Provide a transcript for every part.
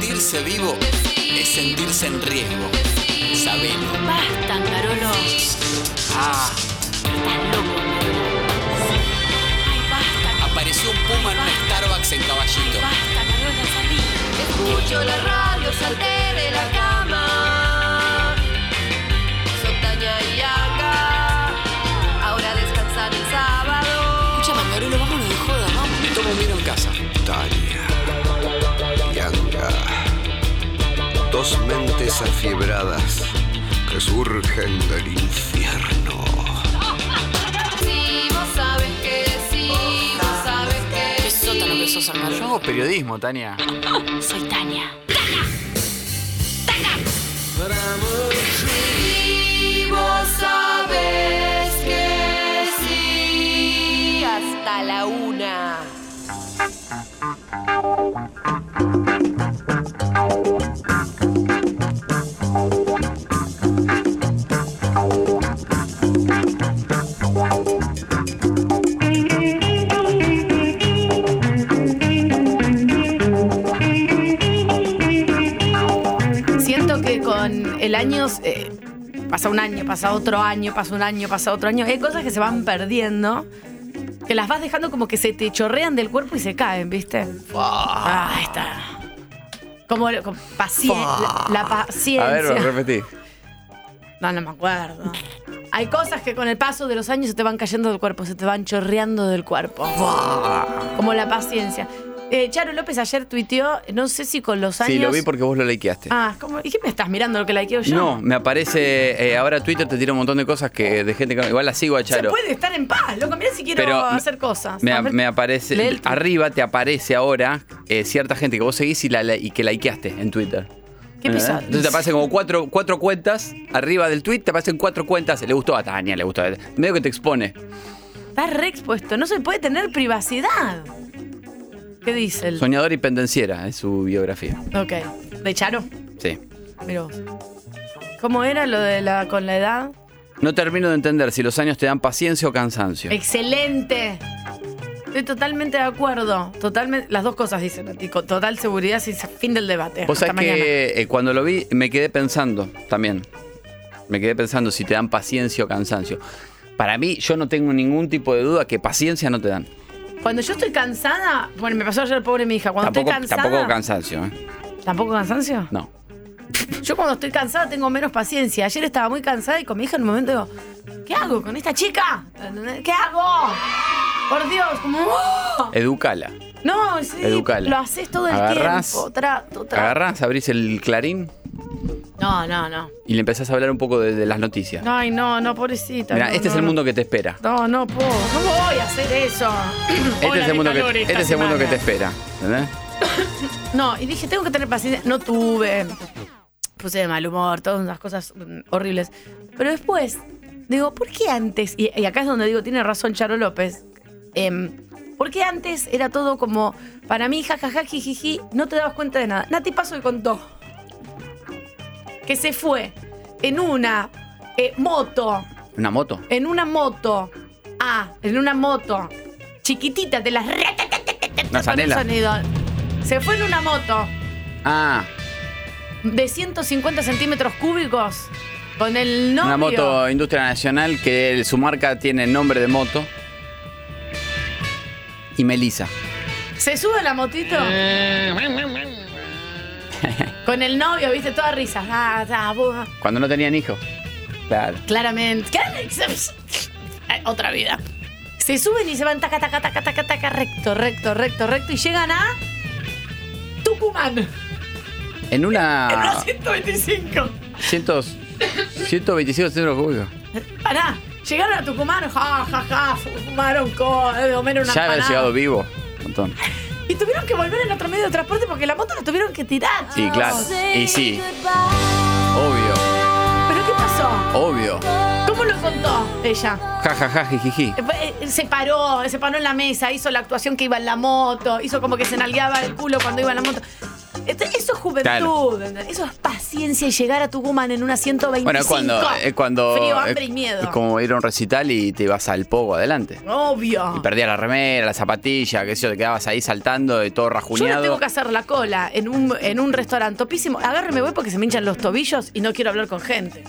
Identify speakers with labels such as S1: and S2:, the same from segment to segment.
S1: deportivo es sentirse en riesgo. Sabelo.
S2: Basta, Carolo.
S1: Ah,
S2: Estás loco. Ay, basta.
S1: apareció un puma en un Starbucks en Caballito.
S2: Basta, Carola, salí.
S3: Escucho la radio, salté de la cama. Sotaña y acá. Ahora descansar el sábado.
S2: Escucha, Mangarolo, vámonos de joda, vamos.
S1: Me tomo un vino en casa.
S4: Tania, Yanga, dos mentes afiebradas que surgen del infierno.
S3: Si vos sabes que si vos sabes que
S2: Qué sótano que sos,
S5: Yo
S2: Mangarolo.
S5: hago periodismo, Tania.
S2: Soy Tania.
S3: si vos sabes que sí. Hasta la una.
S6: Siento que con el año eh, pasa un año, pasa otro año, pasa un año, pasa otro año. Hay cosas que se van perdiendo, que las vas dejando como que se te chorrean del cuerpo y se caen, ¿viste? Ah, está. Como, el- como paci- la, la paciencia.
S7: A ver, lo repetí.
S6: no, no me acuerdo. Hay cosas que con el paso de los años se te van cayendo del cuerpo, se te van chorreando del cuerpo. Como la paciencia. Eh, Charo López ayer tuiteó, no sé si con los años.
S7: Sí, lo vi porque vos lo likeaste.
S6: Ah, ¿cómo? ¿y qué me estás mirando lo que la quiero yo?
S7: No, me aparece. eh, ahora Twitter te tira un montón de cosas que de gente que. Igual la sigo a
S6: Se
S7: Charo.
S6: puede estar en paz, loco. Mirá si quiero
S7: Pero me-
S6: hacer cosas.
S7: Me,
S6: A ver,
S7: me aparece.
S6: lee el tuit.
S7: Arriba te aparece ahora eh, cierta gente que vos seguís y, la, la- y que likeaste en Twitter.
S6: Qué
S7: ¿Verdad?
S6: pesado.
S7: Entonces te aparecen como cuatro, cuatro cuentas. Arriba del tweet te aparecen cuatro cuentas. Le gustó a Tania, le gustó a. Medio que te expone.
S6: Estás re expuesto. No se puede tener privacidad. ¿Qué dice el?
S7: Soñadora y pendenciera es su biografía.
S6: Ok. De Charo.
S7: Sí.
S6: Pero. ¿Cómo era lo de la con la edad?
S7: No termino de entender si los años te dan paciencia o cansancio.
S6: Excelente. Estoy totalmente de acuerdo. Totalmente. Las dos cosas dicen a ti. Con total seguridad sin fin del debate.
S7: Vos
S6: Hasta
S7: sabés
S6: mañana.
S7: que eh, cuando lo vi me quedé pensando también. Me quedé pensando si te dan paciencia o cansancio. Para mí, yo no tengo ningún tipo de duda que paciencia no te dan.
S6: Cuando yo estoy cansada. Bueno, me pasó ayer pobre mi hija. Cuando
S7: Tampoco,
S6: estoy cansada.
S7: tampoco cansancio, ¿eh?
S6: ¿Tampoco cansancio?
S7: No.
S6: Yo cuando estoy cansada tengo menos paciencia. Ayer estaba muy cansada y con mi hija en un momento digo, ¿qué hago con esta chica? ¿Qué hago? Por Dios, como... ¡oh!
S7: Educala.
S6: No, sí,
S7: Educala.
S6: lo haces todo el
S7: Agarrás,
S6: tiempo. Trato, trato.
S7: Agarrás, abrís el clarín
S6: No, no, no.
S7: y le empezás a hablar un poco de, de las noticias.
S6: Ay, no, no, pobrecita.
S7: Mirá,
S6: no,
S7: este
S6: no,
S7: es el
S6: no.
S7: mundo que te espera.
S6: No, no puedo. No voy a hacer eso.
S7: Este
S6: Olas
S7: es el
S6: de
S7: mundo que,
S6: calor esta
S7: este es el mundo que te espera.
S6: semana.
S7: ¿entendés?
S6: No, y dije, tengo que tener paciencia. No tuve. Puse de mal humor, todas unas cosas mm, horribles. Pero después, digo, ¿por qué antes? Y, y acá es donde digo, tiene razón Charo López. Em, ¿Por qué antes era todo como, para mí, jajaja, jijiji, no te dabas cuenta de nada? Nati Paso le contó que se fue en una eh, moto,
S7: Una moto.
S6: en una moto, ah, en una moto, chiquitita, de las...
S7: Una zanela.
S6: sonido. Se fue en una moto
S7: Ah,
S6: de 150 centímetros cúbicos con el novio.
S7: una moto industria nacional que el- su marca tiene nombre de moto. Y Melisa.
S6: Se sube a la motito. con el novio, viste, toda risa. Ah, ah, buah.
S7: Cuando no tenían hijos. Claro.
S6: Claramente. Ay, Otra vida. Se suben y se van taca, taca, taca, taca, taca, recto, recto, recto, recto. Y llegan a Tucumán.
S7: En una.
S6: 125.
S7: 100, 125 centros cúbicos.
S6: Pará. Llegaron a Tucumán, ja, ja, ja, fumaron con, eh, comer una
S7: Ya haber
S6: empanada.
S7: llegado vivo. Montón.
S6: Y tuvieron que volver en otro medio de transporte porque la moto la tuvieron que tirar.
S7: Sí, claro. Y sí. Obvio.
S6: ¿Pero qué pasó?
S7: Obvio.
S6: ¿Cómo lo contó ella?
S7: Ja, ja, ja, jijiji.
S6: Eh, fue- eh, Se paró, se paró en la mesa, hizo la actuación que iba en la moto, hizo como que se nalgueaba el culo cuando iba en la moto. Esto- eso es juventud,
S7: Claro.
S6: ¿entendés? eso es paciencia y llegar a Tucumán en una 125.
S7: Bueno, es cuando, es cuando.
S6: Frío, hambre
S7: es-
S6: y miedo.
S7: Es como ir a un recital y te vas al pogo adelante.
S6: Obvio.
S7: Y perdías la remera, la zapatilla, qué sé yo, te quedabas ahí saltando y todo
S6: Yo no
S7: rajuñado.
S6: tengo que hacer la cola en un, en un restaurante topísimo. Agárreme, voy porque se me hinchan los tobillos y no quiero hablar con gente.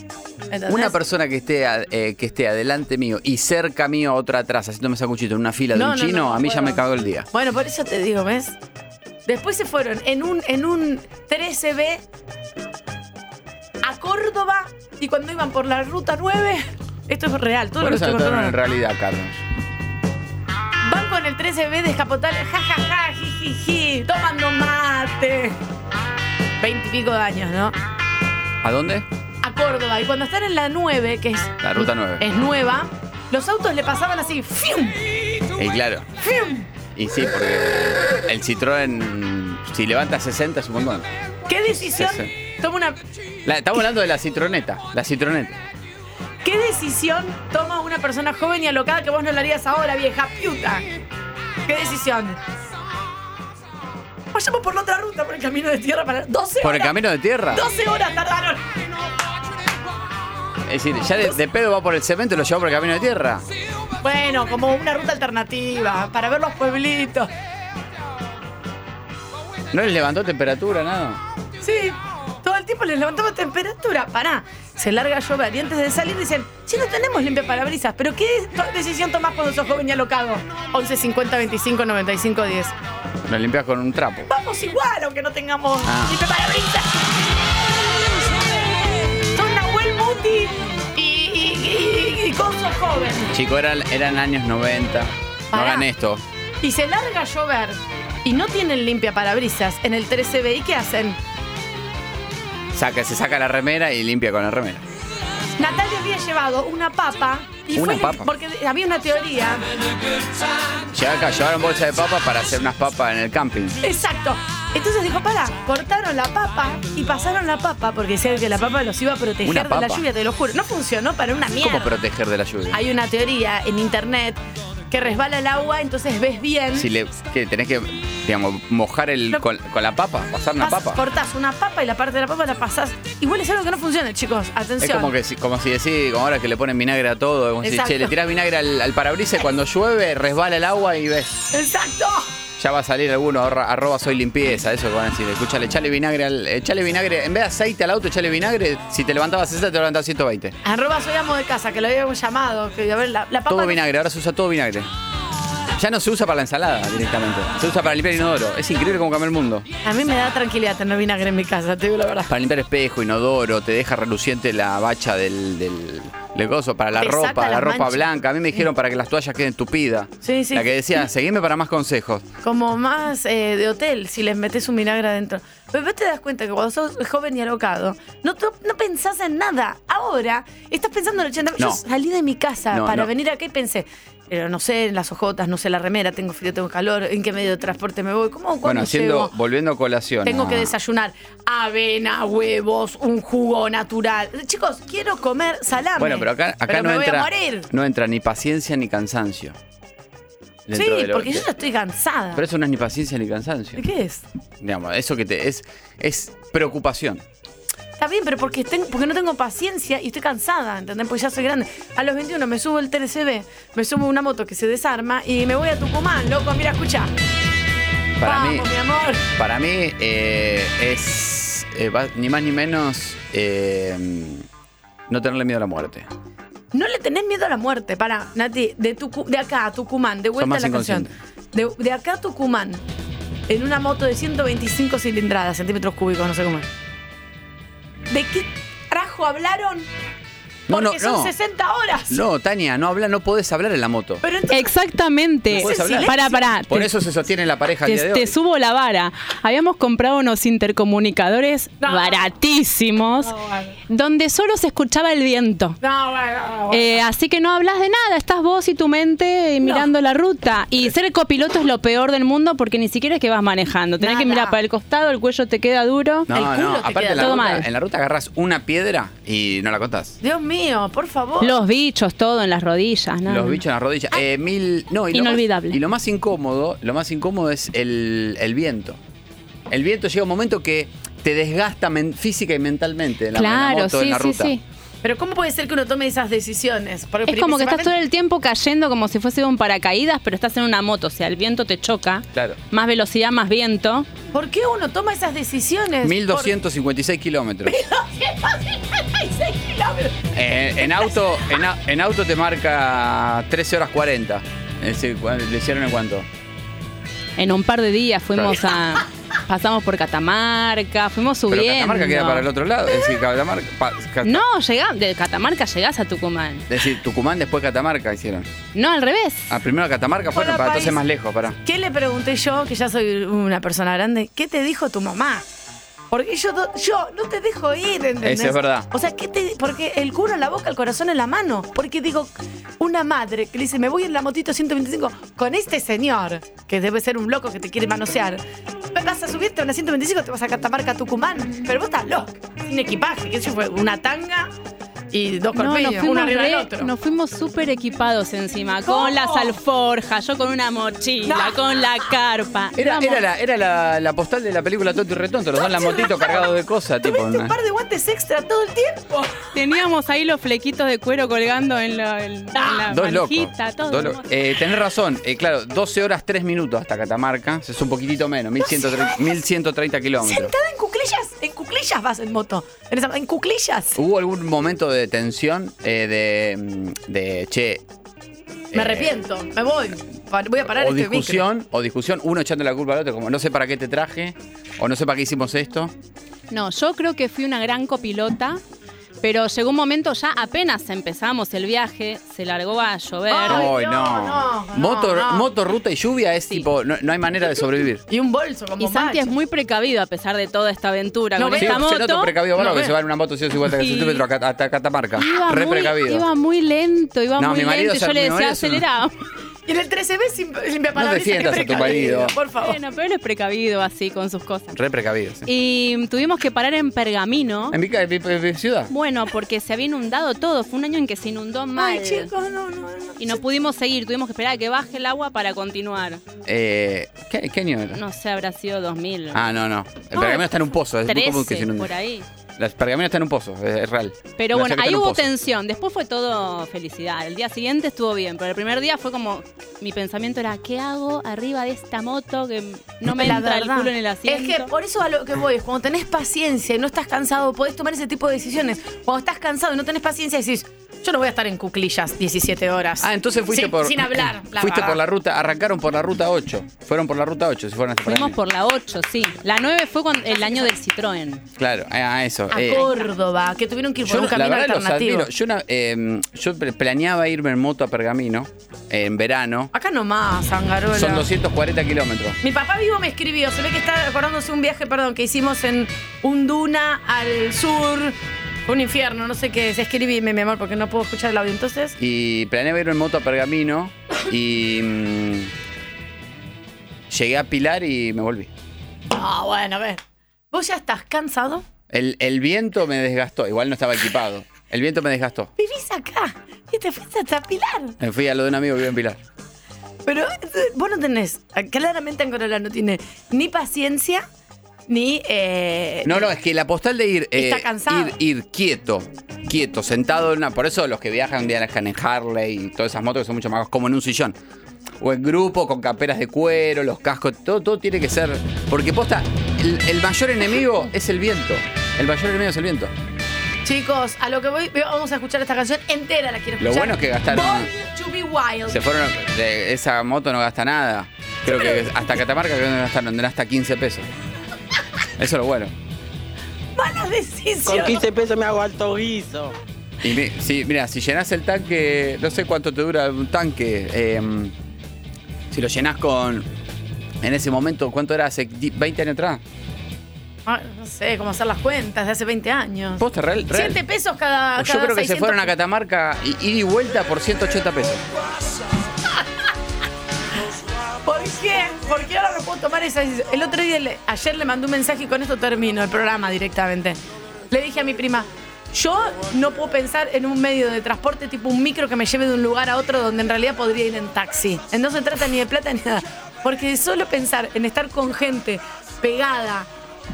S6: ¿Entendés?
S7: Una persona que esté, a- eh, que esté adelante mío y cerca mío, otra atrás, haciéndome sacuchito en una fila de un
S6: No, no,
S7: chino,
S6: no,
S7: a mí ya
S6: puedo.
S7: me cago el día.
S6: Bueno, por eso te digo, ¿ves? Después se fueron en un, en un 13B a Córdoba y cuando iban por la ruta 9, esto es real, todo
S7: Por
S6: lo
S7: eso
S6: que
S7: no
S6: estoy
S7: tengo en
S6: contando.
S7: realidad, Carlos.
S6: Van con el 13B descapotable, ja, ja, ja, ji, ji, ji, tomando mate. Veintipico de años, ¿no?
S7: ¿A dónde?
S6: a Córdoba. Y cuando están en la 9, que es.
S7: La ruta 9.
S6: Es nueva, los autos le pasaban así. ¡fium!
S7: Y Eh, claro. Y sí, porque el Citroën, si levanta 60 es un montón.
S6: ¿Qué decisión?
S7: Sí,
S6: Toma una,
S7: La- estamos hablando de la citroneta, la citroneta.
S6: ¿Qué decisión toma una persona joven y alocada que vos no la harías ahora, vieja piuta? ¿Qué decisión? Vayamos por la otra ruta, por el camino de tierra para. 12
S7: Por el
S6: horas.
S7: camino de tierra.
S6: 12 horas tardaron.
S7: Es decir, ya de, de pedo va por el cemento y lo lleva por el camino de tierra.
S6: Bueno, como una ruta alternativa, para ver los pueblitos.
S7: No les levantó temperatura, nada.
S6: Sí, todo el tiempo les levantamos temperatura. Pará, se larga a llover y antes de salir dicen, si no tenemos limpia parabrisas, pero ¿qué to- decisión tomás cuando sos joven y alocado? 11, 50, 25, 95, 10.
S7: Lo limpias con un trapo.
S6: Vamos igual aunque no tengamos
S7: Ah.
S6: limpia parabrisas. Son Nahuel Muti y, y, y- y Gonzo Joven.
S7: Chicos, eran, eran años 90. No
S6: Pará.
S7: hagan esto.
S6: Y se larga a llover y no tienen limpia parabrisas en el 13B. ¿Y qué hacen?
S7: Saca, se saca la remera y limpia con la remera.
S6: Natalia había llevado una papa. Y
S7: Una
S6: fue-
S7: papa.
S6: Porque había una teoría.
S7: Llega acá, llevaron bolsa de papas para hacer unas papas en el camping.
S6: Exacto. Entonces dijo, para, cortaron la papa y pasaron la papa porque decían que la papa los iba a
S7: Una
S6: proteger de la
S7: papa.
S6: lluvia, te lo juro. No funcionó para una mierda.
S7: ¿Cómo proteger de la lluvia?
S6: Hay una teoría en internet que resbala el agua, entonces ves bien.
S7: Si le, ¿qué, tenés que, digamos, mojar el,
S6: Lo-
S7: con, con la papa, pasar una
S6: Pas-
S7: papa.
S6: Cortás una papa y la parte de la papa la pasás. Igual es algo que no funciona, chicos. Atención.
S7: Es como que si- como si decís, como ahora que le ponen vinagre a todo, como si
S6: Exacto.
S7: che, le tirás vinagre al, al parabrisas y cuando llueve resbala el agua y ves,
S6: Exacto.
S7: ya va a salir alguno, arroba, arroba soy limpieza, eso que van a decir, escuchale, echale vinagre al, echale vinagre, en vez de aceite al auto, echale vinagre, si te levantabas 60 te levantabas 120.
S6: Arroba soy amo de casa, que lo habíamos llamado. Que, a ver, la, la papa.
S7: Todo
S6: no-
S7: vinagre, ahora se usa todo vinagre. Ya no se usa para la ensalada directamente, se usa para limpiar inodoro, es increíble cómo cambió el mundo.
S6: A mí me da tranquilidad tener vinagre en mi casa, te digo la verdad.
S7: Para limpiar espejo, inodoro, te deja reluciente la bacha del, del, del gozo, para la
S6: Te saca
S7: ropa, la
S6: las
S7: ropa
S6: manchas.
S7: blanca. A mí me dijeron para que las toallas queden tupidas.
S6: Sí, sí.
S7: La que decía, seguime para más consejos.
S6: como más eh, de hotel si les metes un vinagre adentro. Pero vos te das cuenta que cuando sos joven y alocado, no, to- no pensás en nada. Ahora estás pensando en 80. Yo
S7: No.
S6: salí de mi casa
S7: No,
S6: para
S7: no.
S6: venir acá y pensé, pero no sé, en las ojotas, no sé la remera, tengo frío, tengo calor, en qué medio de transporte me voy, cómo, cuándo
S7: Bueno, haciendo,
S6: llego?
S7: volviendo a colación. Ah.
S6: Tengo
S7: a-
S6: que desayunar avena, huevos, un jugo natural. Chicos, quiero comer salame.
S7: Bueno, pero acá, acá
S6: Pero
S7: no,
S6: me
S7: entra,
S6: voy a morir.
S7: no entra ni paciencia ni cansancio.
S6: Sí,
S7: Dentro de lo-
S6: porque yo ya estoy cansada.
S7: Pero eso no es ni paciencia ni cansancio.
S6: ¿De qué es?
S7: Digamos, eso que te es, es preocupación.
S6: Está bien, pero porque, ten- porque no tengo paciencia y estoy cansada, ¿entendés? Porque ya soy grande. A los 21 me subo el 13B, me subo una moto que se desarma y me voy a Tucumán, loco. Mira, escucha.
S7: Para
S6: Vamos,
S7: mí,
S6: mi amor.
S7: Para mí eh, es eh, va- ni más ni menos eh, no tenerle miedo a la muerte.
S6: No le tenés miedo a la muerte. Para, Nati, de, Tucu- de acá a Tucumán, de vuelta a
S7: más
S6: la canción. De, de acá a Tucumán, en una moto de 125 cilindradas, centímetros cúbicos, no sé cómo es. ¿De qué carajo hablaron?
S7: No,
S6: Porque
S7: no,
S6: son
S7: no.
S6: 60 horas.
S7: No, Tania, no habla, no podés hablar en la moto.
S6: Pero entonces,
S5: Exactamente.
S7: No podés hablar.
S5: Para, para.
S7: Por eso se sostiene la pareja al
S5: Te,
S7: día de
S5: te
S7: hoy.
S5: subo la vara. Habíamos comprado unos intercomunicadores
S6: No.
S5: baratísimos
S6: No, bueno.
S5: donde solo se escuchaba el viento.
S6: No, bueno,
S2: Oh,
S6: no, bueno.
S5: Eh, así que no hablas de nada, estás vos y tu mente eh, mirando la ruta. Y ser copiloto es lo peor del mundo porque ni siquiera es que vas manejando. Tenés que
S6: Nada.
S5: mirar para el costado, el cuello te queda duro.
S7: No,
S6: el culo
S7: no,
S6: te
S7: aparte
S6: queda
S7: en la,
S5: todo
S7: ruta,
S5: mal.
S7: en la ruta agarras una piedra y no la contás.
S6: Dios mío, por favor.
S5: Los bichos, todo en las rodillas. nada.
S7: Los bichos en las rodillas. Eh, mil, no, y lo más-
S5: Ah. Inolvidable.
S7: y lo más incómodo, lo más incómodo es el, el viento. El viento llega un momento que te desgasta men- física y mentalmente en la, en la
S5: Claro,
S7: moto, en
S5: sí,
S7: la
S5: sí,
S7: ruta.
S5: sí.
S6: Pero ¿cómo puede ser que uno tome esas decisiones? Porque
S5: Es como que estás todo
S6: principalmente-
S5: el tiempo cayendo como si fuese un paracaídas, pero estás en una moto, o sea, el viento te choca.
S7: Claro.
S5: Más velocidad, más viento.
S6: ¿Por qué uno toma esas decisiones?
S7: 1256 kilómetros.
S6: kilómetros.
S7: Eh, en, auto, en, au- en auto te marca 13 horas 40. Es decir, ¿cu- ¿Le hicieron en cuánto?
S5: En un par de días fuimos a. Pasamos por Catamarca, fuimos
S7: Pero
S5: subiendo.
S7: Catamarca queda para el otro lado. Es decir, Catamarca. pa- Cata-
S5: No, llegá, de Catamarca llegás a Tucumán.
S7: Es decir, Tucumán después Catamarca hicieron.
S5: No, al revés.
S7: Ah, primero Catamarca fueron,
S6: Bueno,
S7: para
S6: país.
S7: entonces más lejos, para.
S6: ¿Qué le pregunté yo, que ya soy una persona grande? ¿Qué te dijo tu mamá? Porque yo, no- yo no te dejo ir, ¿entendés?
S7: Eso es verdad.
S6: O sea, ¿qué te, porque el culo en la boca, el corazón en la mano. Porque digo, una madre que le dice, me voy en la motito 125 con este señor, que debe ser un loco que te quiere manosear. Vas a subirte a una 125, te vas a Catamarca, Tucumán. Pero vos estás loco, sin equipaje, que eso fue una tanga y dos
S5: No,
S6: corpillos,
S5: nos
S6: uno
S5: fuimos,
S6: arriba
S5: re-
S6: del otro.
S5: nos fuimos súper equipados encima,
S6: ¿Cómo?
S5: con las alforjas, yo con una mochila,
S6: No.
S5: con la carpa.
S7: Era,
S5: Éramos-
S7: era la, era la, la postal de la película Tonto y Retonto, los dos en la motito cargados de cosas, tipo.
S6: Tuviste un
S7: una-
S6: par de guantes extra todo el tiempo.
S5: Teníamos ahí los flequitos de cuero colgando en, lo- en- en la
S7: Dos locos.
S5: manijita, todo
S7: Dos lo-
S5: hermoso.
S7: Eh, tenés razón, eh, claro, 12 horas 3 minutos hasta Catamarca, es un poquitito menos, 1130, 1130 kilómetros.
S6: Sentada en cuclillas, en cuclillas vas en moto. En, esa- en cuclillas.
S7: ¿Hubo algún momento de tensión eh, de, mm, de, che?
S6: Me
S7: eh,
S6: arrepiento, me voy. Pa- Voy a parar
S7: O
S6: este micro.
S7: discusión, o discusión, uno echando la culpa al otro, como no sé para qué te traje, o no sé para qué hicimos esto.
S5: No, yo creo que fui una gran copilota, pero llegó un momento ya apenas empezamos el viaje, se largó a llover.
S6: Ay,
S7: Ay,
S6: no, no,
S7: moto,
S6: no.
S7: moto, ruta y lluvia es tipo, no, no hay manera de sobrevivir.
S6: Y un bolso como
S5: Y Santi
S6: macho.
S5: es muy precavido a pesar de toda esta aventura
S6: No
S5: con
S6: ve-
S7: Sí,
S5: esta moto.
S7: se nota un precavido bárbaro
S6: No,
S7: que
S6: ve.
S7: se va en una moto 150
S5: Y-
S7: centímetros a Cat- hasta Catamarca.
S5: Iba
S7: Re
S5: muy,
S7: precavido.
S5: iba muy lento, iba
S7: No,
S5: muy
S7: mi marido
S5: lento. y Yo
S7: se-
S5: le
S7: mi
S5: decía,
S7: marido se-
S5: acelerado.
S6: Y en el 13B sin limpia
S7: defiendas a tu marido.
S6: Por favor.
S5: Bueno, pero él es precavido así con sus cosas.
S7: Re precavido. sí.
S5: Y tuvimos que parar en Pergamino.
S7: ¿En mi, ca- en mi- en mi ciudad?
S5: Bueno, porque se había inundado todo. Fue un año en que se inundó mal.
S6: Ay, chicos, no, no, no.
S5: Y no pudimos seguir, tuvimos que esperar a que baje el agua para continuar.
S7: Eh, ¿qué, qué año era?
S5: No sé, habrá sido 2000.
S7: Ah, no, no. El pergamino está en un pozo. Es muy común que se
S5: 13,
S7: inunde.
S5: por ahí.
S7: El pergamino está en un pozo, es, es real.
S5: Pero
S7: La
S5: bueno,
S7: saca
S5: ahí
S7: en un
S5: hubo
S7: pozo.
S5: tensión. Después fue todo felicidad. El día siguiente estuvo bien, pero el primer día fue como. Mi pensamiento era: ¿qué hago arriba de esta moto que no me
S6: La
S5: entra el
S6: verdad.
S5: culo en el asiento?
S6: Es que por eso a lo que voy es cuando tenés paciencia y no estás cansado, podés tomar ese tipo de decisiones. Cuando estás cansado y no tenés paciencia, decís, yo no voy a estar en cuclillas 17 horas.
S7: Ah, entonces fuiste
S6: Sin-
S7: por.
S6: Sin hablar.
S7: fuiste
S6: verdad.
S7: por la ruta, arrancaron por la ruta 8. Fueron por la ruta 8, si fueron hasta
S5: Fuimos
S7: Pergamino.
S5: por la 8, sí. La 9 fue cuando- el año del Citroën.
S7: Claro, a a eso.
S6: a
S7: eh.
S6: Córdoba, que tuvieron que ir por
S7: Yo,
S6: un
S7: la
S6: camino
S7: verdad, los
S6: alternativo.
S7: admiro. Yo, una- eh, yo pre- planeaba irme en moto a Pergamino en verano.
S6: Acá nomás, Angarola.
S7: Son 240 kilómetros.
S6: Mi papá vivo me escribió, se ve que está acordándose un viaje, perdón, que hicimos en un duna al sur, un infierno, no sé qué es. Escribime, mi amor, porque no puedo escuchar el audio. Entonces,
S7: Y planeaba irme en moto a Pergamino y. mm, llegué a Pilar y me volví.
S6: ah, bueno, a ver. ¿Vos ya estás cansado?
S7: El, el viento me desgastó, igual no estaba equipado. El viento me desgastó.
S6: Vivís acá y te fuiste hasta Pilar.
S7: Me fui a lo de un amigo que vive en Pilar.
S6: Pero eh, vos no tenés, claramente Angarola no tiene ni paciencia, ni... eh,
S7: No, no, es que la postal de ir, eh,
S6: Está cansado.
S7: ir, ir quieto, quieto, sentado en una. Por eso los que viajan viajan en Harley y todas esas motos que son mucho más como en un sillón. O en grupo, con camperas de cuero, los cascos, todo, todo tiene que ser. Porque posta, el, el mayor enemigo es el viento. El mayor enemigo es el viento.
S6: Chicos, a lo que voy, vamos a escuchar esta canción entera, la quiero
S7: Lo
S6: escuchar.
S7: bueno es que gastaron-
S6: Born to be wild.
S7: Se fueron. de- esa moto no gasta nada. Creo que hasta Catamarca creo que no gastaron, no, hasta 15 pesos. Eso es lo bueno.
S6: Malas
S8: Con
S6: decisiones.
S8: 15 pesos me hago alto guiso.
S7: Y mi- si, mira, si llenás el tanque, no sé cuánto te dura un tanque. eh, si lo llenás con. En ese momento, ¿cuánto era? ¿Hace di- 20 años atrás?
S6: Ah, No sé cómo hacer las cuentas de hace 20 años.
S7: Posta, real. real. Pues
S6: Siete pesos cada,
S7: Yo
S6: cada
S7: creo que se
S6: 600.
S7: fueron a Catamarca y ida y vuelta por 180 pesos.
S6: ¿Por qué? ¿Por qué ahora no puedo tomar esa decisión? El otro día, le- ayer le mandé un mensaje y con esto termino el programa directamente. Le dije a mi prima, yo no puedo pensar en un medio de transporte tipo un micro que me lleve de un lugar a otro donde en realidad podría ir en taxi. Eh, No se trata ni de plata ni nada. Porque solo pensar en estar con gente pegada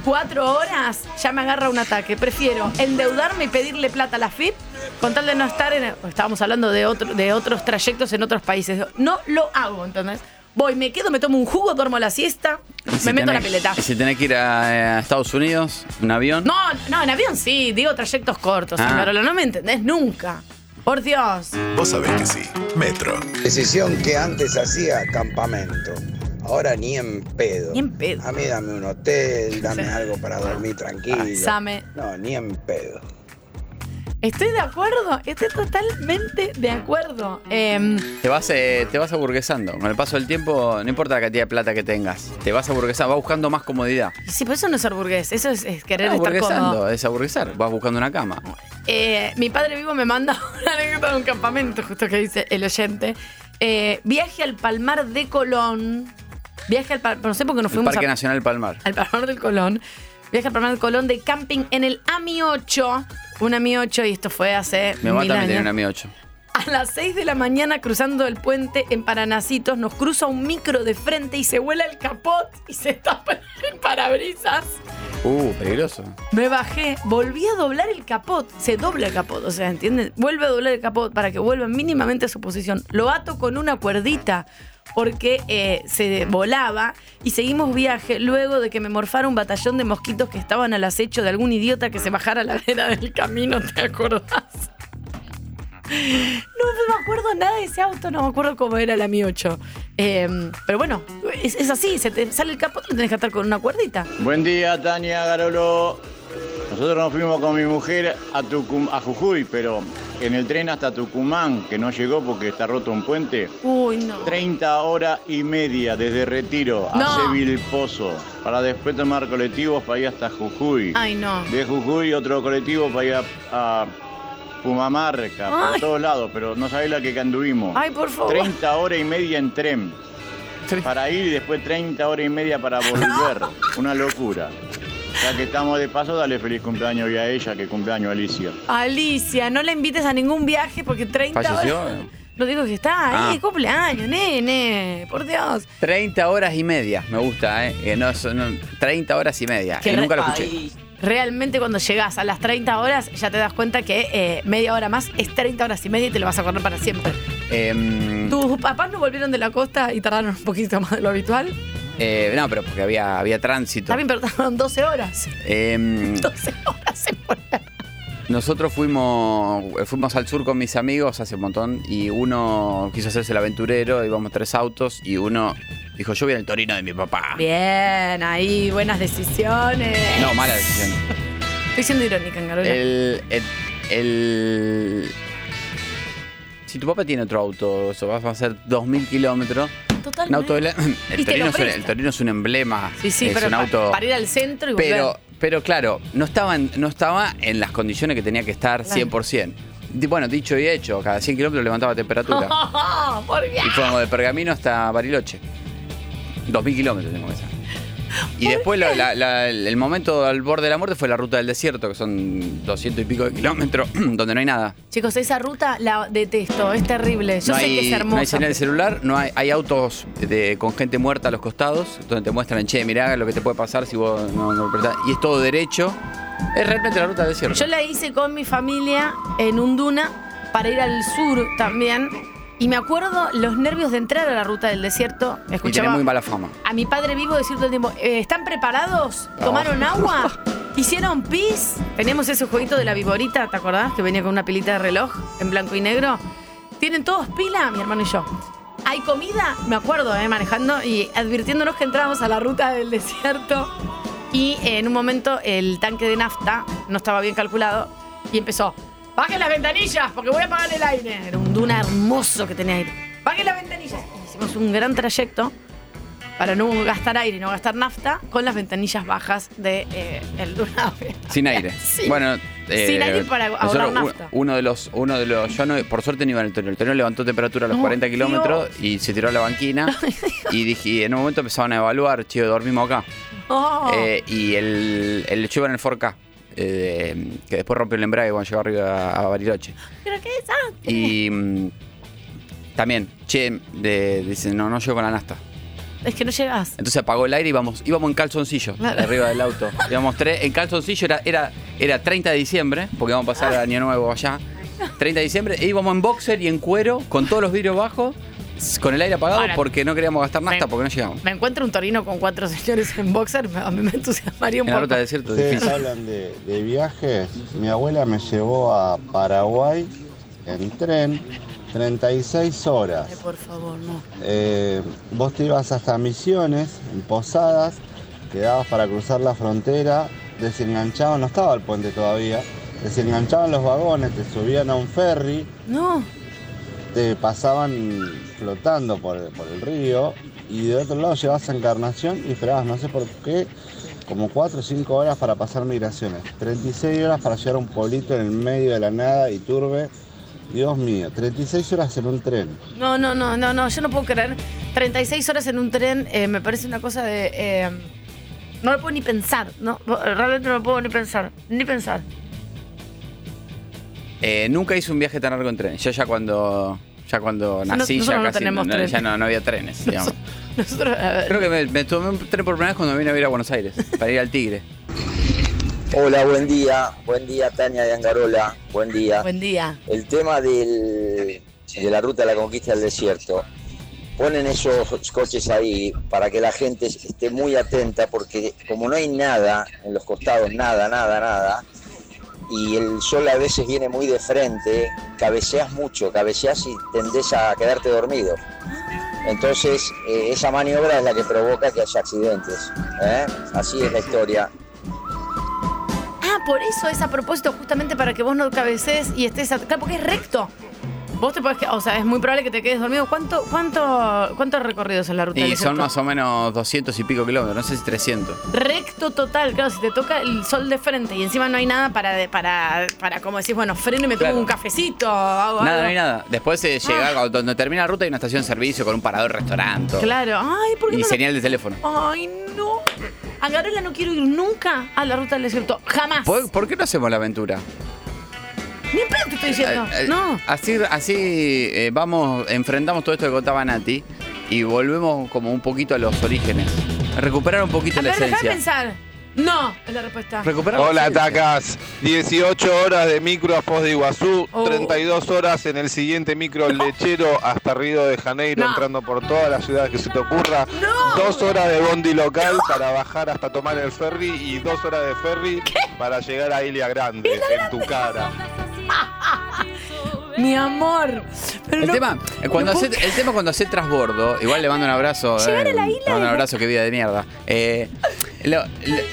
S6: cuatro horas, ya me agarra un ataque. Prefiero endeudarme y pedirle plata a la FIP con tal de no estar en. Estábamos hablando de, otro, de otros trayectos en otros países. No lo hago, ¿entendés? Voy, me quedo, me tomo un jugo, duermo la siesta,
S7: Y
S6: me
S7: si
S6: meto a la
S7: tenés-
S6: pileta.
S7: y Si tenés que ir a, eh, a Estados Unidos, un avión.
S6: No, no, en avión sí, digo trayectos cortos,
S7: Ah.
S6: Carola, no me entendés nunca. Por Dios.
S9: Vos sabés que sí. Metro.
S10: Decisión que antes hacía campamento. Ahora ni en pedo.
S6: Ni en pedo.
S10: A mí dame un hotel, dame
S6: Sí.
S10: algo para dormir tranquilo.
S6: Same.
S10: No, ni en pedo.
S6: Estoy de acuerdo, estoy totalmente de acuerdo. Em,
S7: Te vas, eh, te vas aburguesando. Con el paso del tiempo, no importa la cantidad de plata que tengas. Te vas aburguesando, vas buscando más comodidad.
S6: sí, pero eso no es ser burgués, eso es, es querer estar cómodo.
S7: Aburguesando, es aburguesar. Vas buscando una cama.
S6: Eh, mi padre vivo me manda una anécdota de un campamento, justo que dice el oyente. Eh, viaje al Palmar de Colón. Viaje al Palmar, no sé por qué nos
S7: El
S6: fuimos
S7: Parque
S6: a-
S7: Nacional Palmar.
S6: al Palmar del Colón. Viaje al Palmar del Colón de camping en el AMI 8. Un AMI 8 y esto fue hace
S7: Mi mamá
S6: mil
S7: también
S6: años.
S7: tenía una Mi 8.
S6: A las 6 de la mañana, cruzando el puente en Paranacitos, nos cruza un micro de frente y se vuela el capot y se tapa el parabrisas.
S7: Uh, peligroso.
S6: Me bajé, volví a doblar el capot. Se dobla el capot, o sea, ¿entienden? Vuelve a doblar el capot para que vuelva mínimamente a su posición. Lo ato con una cuerdita porque eh, se volaba y seguimos viaje luego de que me morfara un batallón de mosquitos que estaban al acecho de algún idiota que se bajara a la vera del camino, ¿te acordás? No me acuerdo nada de ese auto, no me acuerdo cómo era la Mi 8. Eh, pero bueno, es, es así, se te sale el capot y tenés que atar con una cuerdita.
S8: Buen día, Tania Garolo. Nosotros nos fuimos con mi mujer a, Tucum- a Jujuy, pero en el tren hasta Tucumán, que no llegó porque está roto un puente.
S6: Uy, no.
S8: 30 horas y media desde Retiro a
S6: No.
S8: Seville Pozo, para después tomar colectivos para ir hasta Jujuy.
S6: Ay, no.
S8: De Jujuy otro colectivo para ir a, a Pumamarca, por
S6: Ay.
S8: todos lados, pero no sabés la que anduvimos.
S6: Ay, por favor.
S8: 30 horas y media en tren. Para ir y después 30 horas y media para volver. Una locura. Ya que estamos de paso, dale feliz cumpleaños hoy a ella, que cumpleaños Alicia.
S6: Alicia, no la invites a ningún viaje porque 30
S7: ¿Falleció? eh.
S6: horas. Lo digo que está ahí,
S7: Ah.
S6: cumpleaños, nene. Por Dios.
S7: 30 horas y media, me gusta, ¿eh? Eh, no, son, no, 30 horas y media.
S6: Qué
S7: y nunca lo
S6: re-
S7: escuché.
S6: Realmente cuando llegas a las 30 horas ya te das cuenta que eh, media hora más es 30 horas y media y te lo vas a correr para siempre.
S7: Em,
S6: ¿Tus papás no volvieron de la costa y tardaron un poquito más de lo habitual?
S7: eh, no, pero porque había, había tránsito.
S6: También tardaron 12 horas.
S7: Em,
S6: 12 horas en volver.
S7: Nosotros fuimos, fuimos al sur con mis amigos hace un montón y uno quiso hacerse el aventurero, íbamos tres autos y uno dijo, yo voy en el torino de mi papá.
S6: Bien, ahí, buenas decisiones.
S7: No, mala decisión.
S6: Estoy siendo irónica, Carola.
S7: El, el, el- Si tu papá tiene otro auto, o sea, vas a hacer 2.000 kilómetros. Un auto de la-
S6: Y
S7: el,
S6: te lo
S7: torino es un,
S6: presta.
S7: el Torino es un emblema.
S6: Sí, sí,
S7: es
S6: pero
S7: un
S6: pa-
S7: auto...
S6: para ir al centro y volver.
S7: Pero, pero claro, no estaba, en, no estaba en las condiciones que tenía que estar
S6: Claro.
S7: 100%. Di- Bueno, dicho y hecho, cada 100 kilómetros levantaba temperatura.
S6: Por Dios.
S7: Y fuimos de Pergamino hasta Bariloche. 2.000 kilómetros tengo que hacer. Y después la- la- la- el momento al borde de la muerte fue la ruta del desierto, que son 200 y pico de kilómetros, donde no hay nada.
S6: Chicos, esa ruta la detesto, es terrible. Yo
S7: no
S6: sé
S7: hay,
S6: que es hermosa.
S7: no hay señal de celular, no hay, hay autos de- con gente muerta a los costados, donde te muestran, che, mirá lo que te puede pasar si vos no, no prestás". Y es todo derecho. Es realmente la ruta del desierto.
S6: Yo la hice con mi familia en un duna para ir al sur también. Y me acuerdo los nervios de entrar a la ruta del desierto.
S7: y tiene
S6: Escuchaba
S7: muy mala fama.
S6: a mi padre vivo decir todo el tiempo, "Eh, ¿están preparados? ¿Tomaron agua? ¿Hicieron pis? Tenemos ese jueguito de la viborita, ¿te acordás? Que venía con una pilita de reloj en blanco y negro. ¿Tienen todos pila? Mi hermano y yo. ¿Hay comida? Me acuerdo, eh, manejando y advirtiéndonos que entrábamos a la ruta del desierto. Y eh, en un momento el tanque de nafta no estaba bien calculado y empezó, bajen las ventanillas porque voy a apagar el aire. Era un duna hermoso que tenía aire. Bajen las ventanillas. Y Hicimos un gran trayecto para no gastar aire y no gastar nafta con las ventanillas bajas de eh, el Duna.
S7: Sin aire.
S6: Sí.
S7: Bueno,
S6: Sin aire para ahorrar
S7: u-
S6: nafta.
S7: Uno de los, uno de los, yo no, por suerte no iba en el torneo. El torneo levantó temperatura a los
S6: Oh,
S7: 40
S6: Dios.
S7: kilómetros y se tiró a la banquina. y dije, y en un momento empezaron a evaluar, chido, dormimos acá.
S6: Oh.
S7: Eh, y el, el chivo en el 4K, eh, que después rompió el embrague cuando llegó arriba a Bariloche.
S6: ¿Pero qué Ah, desastre?
S7: Y mm, también, che, de- dicen, no, no llego con la nasta.
S6: Es que no llegas.
S7: Entonces apagó el aire y íbamos, íbamos en calzoncillo
S6: Claro.
S7: arriba del auto. Íbamos tres, en calzoncillo era, era, era 30 de diciembre, porque vamos a pasar
S6: Ah.
S7: a Año Nuevo allá. 30 de diciembre, e íbamos en boxer y en cuero, con todos los vidrios bajos, s- con el aire apagado
S6: Ahora-
S7: porque no queríamos gastar nafta
S6: Ven.
S7: porque no llegamos.
S6: Me encuentro un torino con cuatro señores en boxer, me- a mí me entusiasmaría un
S7: En la
S6: poco.
S7: ruta del desierto,
S11: Ustedes
S7: difícil.
S11: hablan de, de viajes. Mi abuela me llevó a Paraguay en tren, 36 horas.
S6: Ay, por favor, no.
S11: Eh, vos te ibas hasta Misiones, en Posadas, quedabas para cruzar la frontera, desenganchaban, no estaba el puente todavía, desenganchaban los vagones, te subían a un ferry,
S6: No.
S11: te pasaban flotando por, el- por el río y de otro lado llevabas a Encarnación y esperabas, no sé por qué, como 4 o 5 horas para pasar migraciones. 36 horas para llegar a un pueblito en el medio de la nada y turbe. Dios mío, 36 horas en un tren.
S6: No, no, no, no, no, yo no puedo creer. 36 horas en un tren eh, me parece una cosa de. eh, no lo puedo ni pensar, no, realmente no lo puedo ni pensar, ni pensar.
S7: Eh, nunca hice un viaje tan largo en tren. Yo ya cuando, ya cuando
S6: No-
S7: nací,
S6: nosotros
S7: ya
S6: no
S7: casi
S6: tenemos tren.
S7: ya no, no había trenes. digamos.
S6: Nosotros, a ver,
S7: Creo que me, me tomé un tren por primera vez cuando vine a vivir a Buenos Aires, para ir al Tigre.
S12: Hola, buen día. Buen día, Tania de Angarola. Buen día.
S6: buen día.
S12: El tema del- de la ruta de la conquista del desierto. Ponen esos coches ahí para que la gente esté muy atenta porque como no hay nada en los costados, nada, nada, nada, y el sol a veces viene muy de frente, cabeceas mucho, cabeceas y tendés a quedarte dormido. Entonces, eh, esa maniobra es la que provoca que haya accidentes. ¿eh? Así es la historia.
S6: Ah, por eso es a propósito, justamente para que vos no cabecees y estés. at- Claro, porque es recto. Vos te podés que- O sea, es muy probable que te quedes dormido. ¿Cuánto, cuánto, cuántos recorridos en la ruta?
S7: Y
S6: del
S7: son
S6: desierto?
S7: más o menos 200 y pico kilómetros, no sé si 300.
S6: Recto total, claro, si te toca el sol de frente y encima no hay nada para, de- para, para como decís, bueno, freno y me
S7: Claro.
S6: tomo un cafecito.
S7: Nada,
S6: Hago algo. Ah.
S7: no hay nada. Después eh, llega cuando cuando termina la ruta hay una estación de servicio con un parador restaurante.
S6: Claro, ay, ¿por qué
S7: Y
S6: no lo-
S7: señal de teléfono.
S6: Ay, no. A Gabriela no quiero ir nunca a la ruta del desierto, jamás.
S7: ¿Por, por qué no hacemos la aventura?
S6: Ni en pedo te estoy diciendo.
S7: Eh, eh,
S6: No.
S7: Así, así eh, vamos, enfrentamos todo esto que contaba Nati y volvemos como un poquito a los orígenes. Recuperar un poquito
S6: A
S7: la
S6: ver, déjame
S7: esencia.
S6: pensar. No, es la respuesta.
S7: Recuperar la
S13: Hola,
S7: esencia.
S13: Tacas. 18 horas de micro a Foz de Iguazú,
S6: Oh.
S13: 32 horas en el siguiente micro al lechero hasta Río de Janeiro,
S6: No.
S13: entrando por todas las ciudades que se te ocurra. Dos horas de bondi local para bajar hasta tomar el ferry y dos horas de ferry para llegar a Ilia Grande, en tu cara.
S6: Mi amor. Pero
S7: El,
S6: no-
S7: tema, eh, cuando
S6: no
S7: hace,
S6: puedo
S7: el tema cuando hace trasbordo, igual le mando un abrazo.
S6: Llegar a la
S7: eh,
S6: isla
S7: le mando
S6: de
S7: un
S6: la-
S7: abrazo, que vida de mierda. Eh, lo- lo-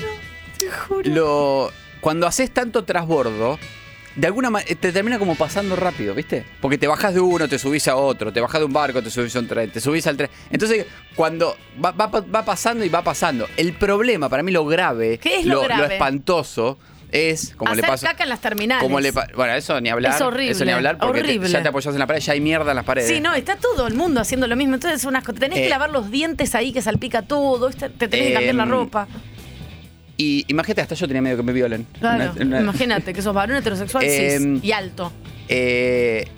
S6: Te juro.
S7: lo- cuando haces tanto transbordo, de alguna manera te termina como pasando rápido, ¿viste? Porque te bajas de uno, te subís a otro, te bajas de un barco, te subís a un tren, te subís al tren. Entonces, cuando va, va pa- va pasando y va pasando, el problema, para mí lo grave,
S6: ¿Qué es lo grave?
S7: espantoso, es como
S6: Hacer
S7: le pasa.
S6: caca en las terminales.
S7: Como le pa- bueno, eso ni hablar.
S6: Es horrible,
S7: Eso ni hablar porque te-
S6: horrible.
S7: ya te apoyás en la pared, ya hay mierda en las paredes.
S6: Sí, no, está todo el mundo haciendo lo mismo. Entonces es una asco. Te tenés
S7: Eh,
S6: que lavar los dientes ahí que salpica todo. esta- Te tenés que cambiar la
S7: Em,
S6: ropa.
S7: Y imagínate, hasta yo tenía miedo que me violen.
S6: Claro.
S7: Una- una-
S6: Imagínate que sos varón heterosexual cis
S7: Em,
S6: y alto.
S7: Eh,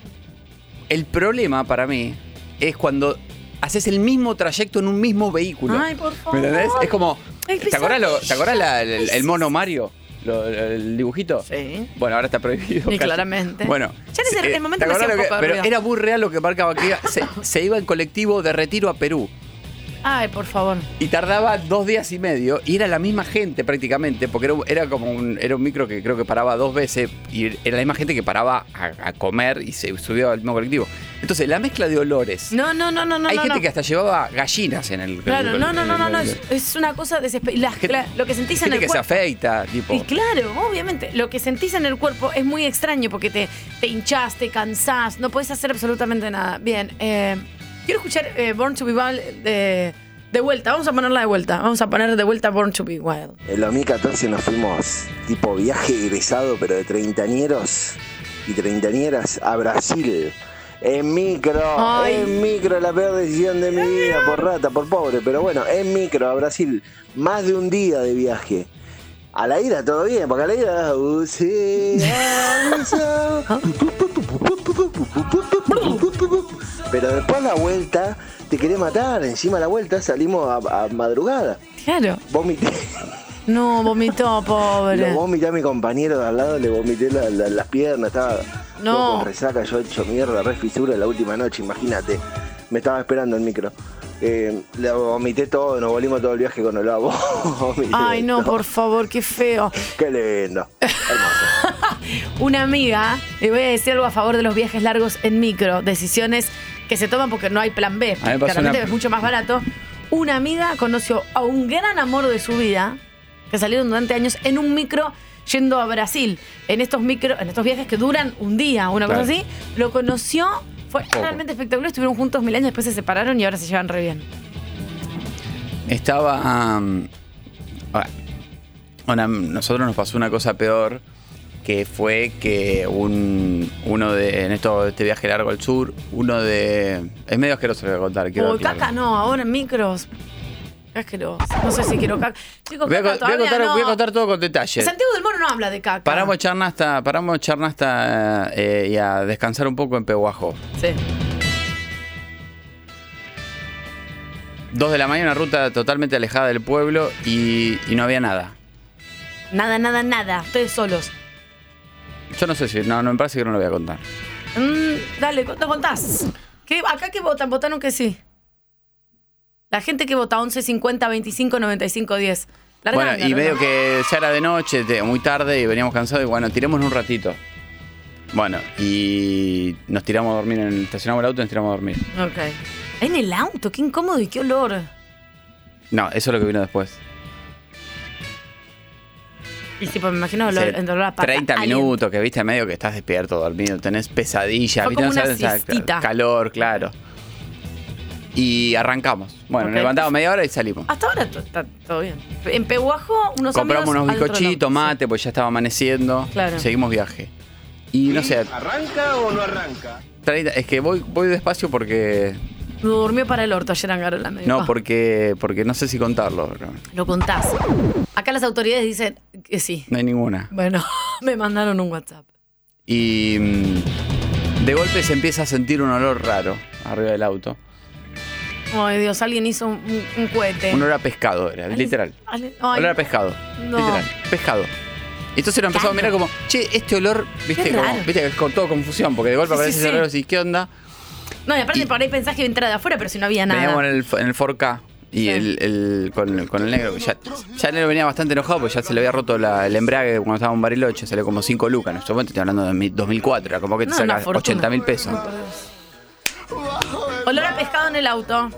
S7: el problema para mí es cuando haces el mismo trayecto en un mismo vehículo.
S6: Ay, por favor.
S7: ¿Me entendés? Es como.
S6: Ay,
S7: ¿Te acordás, lo- te acordás la- el,
S6: Ay,
S7: el mono Mario? Lo- el dibujito.
S6: Sí.
S7: Bueno, ahora está prohibido. casi.
S6: Y claramente.
S7: Bueno.
S6: Ya en ese-
S7: eh,
S6: el momento
S7: ¿te
S6: me
S7: acordás
S6: hacía
S7: lo
S6: un poco de
S7: Pero
S6: ruido.
S7: era muy real lo que marcaba que iba- se, se iba en colectivo de retiro a Perú.
S6: Ay, por favor.
S7: Y tardaba dos días y medio y era la misma gente prácticamente, porque era, un- era como un, era un micro que creo que paraba dos veces y era la misma gente que paraba a, a comer y se subía al mismo colectivo. Entonces, la mezcla de olores.
S6: No, no, no, no, no.
S7: Hay
S6: no,
S7: gente
S6: no.
S7: que hasta llevaba gallinas en el
S6: Claro, no, no, no, no, no.
S7: en el-
S6: Es, es una cosa desesperada.
S7: Gente-
S6: Lo que sentís en
S7: Gente
S6: el
S7: que se
S6: cuerpo.
S7: afeita, tipo.
S6: Y claro, obviamente, lo que sentís en el cuerpo es muy extraño porque te, te hinchás, te cansás, no podés hacer absolutamente nada. Bien, eh, quiero escuchar eh, Born to Be Wild de, de vuelta, vamos a ponerla de vuelta, vamos a poner de vuelta Born to Be Wild.
S12: En 2014 nos fuimos tipo viaje egresado, pero de treintañeros y treintañeras a Brasil. En micro,
S6: Ay.
S12: en micro, la peor decisión de mi vida, por rata, por pobre, pero bueno, en micro a Brasil, más de un día de viaje. A la ida todo bien, porque a la ida... Pero después la vuelta,
S14: te querés matar. Encima a la vuelta salimos a, a madrugada.
S6: Claro.
S14: Vomité.
S6: No, vomitó, pobre.
S14: Lo vomité a mi compañero de al lado, le vomité la- la- las piernas, estaba
S6: No.
S14: todo con resaca, yo hecho mierda, re fisura la última noche, imagínate. Me estaba esperando el micro. Eh, le vomité todo, nos volvimos todo el viaje con el agua.
S6: Ay, no, por favor, qué feo.
S14: Qué lindo.
S6: Una amiga, le voy a decir algo a favor de los viajes largos en micro, decisiones que se toman porque no hay plan B,
S7: A mí me pasó
S6: claramente
S7: una-
S6: es mucho más barato. Una amiga conoció a un gran amor de su vida, que salieron durante años en un micro yendo a Brasil. En estos micro, en estos viajes que duran un día, una cosa
S7: Claro.
S6: así, lo conoció, fue
S7: Poco.
S6: realmente espectacular, estuvieron juntos mil años, después se separaron y ahora se llevan re bien.
S7: Estaba. um, ah, una- nosotros nos pasó una cosa peor que fue que un, uno de. En esto, este viaje largo al sur, uno de. Es medio asqueroso lo que voy a contar. quiero
S6: Uy,
S7: aclarar.
S6: caca no, ahora en micros. Asqueroso. No sé si quiero caca. Chicos,
S7: Voy a,
S6: caca
S7: co- voy a
S6: todavía
S7: contar,
S6: no.
S7: voy a contar todo con detalle.
S6: Santiago del Moro no habla de caca.
S7: Paramos charna hasta, paramos charna hasta eh, y a descansar un poco en Peguajo.
S6: Sí.
S7: Dos de la mañana, ruta totalmente alejada del pueblo y, y no había nada.
S6: Nada, nada, nada. Ustedes solos.
S7: Yo no sé si, no, no me parece que no lo voy a contar.
S6: Mm, dale, ¿cuánto contás? ¿Qué- ¿Acá qué votan? ¿Votaron que sí? La gente que vota 11, 50, 25, 95, 10. Larga,
S7: bueno, y
S6: larga.
S7: medio que ya era de noche, te- muy tarde y veníamos cansados y bueno, tiremos un ratito. Bueno, y nos tiramos a dormir, en, estacionamos el auto y nos tiramos a dormir.
S6: Ok. En el auto, qué incómodo y qué olor.
S7: No, eso es lo que vino después.
S6: Y tipo, me imagino olor,
S7: Hace
S6: en olor a pata.
S7: 30
S6: Alien.
S7: minutos, que viste, medio que estás despierto, dormido, tenés pesadillas,
S6: Fue
S7: viste,
S6: como una
S7: o sea,
S6: siestita.
S7: calor, claro. Y arrancamos. Bueno,
S6: Ok. Ah,
S7: nos levantamos media hora y salimos.
S6: Hasta ahora to- está todo bien. En Peguajo, unos
S7: Compramos
S6: amigos,
S7: unos
S6: al otro
S7: bizcochitos, mate, pues ya estaba amaneciendo.
S6: Claro.
S7: Seguimos viaje. Y no sé,
S13: ¿Arranca o no arranca?
S7: 30 es que voy, voy despacio porque.
S6: lado. Durmió para el orto ayer Angaro la medio.
S7: No, porque, porque no sé si contarlo. bro.
S6: Lo contás. Acá las autoridades dicen que sí.
S7: No hay ninguna.
S6: Bueno, me mandaron un WhatsApp.
S7: Y mm, de golpe se empieza a sentir un olor raro arriba del auto.
S6: Ay, Dios, alguien hizo un, un- un cohete.
S7: Un olor a pescado, era, literal.
S6: Ale- ay,
S7: Olor a pescado.
S6: No.
S7: Literal. Pescado. Entonces lo empezó a mirar como, che, este olor, viste,
S6: Qué
S7: como,
S6: raro.
S7: viste, con todo confusión, porque de golpe
S6: Sí, sí,
S7: aparece ese
S6: sí.
S7: olor y decís, ¿qué onda?
S6: No, y aparte por ahí pensás que iba a entrar de afuera, pero si no había nada.
S7: Veníamos en el, en el 4K y el, el- con, con el negro, que ya, ya el negro venía bastante enojado porque ya se le había roto la- el embrague cuando estaba en Bariloche, salió como 5 lucas. En este momento estoy hablando de mi- 2004, era como que te
S6: No, una
S7: sacas
S6: fortuna.
S7: 80 mil pesos.
S6: Olor a pescado en el auto.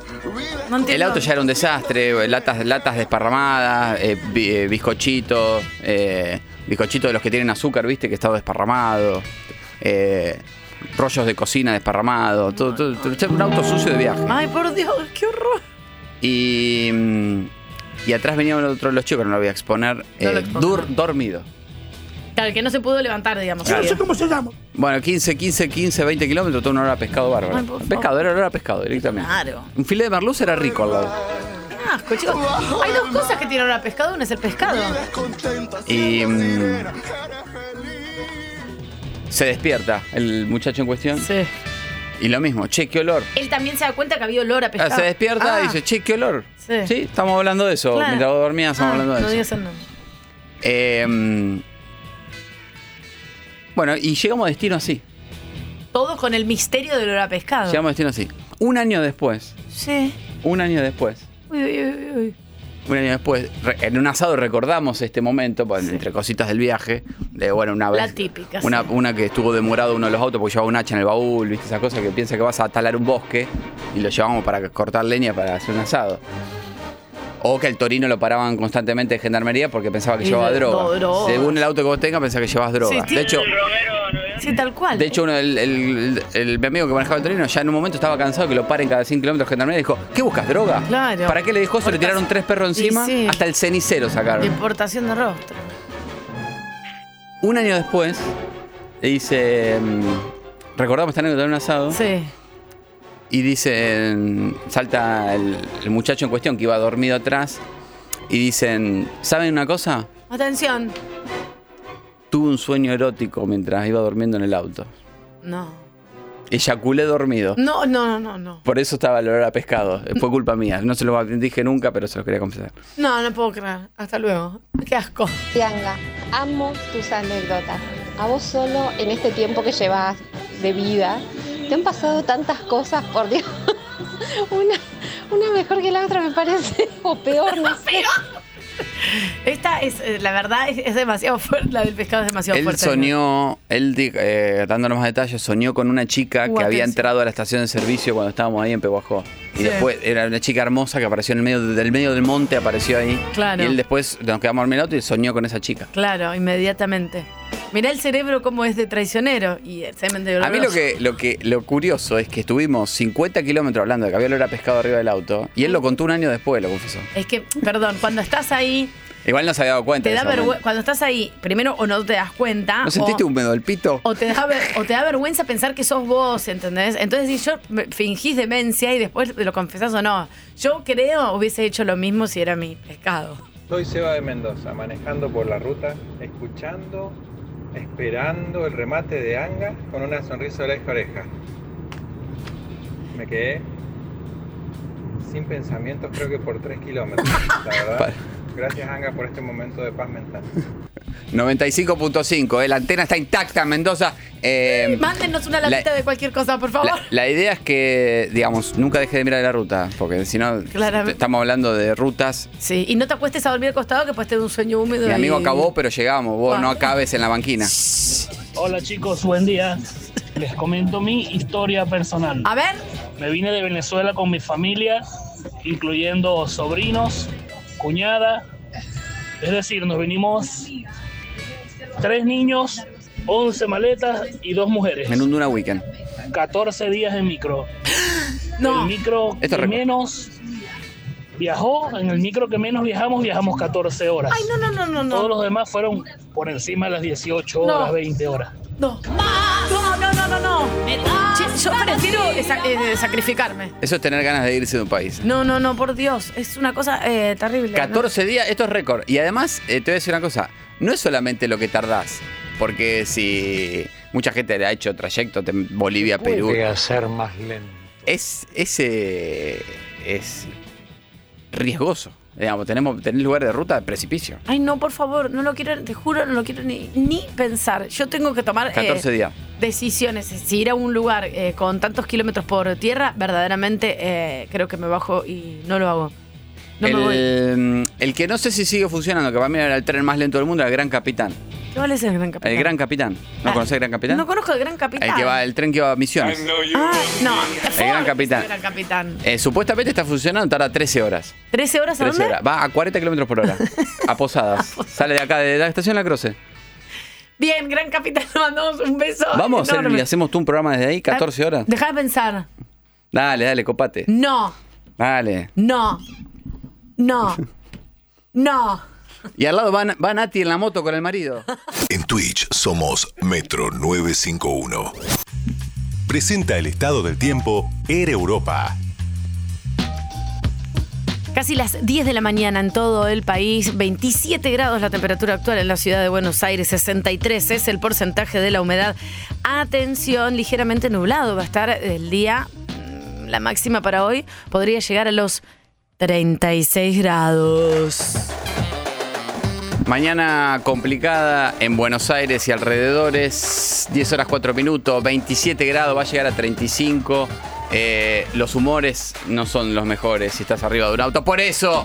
S6: No entiendo.
S7: El auto ya era un desastre, latas, latas desparramadas, eh, bi- eh, bizcochitos, eh, bizcochitos de los que tienen azúcar, viste, que estaba desparramado, eh, rollos de cocina desparramado, todo, todo- todo- un auto sucio de viaje.
S6: Ay, por Dios, qué horror.
S7: Y, mm, y atrás venía otro de los chicos, no lo voy a exponer, eh, dur- dormido.
S6: Claro, que no se pudo levantar, digamos.
S7: Claro.
S6: sé cómo se llama.
S7: Bueno, 15, 15, 15, 20 kilómetros, toda una hora a pescado bárbaro.
S6: Ay, por favor.
S7: pescado, era olor a pescado directamente.
S6: Claro.
S7: Un filete de merluza era rico al lado.
S6: Qué asco, chicos. Hay dos cosas que tienen olor a pescado. Una es el pescado.
S7: Y mm, se despierta el muchacho en cuestión.
S6: Sí.
S7: Y lo mismo, che, qué olor.
S6: Él también se da cuenta que había olor a
S7: Ah,
S6: pescado.
S7: se despierta
S6: Ah,
S7: y dice, che, qué olor.
S6: Sí.
S7: Sí, estamos hablando de eso.
S6: Claro.
S7: Mientras vos dormías, estamos
S6: ah,
S7: hablando de
S6: No
S7: eso.
S6: digas el nombre.
S7: Eh, bueno, y llegamos a destino así.
S6: Todos con el misterio del olor a pescado.
S7: Llegamos a destino así. Un año después,
S6: Sí.
S7: un año después,
S6: Uy, uy, uy, uy.
S7: un año después, re- en un asado recordamos este momento, pues, entre cositas del viaje, de bueno, una vez.
S6: La típica. sí.
S7: Una, una que estuvo demorado uno de los autos porque llevaba un hacha en el baúl, viste esa cosa que piensa que vas a talar un bosque y lo llevamos para cortar leña para hacer un asado. O que el torino lo paraban constantemente en gendarmería porque pensaba que
S6: Y
S7: llevaba
S6: de-
S7: droga.
S6: no, droga.
S7: Según el auto que vos tengas, pensaba que llevabas droga.
S6: Sí,
S7: de hecho,
S6: Sí, tal cual.
S7: de hecho uno, el, el- el- mi amigo que manejaba el torino ya en un momento estaba cansado que lo paren cada 100 kilómetros gendarmería y dijo, ¿qué buscas, droga?
S6: Claro.
S7: ¿Para qué le dijo eso? Le tiraron tres perros
S6: Y
S7: encima,
S6: sí.
S7: hasta el cenicero sacaron.
S6: Importación de rostro.
S7: Un año después, le dice. mm, Recordamos esta anécdota en un asado.
S6: Sí.
S7: Y dicen. Salta el, el muchacho en cuestión que iba dormido atrás. Y dicen: ¿Saben una cosa?
S6: Atención.
S7: Tuve un sueño erótico mientras iba durmiendo en el auto.
S6: No.
S7: Eyaculé dormido.
S6: No, no, no, no, no.
S7: Por eso estaba el olor a pescado. Fue culpa mía. No se lo dije nunca, pero se lo quería confesar.
S6: No, no puedo creer. Hasta luego. Qué asco.
S15: Tianga, amo tus anécdotas. A vos solo en este tiempo que llevas de vida, te han pasado tantas cosas, por Dios. Una, una mejor que la otra me parece, o peor, no sé.
S6: Esta es, eh, la verdad, es, es demasiado fuerte. La del pescado es demasiado
S7: Él
S6: fuerte.
S7: soñó, él, di- eh, dándonos más detalles, soñó con una chica
S6: Uh,
S7: que había
S6: atención.
S7: entrado a la estación de servicio cuando estábamos ahí en Pehuajó. Y
S6: Sí.
S7: después era una chica hermosa que apareció en el medio, del medio del monte, apareció ahí.
S6: Claro.
S7: Y él después nos quedamos en el auto y soñó con esa chica.
S6: Claro, inmediatamente. Mirá el cerebro como es de traicionero y el semen de
S7: A mí lo
S6: doloroso.
S7: que, lo que lo curioso es que estuvimos 50 kilómetros hablando de que había olor a pescado arriba del auto y él lo contó un año después, lo confesó.
S6: Es que, perdón, cuando estás ahí,
S7: Igual no se había dado cuenta.
S6: te
S7: en
S6: da
S7: ese momento.
S6: vergüenza. Cuando estás ahí, primero o no te das cuenta.
S7: ¿No sentiste
S6: o,
S7: un medo del pito?
S6: o te, da ver- o te da vergüenza pensar que sos vos, ¿entendés? Entonces, si yo me- fingís demencia y después lo confesás o no, yo creo hubiese hecho lo mismo si era mi pescado.
S16: Soy Seba de Mendoza, manejando por la ruta, escuchando, esperando el remate de Anga con una sonrisa de oreja a oreja. Me quedé sin pensamientos, creo que por 3 kilómetros, la verdad. Gracias Anga por este momento de paz mental.
S7: 95.5, eh, la antena está intacta, Mendoza. Eh,
S6: Mándenos una
S7: la-
S6: latita de cualquier cosa, por favor.
S7: La, la idea es que, digamos, nunca deje de mirar la ruta, porque si no,
S6: Claramente.
S7: estamos hablando de rutas.
S6: Sí, y no te acuestes a dormir acostado que puedes tener un sueño húmedo.
S7: Mi amigo
S6: y-
S7: acabó, pero llegamos. Vos no acabes en la banquina.
S17: Hola chicos, buen día. Les comento mi historia personal.
S6: A ver.
S17: Me vine de Venezuela con mi familia, incluyendo sobrinos, cuñada. Es decir, nos venimos tres niños, 11 maletas y dos mujeres.
S7: En un Duna Weekend.
S17: 14 días en micro. El micro
S7: Esto
S17: que
S7: recuerdo.
S17: menos viajó, en el micro que menos viajamos, viajamos 14 horas.
S6: Ay, no, no, no, no, no.
S17: Todos los demás fueron por encima de las 18
S6: No.
S17: horas, 20 horas.
S6: No. No, no, no, no, no. Che, yo prefiero sa- eh, sacrificarme.
S7: Eso es tener ganas de irse de un país.
S6: No, no, no, por Dios. Es una cosa eh, terrible. ¿no?
S7: 14 días, esto es récord. Y además, eh, te voy a decir una cosa, no es solamente lo que tardás, porque si mucha gente le ha hecho trayecto de Bolivia, Perú.
S18: Puede
S7: hacer más lento. Es, es, eh, es riesgoso. Digamos, tenemos, tenés lugar de ruta de precipicio.
S6: Ay, no, por favor, no lo quiero, te juro, no lo quiero ni, ni pensar. Yo tengo que tomar eh,
S7: 14 días.
S6: decisiones. Si ir a un lugar eh, con tantos kilómetros por tierra, verdaderamente eh, creo que me bajo y no lo hago. No me voy.
S7: el, mm, el que no sé si sigue funcionando, que va a mirar el tren más lento del mundo, el Gran Capitán.
S6: ¿Qué vale es el Gran Capitán?
S7: El Gran Capitán. ¿No
S6: Ah,
S7: conocés el Gran Capitán?
S6: No conozco el Gran Capitán.
S7: El que va, el tren que va a Misiones.
S6: Ah, no.
S7: El Gran Capitán.
S6: El Gran Capitán.
S7: Eh, supuestamente está funcionando, tarda 13 horas.
S6: 13 horas a
S7: 13
S6: dónde?
S7: horas. Va a 40 kilómetros por hora. A Posadas. Sale de acá, de la estación La Croce.
S6: Bien, Gran Capitán, le mandamos un beso.
S7: Vamos,
S6: enorme.
S7: Servi, hacemos tú un programa desde ahí, 14 horas.
S6: Dejá de pensar.
S7: Dale, dale, copate.
S6: No,
S7: Dale.
S6: no, no, no.
S7: Y al lado va, va Nati en la moto con el marido.
S9: En Twitch somos Metro 951. Presenta el estado del tiempo Air Europa.
S6: Casi las 10 de la mañana en todo el país, 27 grados la temperatura actual en la ciudad de Buenos Aires, 63 es el porcentaje de la humedad. Atención, ligeramente nublado va a estar el día, mm, la máxima para hoy podría llegar a los 36 grados.
S7: Mañana complicada en Buenos Aires y alrededores. 10 horas 4 minutos, 27 grados, va a llegar a 35. Eh, los humores no son los mejores si estás arriba de un auto. Por eso,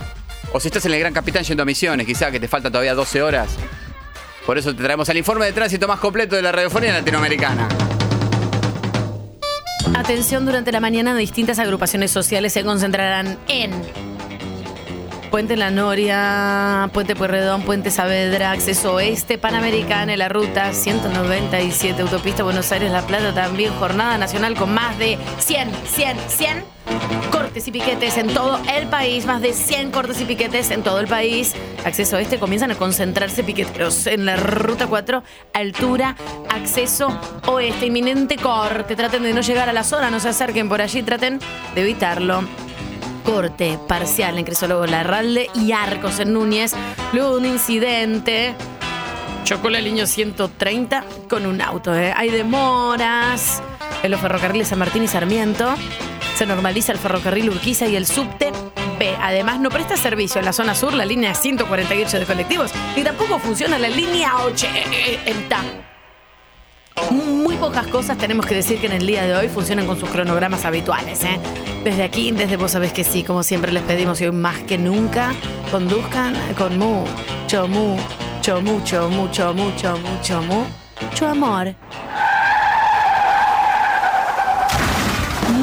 S7: o si estás en el Gran Capitán yendo a misiones, quizá que te falta todavía 12 horas. Por eso te traemos el informe de tránsito más completo de la radiofonía latinoamericana.
S6: Atención, durante la mañana distintas agrupaciones sociales se concentrarán en Puente La Noria, Puente Pueyrredón, Puente Saavedra, Acceso Oeste, Panamericana, la Ruta 197, Autopista Buenos Aires, La Plata también, Jornada Nacional con más de 100, 100, 100 cortes y piquetes en todo el país, más de 100 cortes y piquetes en todo el país. Acceso Oeste comienzan a concentrarse piqueteros en la Ruta 4, altura, Acceso Oeste, inminente corte. Traten de no llegar a la zona, no se acerquen por allí, traten de evitarlo corte parcial en Crisólogo Larralde y Arcos en Núñez, luego de un incidente. Chocó la línea 130 con un auto. ¿eh? Hay demoras. en los ferrocarriles San Martín y Sarmiento. Se normaliza el ferrocarril Urquiza y el subte. B. Además, no presta servicio en la zona sur la línea 148 de colectivos y tampoco funciona la línea eh, 80. Muy pocas cosas tenemos que decir que en el día de hoy funcionan con sus cronogramas habituales. ¿eh? Desde aquí, desde vos sabés que sí, como siempre les pedimos y hoy más que nunca, conduzcan con mucho, mucho, mucho, mucho, mucho, mucho, mucho amor.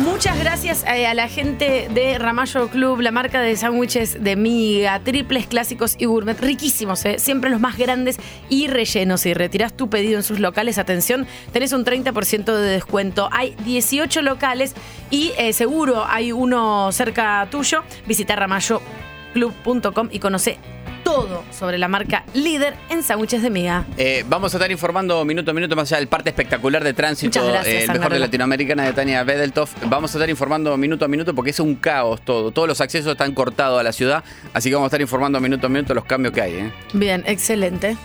S6: Muchas gracias eh, a la gente de Ramallo Club, la marca de sándwiches de miga, triples clásicos y gourmet, riquísimos, eh, siempre los más grandes y rellenos. Si retiras tu pedido en sus locales, atención, tenés un 30% de descuento. Hay 18 locales y eh, seguro hay uno cerca tuyo. Visita ramalloclub.com y conoce todo sobre la marca líder en sándwiches de miga.
S7: Eh, vamos a estar informando minuto a minuto más allá del parte espectacular de tránsito,
S6: Muchas gracias,
S7: eh, el mejor
S6: Alberto.
S7: de Latinoamericana de Tania Bedeltoff. Vamos a estar informando minuto a minuto porque es un caos todo. Todos los accesos están cortados a la ciudad, así que vamos a estar informando minuto a minuto los cambios que hay. ¿eh?
S6: Bien, excelente.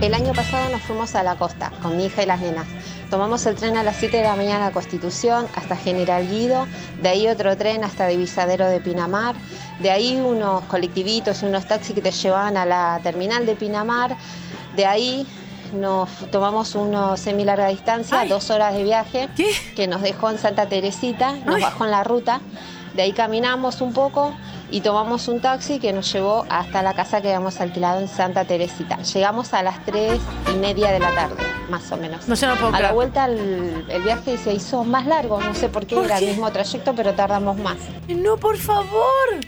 S15: El año pasado nos fuimos a la costa con mi hija y las nenas. Tomamos el tren a las 7 de la mañana a Constitución hasta General Guido, de ahí otro tren hasta Divisadero de Pinamar, de ahí unos colectivitos y unos taxis que te llevaban a la terminal de Pinamar, de ahí nos tomamos unos semi larga distancia, dos horas de viaje, que nos dejó en Santa Teresita, nos bajó en la ruta, de ahí caminamos un poco y tomamos un taxi que nos llevó hasta la casa que habíamos alquilado en Santa Teresita. Llegamos a las tres y media de la tarde, más o menos.
S6: No, yo no puedo
S15: a la
S6: creer.
S15: vuelta el, el viaje se hizo más largo, no sé por qué, era el mismo trayecto, pero tardamos más.
S6: No, por favor.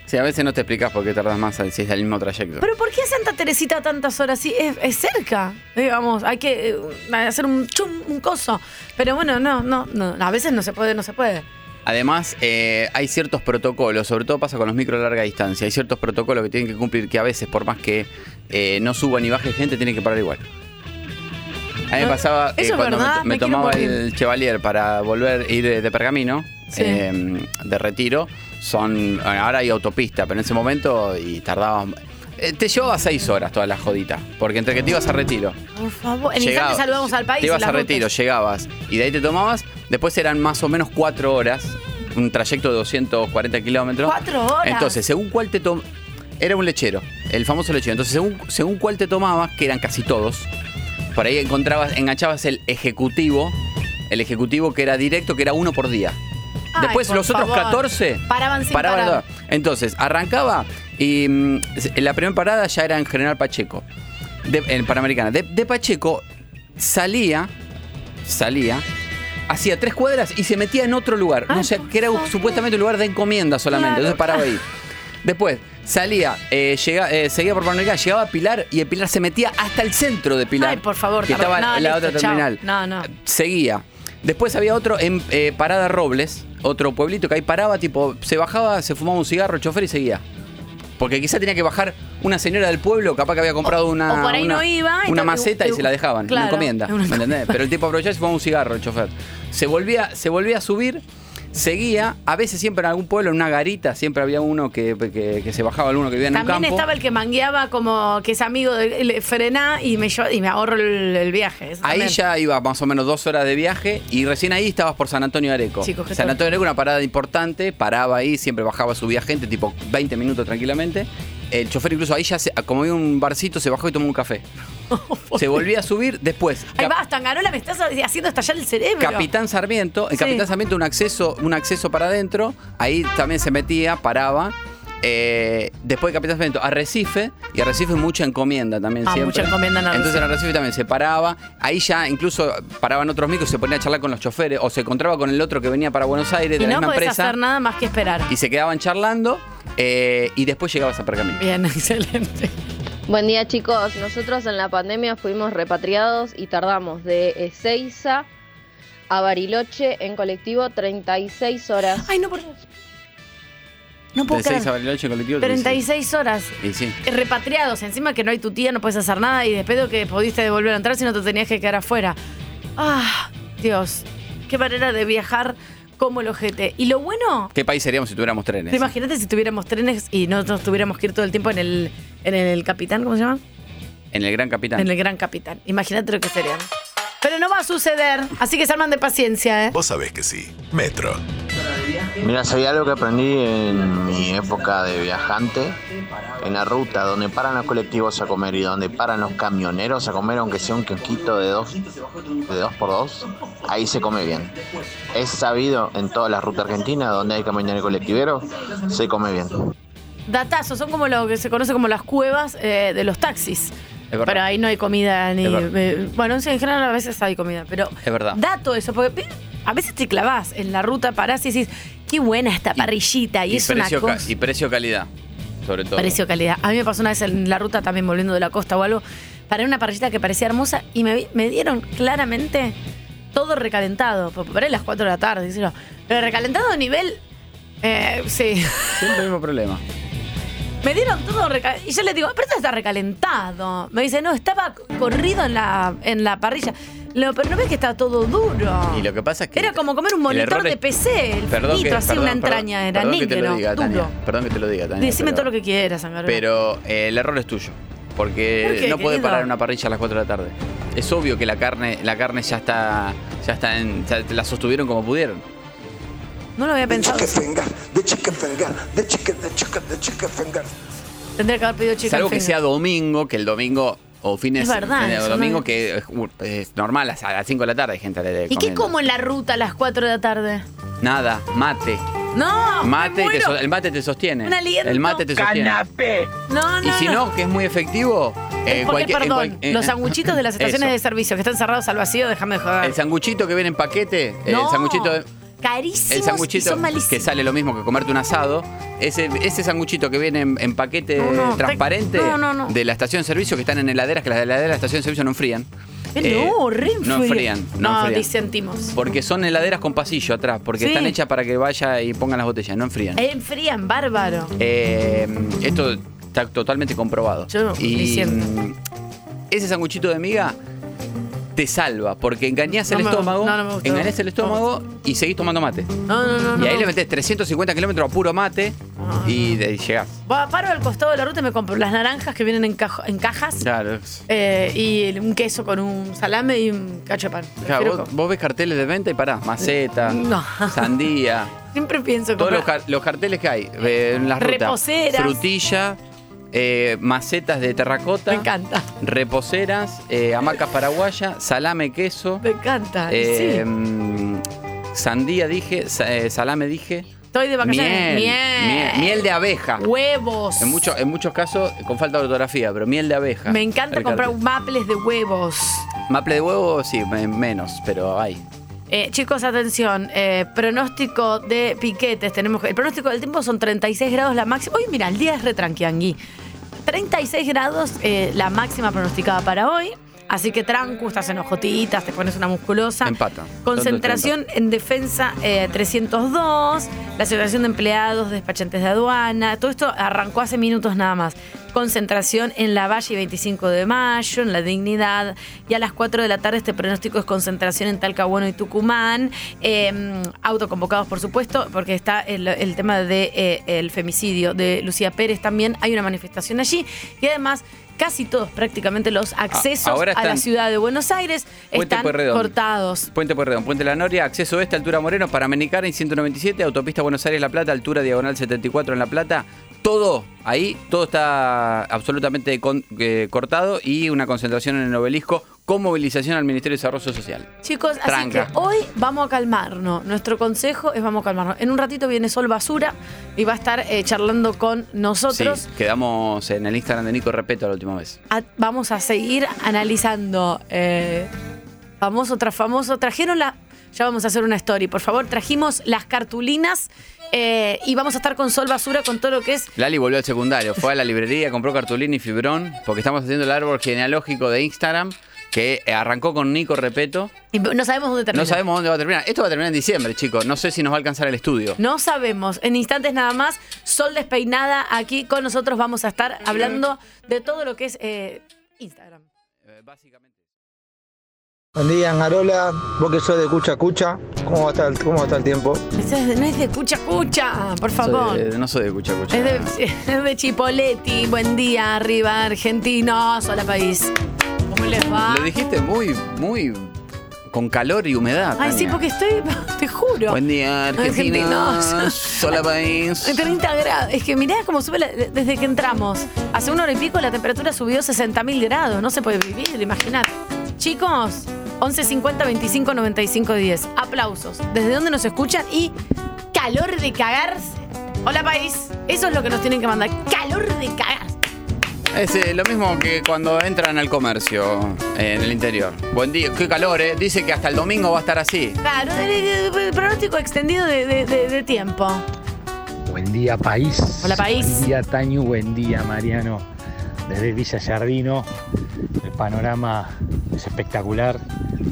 S7: Sí, a veces no te explicas por qué tardas más si es del mismo trayecto.
S6: ¿Pero por qué Santa Teresita tantas horas? Sí, es, es cerca. Digamos, hay que eh, hacer un chum, un coso. Pero bueno, no, no, no. A veces no se puede, no se puede.
S7: Además, eh, hay ciertos protocolos, sobre todo pasa con los micro de larga distancia, hay ciertos protocolos que tienen que cumplir que a veces, por más que eh, no suba ni baje gente, tienen que parar igual. A mí me
S6: No,
S7: pasaba eh,
S6: eso es
S7: cuando me-
S6: verdad,
S7: me,
S6: me quiero
S7: tomaba
S6: morir.
S7: el Chevalier para volver a ir de, de pergamino,
S6: Sí.
S7: eh, de retiro. Son. bueno, Ahora hay autopista, pero en ese momento y tardábamos. eh, te llevaba seis horas toda la jodita, porque entre que te ibas a retiro.
S6: Por favor. En
S7: Llegaba-
S6: instante saludamos al país.
S7: Te ibas
S6: las
S7: a retiro,
S6: rutas.
S7: llegabas y de ahí te tomabas. Después eran más o menos cuatro horas, un trayecto de 240 kilómetros.
S6: ¿Cuatro horas?
S7: Entonces, según cuál te tomabas. Era un lechero, el famoso lechero. Entonces, según, según cuál te tomabas, que eran casi todos, por ahí encontrabas, enganchabas el ejecutivo, el ejecutivo que era directo, que era uno por día.
S6: Ay,
S7: Después
S6: por
S7: los otros
S6: favor.
S7: 14
S6: Paraban sin
S7: paraban.
S6: parar.
S7: todas. Entonces, arrancaba y mm, en la primera parada ya era en General Pacheco, de- en Panamericana. De, de Pacheco salía, salía, hacía tres cuadras y se metía en otro lugar. no sé, que era supuestamente un lugar de encomienda solamente. Entonces paraba ahí. Después salía, eh, llega- eh, seguía por Panamericana, llegaba a Pilar y el Pilar se metía hasta el centro de Pilar.
S6: Ay, por favor.
S7: que estaba
S6: no,
S7: en la
S6: listo,
S7: otra
S6: chao.
S7: terminal
S6: No, no.
S7: seguía. Después había otro en eh, Parada Robles, otro pueblito que ahí paraba, tipo, se bajaba, se fumaba un cigarro el chofer y seguía. Porque quizá tenía que bajar una señora del pueblo, capaz que había comprado una,
S6: o por ahí
S7: una,
S6: no iba, y
S7: una
S6: te-
S7: maceta y
S6: te-
S7: se la dejaban,
S6: claro,
S7: una encomienda.
S6: una
S7: ¿me entendés? Pero el tipo aprovechaba y se fumaba un cigarro el chofer. Se volvía, se volvía a subir, seguía, a veces siempre en algún pueblo, en una garita, siempre había uno que, que- que se bajaba, alguno que vivía en un
S6: También
S7: campo.
S6: estaba el que mangueaba como que es amigo de le frená y me, lleva- y me ahorro el, el viaje. Eso
S7: Ahí
S6: también.
S7: ya iba más o menos dos horas de viaje y recién ahí estabas por San Antonio de Areco.
S6: Chicos, qué
S7: San
S6: torpe.
S7: Antonio de Areco, una parada importante, paraba ahí, siempre bajaba, subía gente, tipo 20 minutos tranquilamente. El chofer incluso ahí ya, se- como había un barcito, se bajó y tomó un café. se volvía a subir después.
S6: Ahí
S7: Cap-
S6: vas, Tangarola, me estás haciendo estallar el cerebro.
S7: Capitán Sarmiento, en
S6: Sí.
S7: Capitán Sarmiento un acceso, un acceso para adentro, ahí también se metía, paraba. Eh, después de Capitán Sarmiento, Arrecife, y Arrecife mucha encomienda también
S6: Ah,
S7: siempre.
S6: mucha encomienda en Arrecife.
S7: Entonces en Arrecife también se paraba, ahí ya incluso paraban otros micros, se ponía a charlar con los choferes, o se encontraba con el otro que venía para Buenos Aires de
S6: y
S7: la
S6: no
S7: misma
S6: podés
S7: empresa,
S6: hacer nada más que esperar.
S7: y se quedaban charlando, eh, y después llegabas a Pergamino.
S6: Bien, excelente.
S18: Buen día chicos, nosotros en la pandemia fuimos repatriados y tardamos de Ezeiza a Bariloche en colectivo 36 horas. Ay,
S6: no, por No puedo
S7: de 6
S6: creer.
S7: a Bariloche en colectivo.
S6: 36 horas.
S7: Y sí.
S6: eh, Repatriados, encima que no hay tu tía, no puedes hacer nada y después que pudiste devolver a entrar si no te tenías que quedar afuera. Ah, Dios, qué manera de viajar como el ojete. Y lo bueno,
S7: ¿Qué país seríamos si tuviéramos trenes?
S6: ¿te imagínate si tuviéramos trenes y no nos tuviéramos que ir todo el tiempo en el, en el capitán, ¿cómo se llama?
S7: En el Gran Capitán.
S6: En el gran capitán. Imagínate lo que seríamos. Pero no va a suceder, así que se arman de paciencia, ¿eh?
S9: Vos sabés que sí. Metro.
S19: Mira, si hay algo que aprendí en mi época de viajante, en la ruta donde paran los colectivos a comer y donde paran los camioneros a comer, aunque sea un quinquito de dos, de dos por dos, ahí se come bien. Es sabido en todas las rutas argentinas donde hay camioneros y colectiveros, se come bien.
S6: Datazos, son como lo que se conoce como las cuevas eh, de los taxis.
S7: verdad.
S6: Pero ahí no hay comida ni.
S7: Es verdad.
S6: eh, bueno, sí, en general a veces hay comida, pero.
S7: Es verdad.
S6: Dato eso, porque pi- a veces te clavás en la ruta, parás y decís, qué buena esta parrillita, y, es una
S7: precio, ca-
S6: cosa.
S7: y precio calidad, sobre todo.
S6: Precio calidad. A mí me pasó una vez en la ruta también volviendo de la costa o algo, paré en una parrillita que parecía hermosa y me, vi- me dieron claramente todo recalentado. Porque Paré a las 4 de la tarde, qué sé yo. pero recalentado a nivel. eh, sí.
S7: Siempre el mismo problema.
S6: Me dieron todo recalentado. Y yo le digo, pero esto está recalentado. Me dice, no, estaba corrido en la, en la parrilla. Le digo, pero no ves que está todo duro.
S7: Y lo que pasa es que.
S6: Era como comer un
S7: el
S6: monitor
S7: error
S6: de
S7: es-
S6: PC, el
S7: Perdón que,
S6: finito, así
S7: perdón,
S6: una
S7: perdón,
S6: entraña, era
S7: perdón que te lo
S6: negro,
S7: diga, Tania,
S6: duro.
S7: Perdón que te lo diga, Tania.
S6: Decime
S7: pero-
S6: todo lo que quieras, Sangarón.
S7: Pero eh, el error es tuyo. Porque
S6: ¿Por qué,
S7: no puede
S6: querido?
S7: parar una parrilla a las 4 de la tarde. Es obvio que la carne, la carne ya está. ya está en. ya la sostuvieron como pudieron.
S6: No lo había pensado. Tendría que haber pedido chicken
S7: Salvo que
S6: finger.
S7: sea domingo, que el domingo. O fines
S6: Es verdad,
S7: el
S6: eso no
S7: domingo
S6: es-
S7: que es, uh, es normal, a las 5 de la tarde hay gente de
S6: ¿Y qué como en la ruta a las 4 de la tarde?
S7: Nada, mate.
S6: No,
S7: Mate,
S6: me
S7: te
S6: muero.
S7: so- el mate te sostiene.
S6: Un aliento.
S7: El mate te sostiene.
S6: Canapé. No, no,
S7: Y si
S6: no.
S7: no, que es muy efectivo. eh,
S6: Porque,
S7: cualquier- en
S6: perdón,
S7: cual- eh,
S6: los sanguchitos de las estaciones
S7: eso.
S6: de servicio que están cerrados al vacío, déjame de joder.
S7: El sanguchito que viene en paquete, eh,
S6: No,
S7: el sanguchito, de-
S6: Carísimos
S7: el
S6: y
S7: sanguchito
S6: son malísimos.
S7: que sale lo mismo que comerte un asado, ese, ese sanguchito que viene en, en paquete
S6: No, no, te-
S7: transparente
S6: no, no, no.
S7: de la estación de servicio que están en heladeras, que las heladeras de la estación de servicio no enfrían.
S6: Eh, no, re Ah,
S7: no enfrían, no
S6: No,
S7: enfrían.
S6: disentimos.
S7: Porque son heladeras con pasillo atrás, porque
S6: Sí.
S7: están hechas para que vaya y pongan las botellas, no enfrían.
S6: Enfrían, bárbaro.
S7: Eh, esto está totalmente comprobado.
S6: Yo diciendo.
S7: mm, Ese sanguchito de miga te salva, porque engañás
S6: No
S7: el
S6: me-
S7: estómago,
S6: no, no me gustó.
S7: engañás el estómago y seguís tomando mate.
S6: No, no, no. Ah.
S7: y ahí
S6: no.
S7: le metés 350 kilómetros a puro mate y de ahí llegás.
S6: Va, Paro al costado de la ruta y me compro las naranjas que vienen en, cajo- en cajas
S7: Claro.
S6: eh, y el- un queso con un salame y un cacho de pan. Prefiero
S7: vos,
S6: co-
S7: vos ves carteles de venta y parás, maceta,
S6: No.
S7: sandía,
S6: Siempre pienso
S7: todos los,
S6: comprar-
S7: car- los carteles que hay eh, en las rutas.
S6: Reposeras.
S7: Frutilla, eh, macetas de terracota.
S6: Me encanta,
S7: Reposeras, eh, hamacas paraguayas, salame queso,
S6: me encanta.
S7: eh,
S6: sí.
S7: mm, sandía dije, sa- eh, salame dije,
S6: Estoy de
S7: miel,
S6: vacaciones. Miel.
S7: miel, miel de abeja.
S6: Huevos.
S7: En, mucho- en muchos casos con falta de ortografía, pero miel de abeja.
S6: Me encanta
S7: El
S6: comprar
S7: cartel.
S6: maples de huevos.
S7: Maple de huevo, sí, me- menos, pero hay.
S6: Eh, chicos, atención, eh, pronóstico de piquetes. Tenemos que- el pronóstico del tiempo son 36 grados la máxima. Hoy, mira, el día es retranquiangui. 36 grados eh, la máxima pronosticada para hoy. Así que tranco, estás enojotitas, te pones una musculosa.
S7: Empata.
S6: Concentración en defensa eh, 302, la Asociación de Empleados, Despachantes de Aduana, todo esto arrancó hace minutos nada más. Concentración en la Valle y 25 de mayo, en la Dignidad, y a las 4 de la tarde este pronóstico es concentración en Talcahuano y Tucumán, Eh, autoconvocados por supuesto, porque está el, el tema del de, eh, el femicidio de Lucía Pérez también, hay una manifestación allí, y además casi todos prácticamente los accesos
S7: Ah, ahora
S6: a la
S7: están-
S6: ciudad de Buenos Aires
S7: Puente
S6: están
S7: Pueyrredón.
S6: cortados.
S7: Puente Puerredón, Puente La Noria, acceso este, altura Moreno, Paramenicara en 197, autopista Buenos Aires La Plata, altura diagonal 74 en La Plata. Todo ahí, todo está absolutamente con- eh, cortado y una concentración en el obelisco con movilización al Ministerio de Desarrollo Social.
S6: Chicos, así
S7: Tranca.
S6: que hoy vamos a calmarnos. Nuestro consejo es vamos a calmarnos. En un ratito viene Sol Basura y va a estar eh, charlando con nosotros.
S7: Sí, quedamos en el Instagram de Nico Repeto la última vez.
S6: A- vamos a seguir analizando eh, famoso tras famoso. Trajeron la... Ya vamos a hacer una story, por favor. Trajimos las cartulinas eh, y vamos a estar con Sol Basura con todo lo que es...
S7: Lali volvió al secundario, fue a la librería, compró cartulina y fibrón, porque estamos haciendo el árbol genealógico de Instagram, que eh, arrancó con Nico Repeto.
S6: y no sabemos dónde terminar.
S7: No sabemos dónde va a terminar. Esto va a terminar en diciembre, chicos. No sé si nos va a alcanzar el estudio.
S6: No sabemos. En instantes nada más, Sol Despeinada aquí con nosotros. Vamos a estar hablando de todo lo que es eh, Instagram.
S20: Buen día, Angarola. Vos que sos de Cucha Cucha, ¿cómo va a estar, cómo va a estar el tiempo?
S6: Ese es de- No es de Cucha Cucha, por favor.
S7: Soy de- no soy de Cucha Cucha.
S6: Es de, es de Chipoletti. Buen día, arriba, argentinos. Hola, país. ¿Cómo les va?
S7: Lo dijiste muy, muy con calor y humedad.
S6: Ay, sí,
S7: Tania.
S6: porque estoy, te juro.
S7: Buen día, Argentina.
S6: Argentinos.
S7: Sola país.
S6: 30 grados. Es que mirá cómo sube la- desde que entramos. Hace una hora y pico la temperatura subió 60 mil grados. No se puede vivir, imagínate. Chicos, 11 50 25 95 10. Aplausos. ¿Desde dónde nos escuchan? Y calor de cagarse. Hola, país. Eso es lo que nos tienen que mandar. Calor de cagarse.
S7: Es eh, lo mismo que cuando entran al comercio eh, en el interior. Buen día, qué calor, ¿eh? Dice que hasta el domingo va a estar así.
S6: Claro, el, el- el pronóstico extendido de, de- de- de tiempo.
S21: Buen día, país.
S6: Hola, país.
S21: Buen día, Tañu. Buen día, Mariano. Desde Villa Jardino, el panorama es espectacular.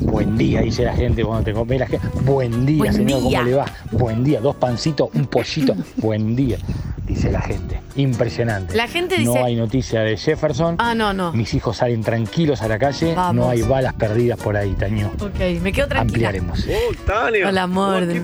S21: Buen día, dice la gente cuando te come la gente. Buen día,
S22: Buen
S21: señor,
S22: día.
S21: ¿cómo le va? Buen día, dos pancitos, un pollito. Buen día, dice la gente. Impresionante.
S6: La gente dice-
S21: No hay noticia de Jefferson.
S6: Ah, no, no.
S21: Mis hijos salen tranquilos a la calle.
S6: Vamos.
S21: No hay balas perdidas por ahí, Tañu.
S6: Ok, me quedo tranquila.
S21: Ampliaremos.
S6: Hola, amor. de-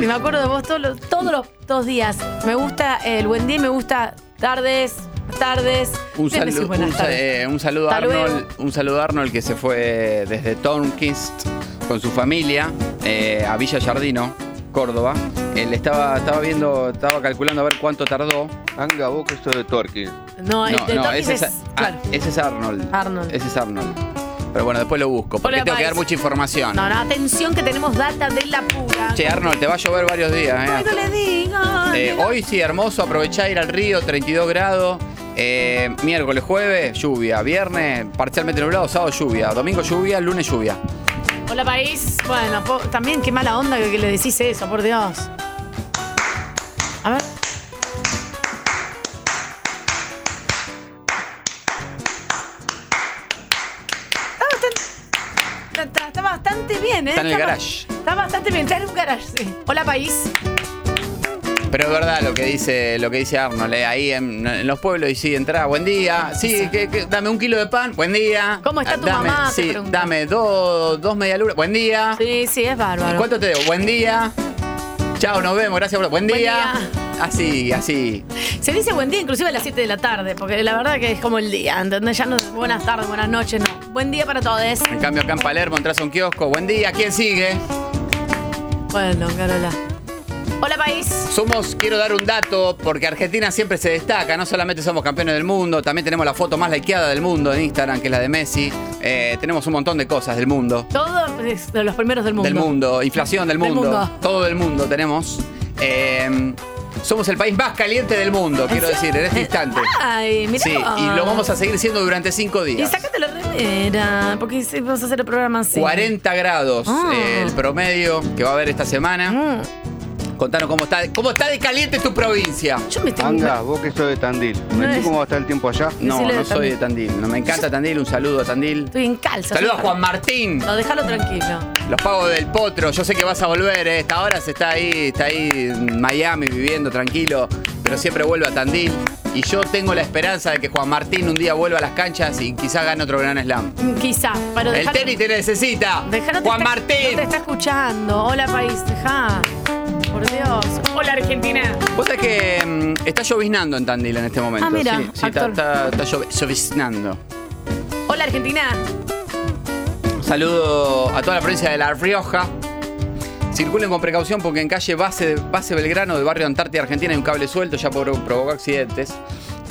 S6: Y me acuerdo de vos todos los, todos los dos días. Me gusta el buen día y me gusta tardes, tardes.
S7: Un,
S6: Siempre
S7: salu-
S6: decís buenas
S7: un sa-
S6: tardes.
S7: eh, un saludo a
S6: Hasta luego.
S7: Arnold, un saludo a Arnold que se fue desde Tonkist con su familia eh, a Villa Jardino, Córdoba. Él estaba, estaba viendo, estaba calculando a ver cuánto tardó.
S13: Anga, vos que sos de Torquil.
S6: No, el de Torquil
S7: ese
S6: este es-
S7: ah, ese es Arnold.
S6: Arnold.
S7: Ese es Arnold. Pero bueno, después lo busco, porque
S6: Hola,
S7: tengo que
S6: Pais.
S7: dar mucha información.
S6: No, no, atención que tenemos data de la pura.
S7: Che, Arnold, te va a llover varios días, ¿eh?
S6: No le digan.
S7: Eh, hoy sí, hermoso, aprovechá ir al río, 32 grados. Eh, miércoles, jueves, lluvia. Viernes, parcialmente nublado. Sábado, lluvia. Domingo, lluvia. Lunes, lluvia.
S6: Hola, país. Bueno, po- también qué mala onda que, que le decís eso, por Dios. A ver. Ah, Está, está- está bastante bien, ¿eh?
S7: Está en el
S6: ba-
S7: garage.
S6: Está bastante bien, está en un garage, sí. Hola, país.
S7: Pero es verdad lo que dice, lo que dice Arnold. eh, ahí en, en los pueblos, y sí, entrá. Buen día. Sí, que, que- dame un kilo de pan. Buen día. ¿Cómo
S6: está tu
S7: dame,
S6: mamá? Te
S7: Sí,
S6: preguntan.
S7: dame dos, dos medialunas. Buen día.
S6: Sí, sí, es bárbaro.
S7: ¿Cuánto te debo? Buen día. Chao, nos vemos. Gracias por... Buen día. Así, así.
S6: Se dice buen día inclusive a las 7 de la tarde, porque la verdad que es como el día, ¿entendés? Ya no es buenas tardes, buenas noches, no. Buen día para todos.
S7: En cambio, acá en Palermo entras a un kiosco. Buen día. ¿Quién sigue?
S6: Bueno, Carola. Hola, país.
S7: Somos, quiero dar un dato, porque Argentina siempre se destaca, no solamente somos campeones del mundo, también tenemos la foto más likeada del mundo en Instagram, que es la de Messi, Eh, tenemos un montón de cosas del mundo,
S6: Todos es de los primeros del mundo.
S7: del mundo, inflación del
S6: Del
S7: mundo,
S6: mundo.
S7: todo el mundo tenemos. Eh, somos el país más caliente del mundo, quiero decir, en este instante.
S6: eh, Ay, mira.
S7: Sí, y lo vamos a seguir siendo durante cinco
S6: Ah, Y
S7: días.
S6: sacate la remera, porque si vamos a hacer el programa así.
S7: 40 grados
S6: Ah.
S7: eh, el promedio que va a haber esta
S6: Mm.
S7: semana. Contanos cómo está, cómo está de caliente tu provincia.
S6: Yo me
S13: Anga, vos que sos de Tandil.
S7: No
S13: ¿Mentí
S7: es-
S13: cómo va a estar el tiempo allá?
S7: No,
S6: Decile de
S7: no soy de Tandil. No, me encanta Tandil. Un saludo a Tandil.
S6: Estoy en calza.
S7: Saludos
S6: sí.
S7: a Juan Martín.
S6: No, déjalo tranquilo.
S7: Los pagos del potro. Yo sé que vas a volver. ¿eh? Esta hora se está ahí, está ahí en Miami viviendo tranquilo. Pero siempre vuelve a Tandil. Y yo tengo la esperanza de que Juan Martín un día vuelva a las canchas y quizás gane otro Gran Slam.
S6: Mm, Quizá, pero
S7: El
S6: dejalo-
S7: tenis te necesita.
S6: dejalo, te
S7: Juan
S6: está-
S7: Martín.
S6: no te está escuchando. Hola, país, dejá. Por Dios. Hola, Argentina.
S7: Vos sabés que mm, está lloviznando en Tandil en este momento.
S6: Ah, mira,
S7: sí, sí, está,
S6: actor.
S7: está- está llovi- lloviznando.
S6: Hola, Argentina.
S7: Saludo a toda la provincia de La Rioja. Circulen con precaución porque en calle Base, Base Belgrano del barrio Antártida Argentina hay un cable suelto, ya por- provocó accidentes.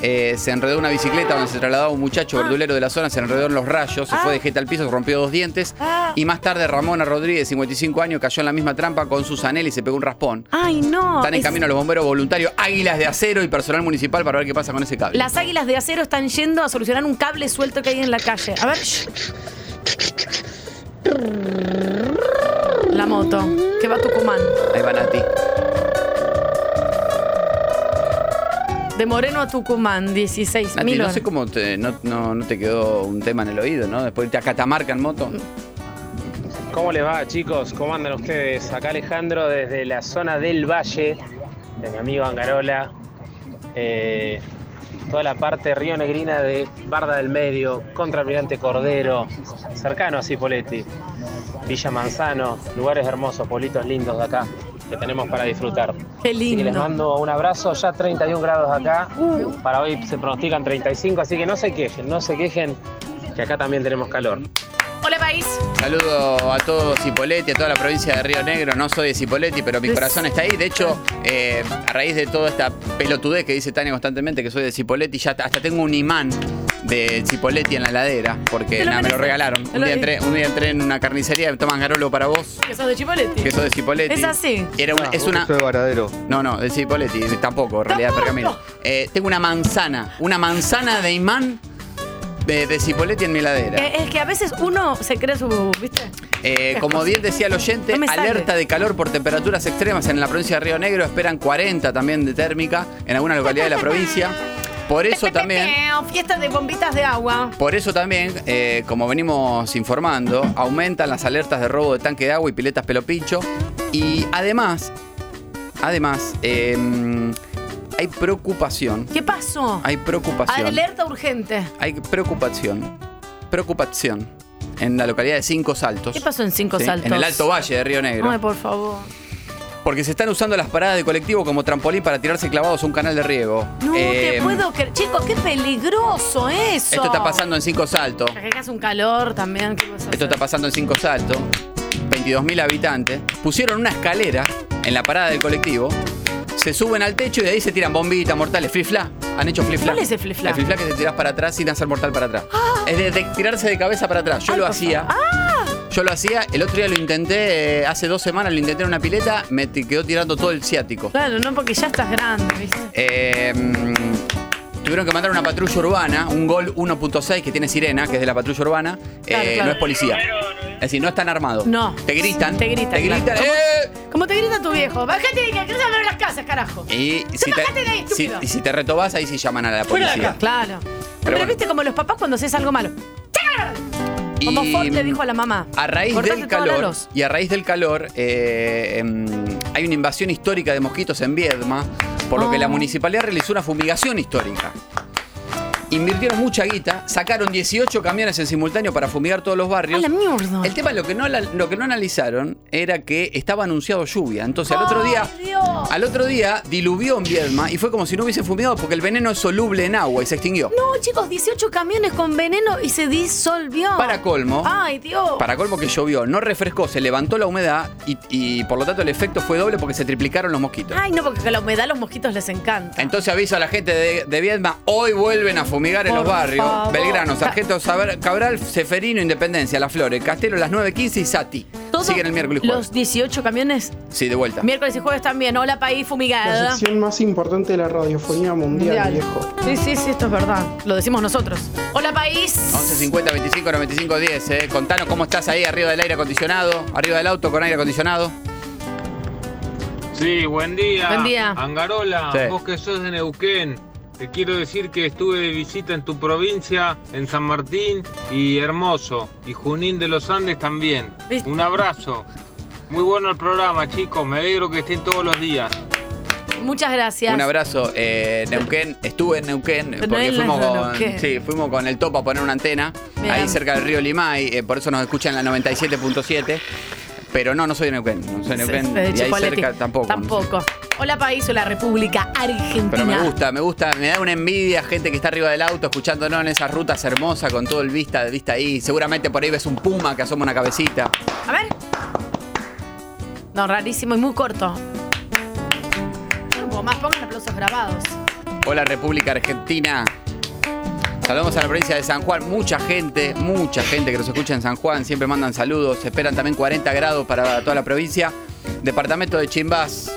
S7: Eh, se enredó una bicicleta donde se trasladaba un muchacho
S6: Ah.
S7: verdulero de la zona, se enredó en los rayos, se fue de jeta al piso, se rompió dos dientes.
S6: Ah.
S7: Y más tarde Ramona Rodríguez, 55 años, cayó en la misma trampa con Susanelli y se pegó un raspón.
S6: Ay, no.
S7: Están en
S6: es-
S7: camino los bomberos voluntarios, águilas de acero y personal municipal para ver qué pasa con ese cable.
S6: Las águilas de acero están yendo a solucionar un cable suelto que hay en la calle. A ver. La moto, que va a Tucumán.
S7: Ahí van a ti.
S6: De Moreno a Tucumán, 16
S7: Nati,
S6: mil
S7: no sé cómo te, no, no- no te quedó un tema en el oído, ¿no? Después irte a Catamarca en moto.
S23: ¿Cómo les va, chicos? ¿Cómo andan ustedes? Acá Alejandro desde la zona del Valle, de mi amigo Angarola. Eh, toda la parte río negrina de Barda del Medio, contra Almirante Cordero, cercano a Cipoletti, Villa Manzano, lugares hermosos, pueblitos lindos de acá que tenemos para disfrutar.
S6: Qué
S23: Así que les
S6: lindo. Uh.
S23: mando un abrazo, ya 31 grados acá, para hoy se pronostican 35, así que no se quejen, no se quejen, que acá también tenemos calor.
S6: Hola, país.
S7: Saludo a todos Cipolletti, a toda la provincia de Río Negro. No soy de Cipolletti, pero mi
S6: Es-
S7: corazón está ahí. De hecho, eh, a raíz de toda esta pelotudez que dice Tania constantemente que soy de Cipolletti, ya hasta tengo un imán de Cipolletti en la ladera, porque
S6: Te lo
S7: nada, me lo
S6: mereces.
S7: regalaron.
S6: Te
S7: Un
S6: lo-
S7: día, entré, un día entré en una carnicería, toman garolo para vos,
S6: Que sos de Chipoletti.
S7: que soy de Cipolletti.
S6: Es así.
S7: Era un- es una, No, no, de Cipolletti, tampoco, en realidad, pergamino. Eh, tengo una manzana, una manzana de imán de, de Cipolletti en mi ladera.
S6: Eh, es que a veces uno se cree su. ¿Viste?
S7: Eh, como bien decía el oyente,
S6: No me sale.
S7: alerta de calor por temperaturas extremas en la provincia de Río Negro, esperan 40 también de térmica en algunas localidades de la provincia. Por eso también,
S6: Eh, fiesta de bombitas de agua.
S7: por eso también, eh, como venimos informando, aumentan las alertas de robo de tanque de agua y piletas pelopincho. Y además, además, eh, hay preocupación.
S6: ¿Qué pasó?
S7: Hay preocupación.
S6: Alerta urgente.
S7: Hay preocupación. Preocupación. En la localidad de Cinco Saltos.
S6: ¿Qué pasó en Cinco
S7: Sí,
S6: Saltos?
S7: En el Alto Valle de Río Negro.
S6: Ay, por favor.
S7: Porque se están usando las paradas de colectivo como trampolín para tirarse clavados a un canal de riego.
S6: No
S7: Eh,
S6: te puedo creer. Chicos, qué peligroso eso.
S7: Esto está pasando en Cinco Saltos.
S6: Acá hace un calor también. ¿qué vas a
S7: Esto está pasando en Cinco Saltos. 22.000 habitantes. Pusieron una escalera en la parada del colectivo. Se suben al techo y de ahí se tiran bombitas, mortales, flifla. Han hecho flifla.
S6: ¿Cuál es el Ah. flifla?
S7: El flifla que te tirás para atrás sin hacer mortal para atrás. Es de, de tirarse de cabeza para atrás. Yo lo hacía.
S6: Ah.
S7: Yo lo hacía. El otro día lo intenté, eh, hace dos semanas lo intenté en una pileta. Me ti- quedó tirando todo el ciático.
S6: Claro, no, porque ya estás grande, ¿viste?
S7: Eh, mm, tuvieron que mandar una patrulla urbana, un gol 1.6 que tiene Sirena, que es de la patrulla urbana.
S6: Claro,
S7: Eh,
S6: claro.
S7: No es policía. Es decir, no están armados.
S6: No.
S7: Te gritan.
S6: Te gritan.
S7: Te gritan.
S6: claro.
S7: ¡eh!
S6: Como, como te grita tu viejo. Bájate de que querés abrir las casas, carajo.
S7: Y si te,
S6: bajate de ahí,
S7: si,
S6: estúpido.
S7: y si te retobás, ahí sí llaman a la
S6: Fuera de
S7: policía.
S6: acá. Claro. No, Pero,
S7: bueno.
S6: viste como los papás cuando haces algo malo.
S7: Y
S6: Como Ford le dijo a la mamá.
S7: A raíz
S6: "Cortate
S7: del
S6: toda la
S7: calor,
S6: luz".
S7: y a raíz del calor, eh, em, hay una invasión histórica de mosquitos en Viedma, por lo que
S6: Oh.
S7: la municipalidad realizó una fumigación histórica. Invirtieron mucha guita, sacaron 18 camiones en simultáneo para fumigar todos los barrios. El tema, lo que, no, la- lo que no analizaron era que estaba anunciado lluvia. Entonces, al otro día, al otro día diluvió en Viedma y fue como si no hubiese fumigado porque el veneno es soluble en agua y se extinguió.
S6: No, chicos, 18 camiones con veneno y se disolvió.
S7: Para colmo.
S6: Ay, Dios.
S7: Para colmo que llovió, no refrescó, se levantó la humedad y, y, por lo tanto el efecto fue doble porque se triplicaron los mosquitos.
S6: Ay, no, porque con la humedad a los mosquitos les encanta.
S7: Entonces aviso a la gente de, de Viedma, hoy vuelven a fumigar en
S6: Por
S7: los barrios.
S6: favor.
S7: Belgrano, Sargento Saber- Cabral, Seferino, Independencia, Las Flores, Castelo, Las 9.15 y Sati.
S6: Todos
S7: Siguen el miércoles y jueves.
S6: Los 18 camiones.
S7: Sí, de vuelta.
S6: Miércoles y jueves también. Hola, país
S1: La
S6: fumigada.
S1: sección más importante de la radiofonía mundial,
S6: Mundial.
S1: viejo.
S6: Sí, sí, sí, esto es verdad. Lo decimos nosotros. Hola, país.
S7: 11.50, 25, 95, 10. Eh. Contanos cómo estás ahí arriba del aire acondicionado, arriba del auto con aire acondicionado.
S4: Sí, buen día.
S6: Buen día.
S7: Ah,
S4: Angarola,
S7: Sí.
S4: vos que sos de Neuquén, te quiero decir que estuve de visita en tu provincia, en San Martín y Hermoso, y Junín de los Andes también. Un abrazo. Muy bueno el programa, chicos. Me alegro que estén todos los días.
S6: Muchas gracias.
S7: Un abrazo. Eh, Neuquén, estuve en Neuquén
S6: Pero
S7: porque
S6: él no
S7: fuimos,
S6: es de
S7: con,
S6: Neuquén.
S7: sí, fuimos con el topo a poner una antena
S6: Bien.
S7: ahí cerca del río Limay, eh, por eso nos escuchan en la 97.7. Pero no, no soy de Neuquén, no soy de
S6: Sí,
S7: Neuquén
S6: de
S7: y ahí
S6: Chipoletti.
S7: cerca tampoco. no sé.
S6: Tampoco. Hola, país. Hola, República Argentina.
S7: Pero me gusta, me gusta, me da una envidia gente que está arriba del auto escuchándonos en esas rutas hermosas con todo el vista, vista ahí. Seguramente por ahí ves un puma que asoma una cabecita.
S6: A ver. No, rarísimo y muy corto. Como más pongan aplausos grabados.
S7: Hola República Argentina. Saludamos a la provincia de San Juan. Mucha gente, mucha gente que nos escucha en San Juan. Siempre mandan saludos. Se Esperan también 40 grados para toda la provincia. Departamento de Chimbás.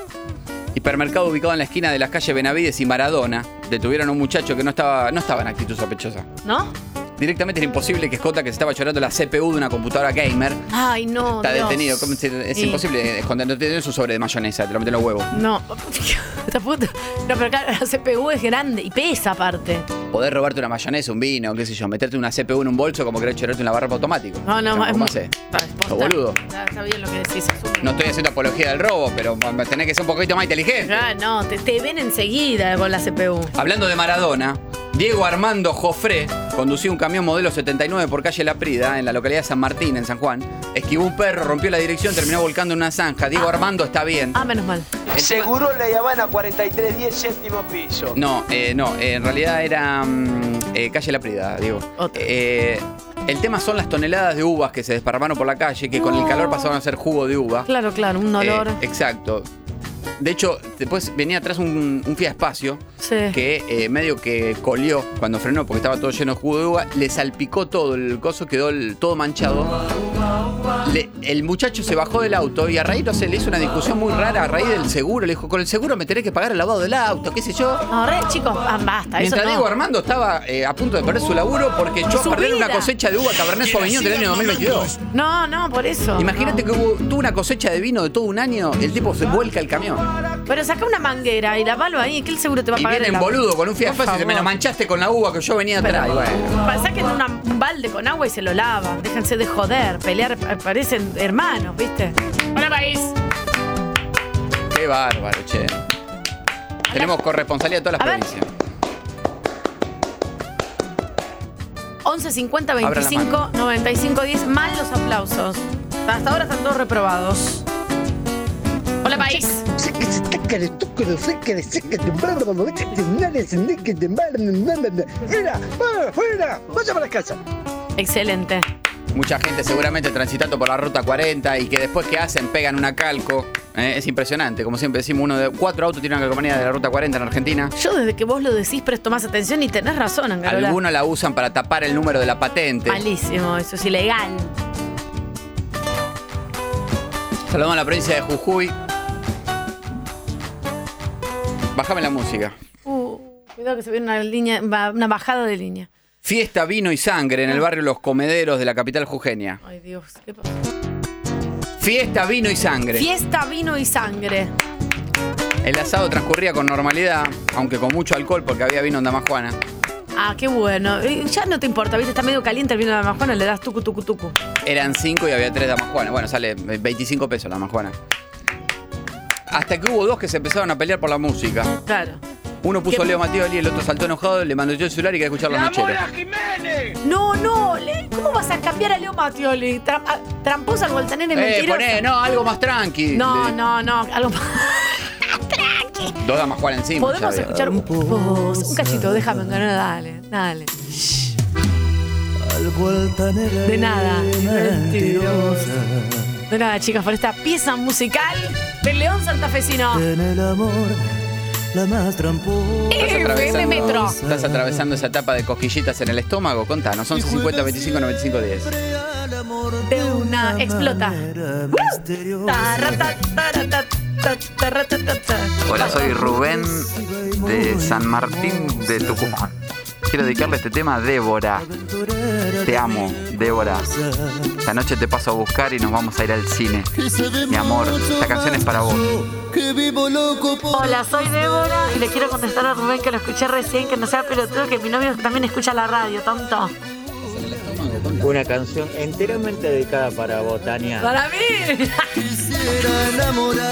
S7: Hipermercado ubicado en la esquina de las calles Benavides y Maradona. Detuvieron a un muchacho que no estaba, no estaba en actitud sospechosa.
S6: ¿No?
S7: Directamente era imposible que escota que se estaba llorando la CPU de una computadora gamer.
S6: Ay, no.
S7: Está
S6: Oh, Dios.
S7: detenido. ¿Cómo se- Es
S6: Y-
S7: imposible esconder. No tenés un sobre de mayonesa, te lo meten los huevos.
S6: No. Esta puta. No, pero claro, la CPU es grande y pesa aparte.
S7: Poder robarte una mayonesa, un vino, qué sé yo, meterte una CPU en un bolso como querés chorarte una barra automático.
S6: No, no, es
S7: ¿Cómo
S6: muy-
S7: haces? Sos eh. boludo.
S6: Está, está bien lo que decís. es un-
S7: No estoy haciendo apología del robo, pero tenés que ser un poquito más inteligente.
S6: Ah, no, te, te ven enseguida con la CPU.
S7: Hablando de Maradona, Diego Armando Jofré conducía un camión modelo 79 por calle La Prida, en la localidad de San Martín, en San Juan. Esquivó un perro, rompió la dirección, terminó volcando en una zanja. Diego Armando está bien.
S6: Ah, menos mal.
S22: Seguro la Habana 4310 séptimo piso.
S7: No, eh, no, eh, en realidad era mm, eh, Calle La Prida, digo. Eh, El tema son las toneladas de uvas que se desparramaron por la calle, que con el
S6: No.
S7: calor pasaron a ser jugo de uva.
S6: Claro, claro, un olor.
S7: Eh, exacto. De hecho, después venía atrás un, un Fiat Espacio
S6: Sí.
S7: que eh, medio que colió cuando frenó porque estaba todo lleno de jugo de uva, le salpicó todo el coso, quedó el- todo manchado. Le- el muchacho se bajó del auto y a raíz, no sé, le hizo una discusión muy rara a raíz del seguro. Le dijo, con el seguro me tenés que pagar el lavado del auto, qué sé yo.
S6: No, re, chicos, ah, basta.
S7: Mientras
S6: eso no.
S7: Diego Armando estaba eh, a punto de perder su laburo porque echó a
S6: Su
S7: perder una
S6: vida.
S7: cosecha de uva Cabernet Sauvignon del año 2022.
S6: No, no, por eso.
S7: Imagínate
S6: no.
S7: que hubo, tuvo una cosecha de vino de todo un año, el tipo se vuelca el camión.
S6: Pero saca una manguera y la palo ahí, que el seguro te va a
S7: Y
S6: pagar.
S7: viene
S6: el
S7: un
S6: agua.
S7: boludo con un Fiat
S6: Por
S7: Espacio y dice, me lo
S6: favor.
S7: manchaste con la uva que yo venía atrás. Y bueno.
S6: Pa- Saquen una- un balde con agua y se lo lavan. Déjense de joder, pelear, pa- parecen hermanos, ¿viste? Hola, país.
S7: Qué bárbaro, che. Tenemos corresponsalía de todas las
S6: A ver.
S7: provincias.
S6: 11 50
S7: Abra la
S6: 25 95 10. Mal los aplausos. Hasta ahora están todos reprobados. Hola, país.
S22: Fuera, fuera, fuera, vaya para casa.
S6: Excelente.
S7: Mucha gente seguramente transitando por la ruta 40 y que después que hacen pegan una calco. Eh, es impresionante, como siempre decimos, uno de cuatro autos tiene una calcomanía de la ruta 40 en Argentina.
S6: Yo desde que vos lo decís presto más atención y tenés razón, Angarola.
S7: Algunos la usan para tapar el número de la patente.
S6: Ah, Malísimo, eso es ilegal.
S7: Saludamos a la provincia de Jujuy. Bájame la música.
S6: Uh, cuidado que se viene una línea, va- una bajada de línea.
S7: Fiesta, vino y sangre en
S6: Ah.
S7: el barrio Los Comederos de la capital jujeña.
S6: Ay, Dios, qué pasó.
S7: Fiesta, vino y sangre.
S6: Fiesta, vino y sangre.
S7: El asado transcurría con normalidad, aunque con mucho alcohol porque había vino en Damajuana.
S6: Ah, qué bueno. Eh, Ya no te importa, ¿viste? Está medio caliente el vino de la majuana, le das tucu, tucu, tucu.
S7: Eran cinco y había tres Damajuanas. Bueno, sale 25 pesos la Damajuana. Hasta que hubo dos que se empezaron a pelear por la música.
S6: Claro.
S7: Uno puso
S6: ¿Qué?
S7: Leo Mattioli, el otro saltó enojado, le mandó yo el celular y quería escuchar los nocheros.
S6: No, no, le- ¿cómo vas a cambiar a Leo Matioli? Tra- ah, tramposa al tener
S7: Eh,
S6: es mentirosa.
S7: poné, no, algo más tranqui.
S6: No,
S7: Le-
S6: no, no, algo más.
S7: Dos Damajuanas encima. ya
S6: Podemos
S7: había.
S6: escuchar un, un cachito, déjame, Angarola, dale, dale. De nada. De nada, chicas, por esta pieza musical del León Santafesino.
S2: En el amor, la más tramposa.
S7: Estás
S6: FM
S7: atravesando,
S6: Eh, Metro.
S7: estás atravesando esa etapa de cosquillitas en el estómago. Contanos, 11 50 25 95 10.
S6: De una explota.
S7: Hola, soy Rubén de San Martín de Tucumán. Quiero dedicarle este tema a Débora. Te amo, Débora. La noche te paso a buscar y nos vamos a ir al cine. Mi amor, esta canción es para vos.
S6: Hola, soy Débora y le quiero contestar a Rubén que lo escuché recién, que no sea pelotudo, que mi novio también escucha la radio, tonto.
S3: Una canción enteramente dedicada para Botania.
S6: Para mí,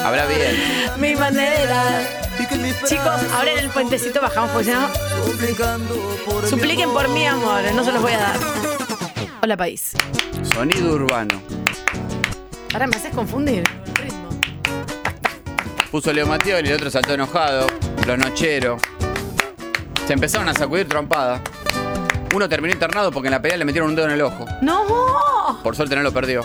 S7: Habrá bien.
S6: mi manera. Chicos, ahora en el puentecito bajamos, porque si no. Supliquen por mi amor, no se los voy a dar. Hola, país.
S7: Sonido urbano.
S6: Ahora me haces confundir.
S7: Puso Leo Mattioli, el otro saltó enojado. Los nocheros. Se empezaron a sacudir trompadas. Uno terminó internado porque en la pelea le metieron un dedo en el ojo.
S6: ¡No!
S7: Por suerte no lo perdió.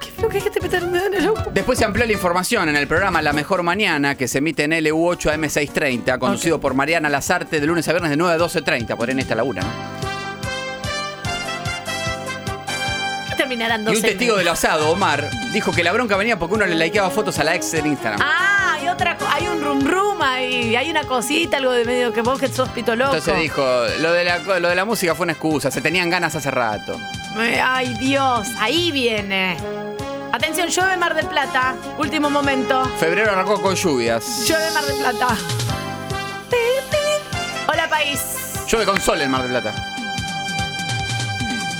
S6: ¿Qué feo que es que te meter un dedo en el ojo?
S7: Después se amplió la información en el programa La Mejor Mañana, que se emite en LU8 AM630, conducido por Mariana Lazarte de lunes a viernes de 9 a 12.30, por en esta la una. ¿no?
S6: Terminarán
S7: Y
S6: dos
S7: un testigo del asado, Omar, dijo que la bronca venía porque uno le likeaba fotos a la ex en Instagram.
S6: Ah, hay otra, co- hay un rum rum ahí, hay una cosita, algo de medio que vos que sos pito loco.
S7: Entonces dijo, lo de, la, lo de la música fue una excusa, se tenían ganas hace rato.
S6: Me- Ay, Dios, ahí viene. Atención, llueve Mar del Plata. Último momento.
S7: Febrero arrancó con lluvias.
S6: Llueve Mar del Plata. Pi, pi. Hola, país.
S7: Llueve con sol en Mar del Plata.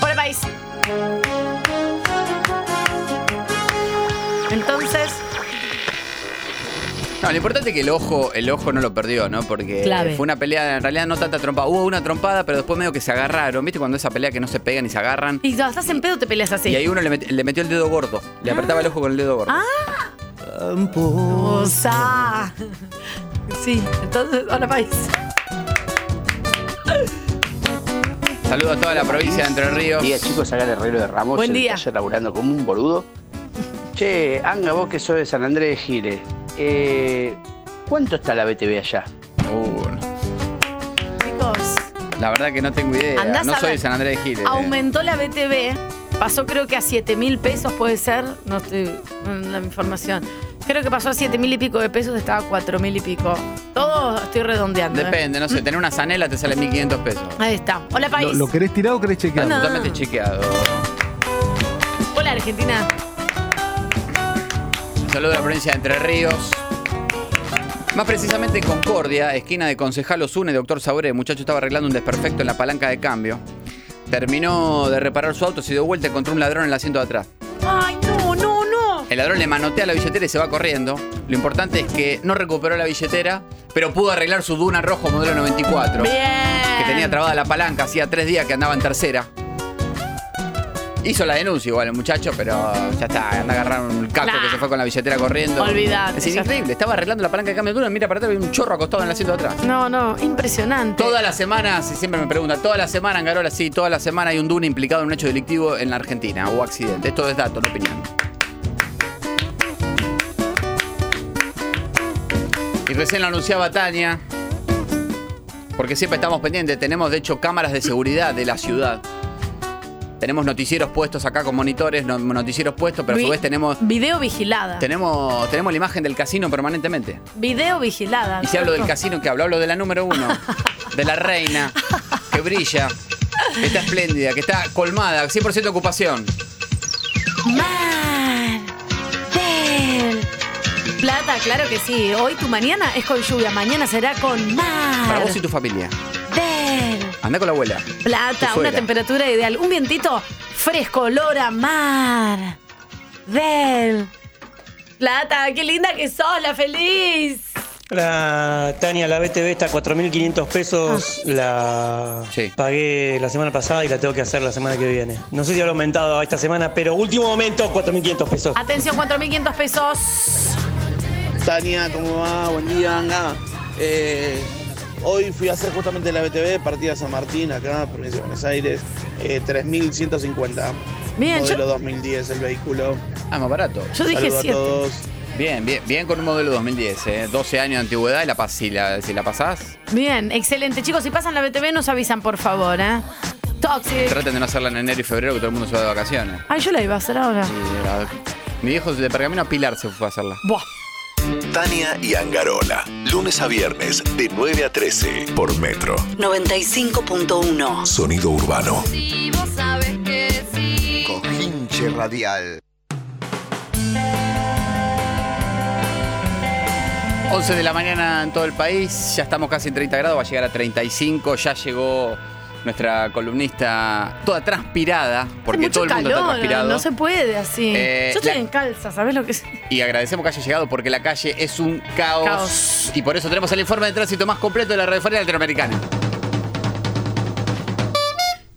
S6: Hola, país. Entonces,
S7: No, lo importante es que el ojo, el ojo no lo perdió, ¿no? Porque
S6: Clave.
S7: fue una pelea, en realidad no tanta trompada. Hubo una trompada, pero después medio que se agarraron. ¿Viste cuando esa pelea que no se pegan y se agarran?
S6: y cuando estás en pedo te peleas así.
S7: Y ahí uno le, met- le metió el dedo gordo. Le apretaba el ojo con el dedo
S6: Ah.
S7: gordo.
S6: Tramposa. Sí, entonces, hola país.
S7: Saludo a toda la provincia de Entre Ríos.
S5: Día, chicos, acá el herrero de Ramos.
S6: Buen
S5: en
S6: día.
S5: el taller laburando como un boludo. Che, Anga, vos que sos de San Andrés de Giles. eh, ¿Cuánto está la BTV allá?
S6: Chicos,
S7: Uh, La verdad que no tengo idea.
S6: Andá a
S7: no soy
S6: saber.
S7: de San Andrés de Giles.
S6: aumentó eh. la BTV, pasó creo que a 7 mil pesos, puede ser, no estoy en la información. Creo que pasó a 7 mil y pico de pesos, estaba a 4 mil y pico. Todo estoy redondeando. ¿eh?
S7: Depende, no sé, tener una zanela te sale 1500 pesos.
S6: Ahí está. Hola país.
S7: ¿Lo querés tirado o querés chequeado?
S6: No.
S7: Totalmente chequeado.
S6: Hola Argentina.
S7: Un saludo a la provincia de Entre Ríos. Más precisamente en Concordia, esquina de Concejal Osune, doctor Saure, el muchacho estaba arreglando un desperfecto en la palanca de cambio. Terminó de reparar su auto, se dio vuelta y encontró un ladrón en el asiento de atrás.
S6: Ay, no, no, no.
S7: El ladrón le manotea la billetera y se va corriendo. Lo importante es que no recuperó la billetera, pero pudo arreglar su Duna rojo modelo 94. Que tenía trabada la palanca, hacía tres días que andaba en tercera. Hizo la denuncia igual el muchacho, pero ya está, anda a agarrar un caco
S6: Nah.
S7: que se fue con la billetera corriendo.
S6: Olvidate,
S7: Es decir,
S6: ya
S7: increíble, estaba arreglando la palanca de cambio de Duna, mira para atrás, había un chorro acostado en el asiento de atrás.
S6: No, no, impresionante.
S7: Toda la semana, si siempre me pregunta, toda la semana, Angarola, sí, toda la semana hay un Duna implicado en un hecho delictivo en la Argentina o accidente. Esto es dato, no opinión. Y recién lo anunciaba Tania, porque siempre estamos pendientes. Tenemos, de hecho, cámaras de seguridad de la ciudad. Tenemos noticieros puestos acá con monitores, no- noticieros puestos, pero a su
S6: Vi-
S7: vez tenemos,
S6: Video vigilada.
S7: tenemos, tenemos la imagen del casino permanentemente.
S6: Video vigilada.
S7: Y si hablo del
S6: ¿cierto?
S7: casino que hablo, hablo de la número uno, de la reina, que brilla, que está espléndida, que está colmada, 100% ocupación.
S6: Man, del Plata, claro que sí. Hoy tu mañana es con lluvia, mañana será con mar.
S7: Para vos y tu familia.
S6: del
S7: Andá con la abuela.
S6: Plata,
S7: Tu
S6: una
S7: suegra.
S6: temperatura ideal, un vientito fresco, olor a mar. Del Plata, qué linda que sos, la feliz.
S8: Hola Tania, la BTV está a 4.500 pesos, la pagué la semana pasada y la tengo que hacer la semana que viene. No sé si habrá aumentado esta semana, pero último momento, 4.500 pesos.
S6: Atención, 4.500 pesos.
S10: Tania, ¿cómo va? Buen día, Anga. Eh, hoy fui a hacer justamente la BTV, partida San Martín, acá, provincia de Buenos Aires, eh, 3.150.
S6: Bien,
S10: Modelo
S6: yo-
S10: 2010 el vehículo.
S7: Ah, más barato.
S10: Yo dije Saludo a siete. todos.
S7: Bien, bien, bien con un modelo 2010, ¿eh? 12 años de antigüedad y la pas- si, la, si la pasás,
S6: Bien, excelente. Chicos, si pasan la BTV, nos avisan, por favor, ¿eh? Toxic.
S7: traten de no hacerla en enero y febrero que todo el mundo se va de vacaciones.
S6: Ay, yo la iba a hacer ahora.
S7: Y la- mi viejo de pergamino a Pilar se fue a hacerla.
S6: Buah.
S9: Tania y Angarola. Lunes a viernes de 9 a 13 por Metro.
S24: 95.1.
S9: Sonido urbano.
S24: Si vos sabes que sí.
S25: Cojinche Radial.
S7: 11 de la mañana en todo el país, ya estamos casi en 30 grados, va a llegar a 35, ya llegó nuestra columnista toda transpirada, porque
S6: Mucho
S7: todo el mundo
S6: calor,
S7: está transpirado.
S6: no se puede así.
S7: Eh,
S6: Yo estoy
S7: la-
S6: en calza, ¿sabes lo que es?
S7: Y agradecemos que haya llegado porque la calle es un caos,
S6: Caos.
S7: y por eso tenemos el informe de tránsito más completo de la Red Latinoamericana.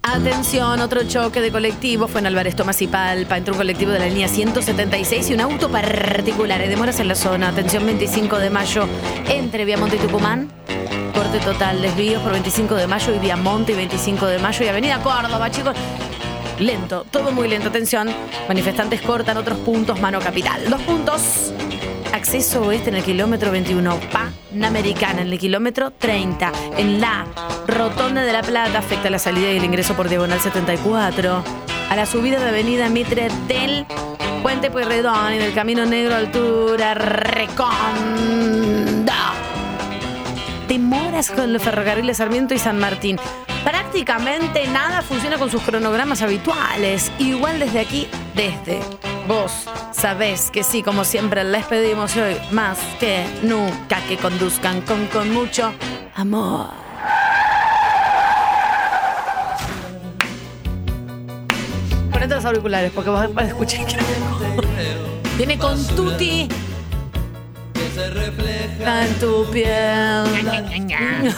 S6: Atención, otro choque de colectivo fue en Álvarez Tomás y Palpa. Entró un colectivo de la línea 176 y un auto particular. Hay demoras en la zona. Atención, 25 de mayo entre Viamonte y Tucumán. Corte total, desvíos por 25 de mayo y Viamonte y 25 de mayo y Avenida Córdoba, chicos. Lento, todo muy lento. Atención, manifestantes cortan otros puntos, mano capital. Dos puntos. Acceso oeste en el kilómetro 21, Panamericana en el kilómetro 30, en la Rotonda de la Plata afecta la salida y el ingreso por diagonal 74, a la subida de Avenida Mitre del Puente Pueyrredón y del Camino Negro altura Reconda. Demoras con los ferrocarriles Sarmiento y San Martín. Prácticamente nada funciona con sus cronogramas habituales. Igual desde aquí, desde vos sabés que sí, como siempre les pedimos hoy, más que nunca que conduzcan con, con mucho amor. Ponete los auriculares porque vas a escuchar que Viene con Tuti. En tu piel.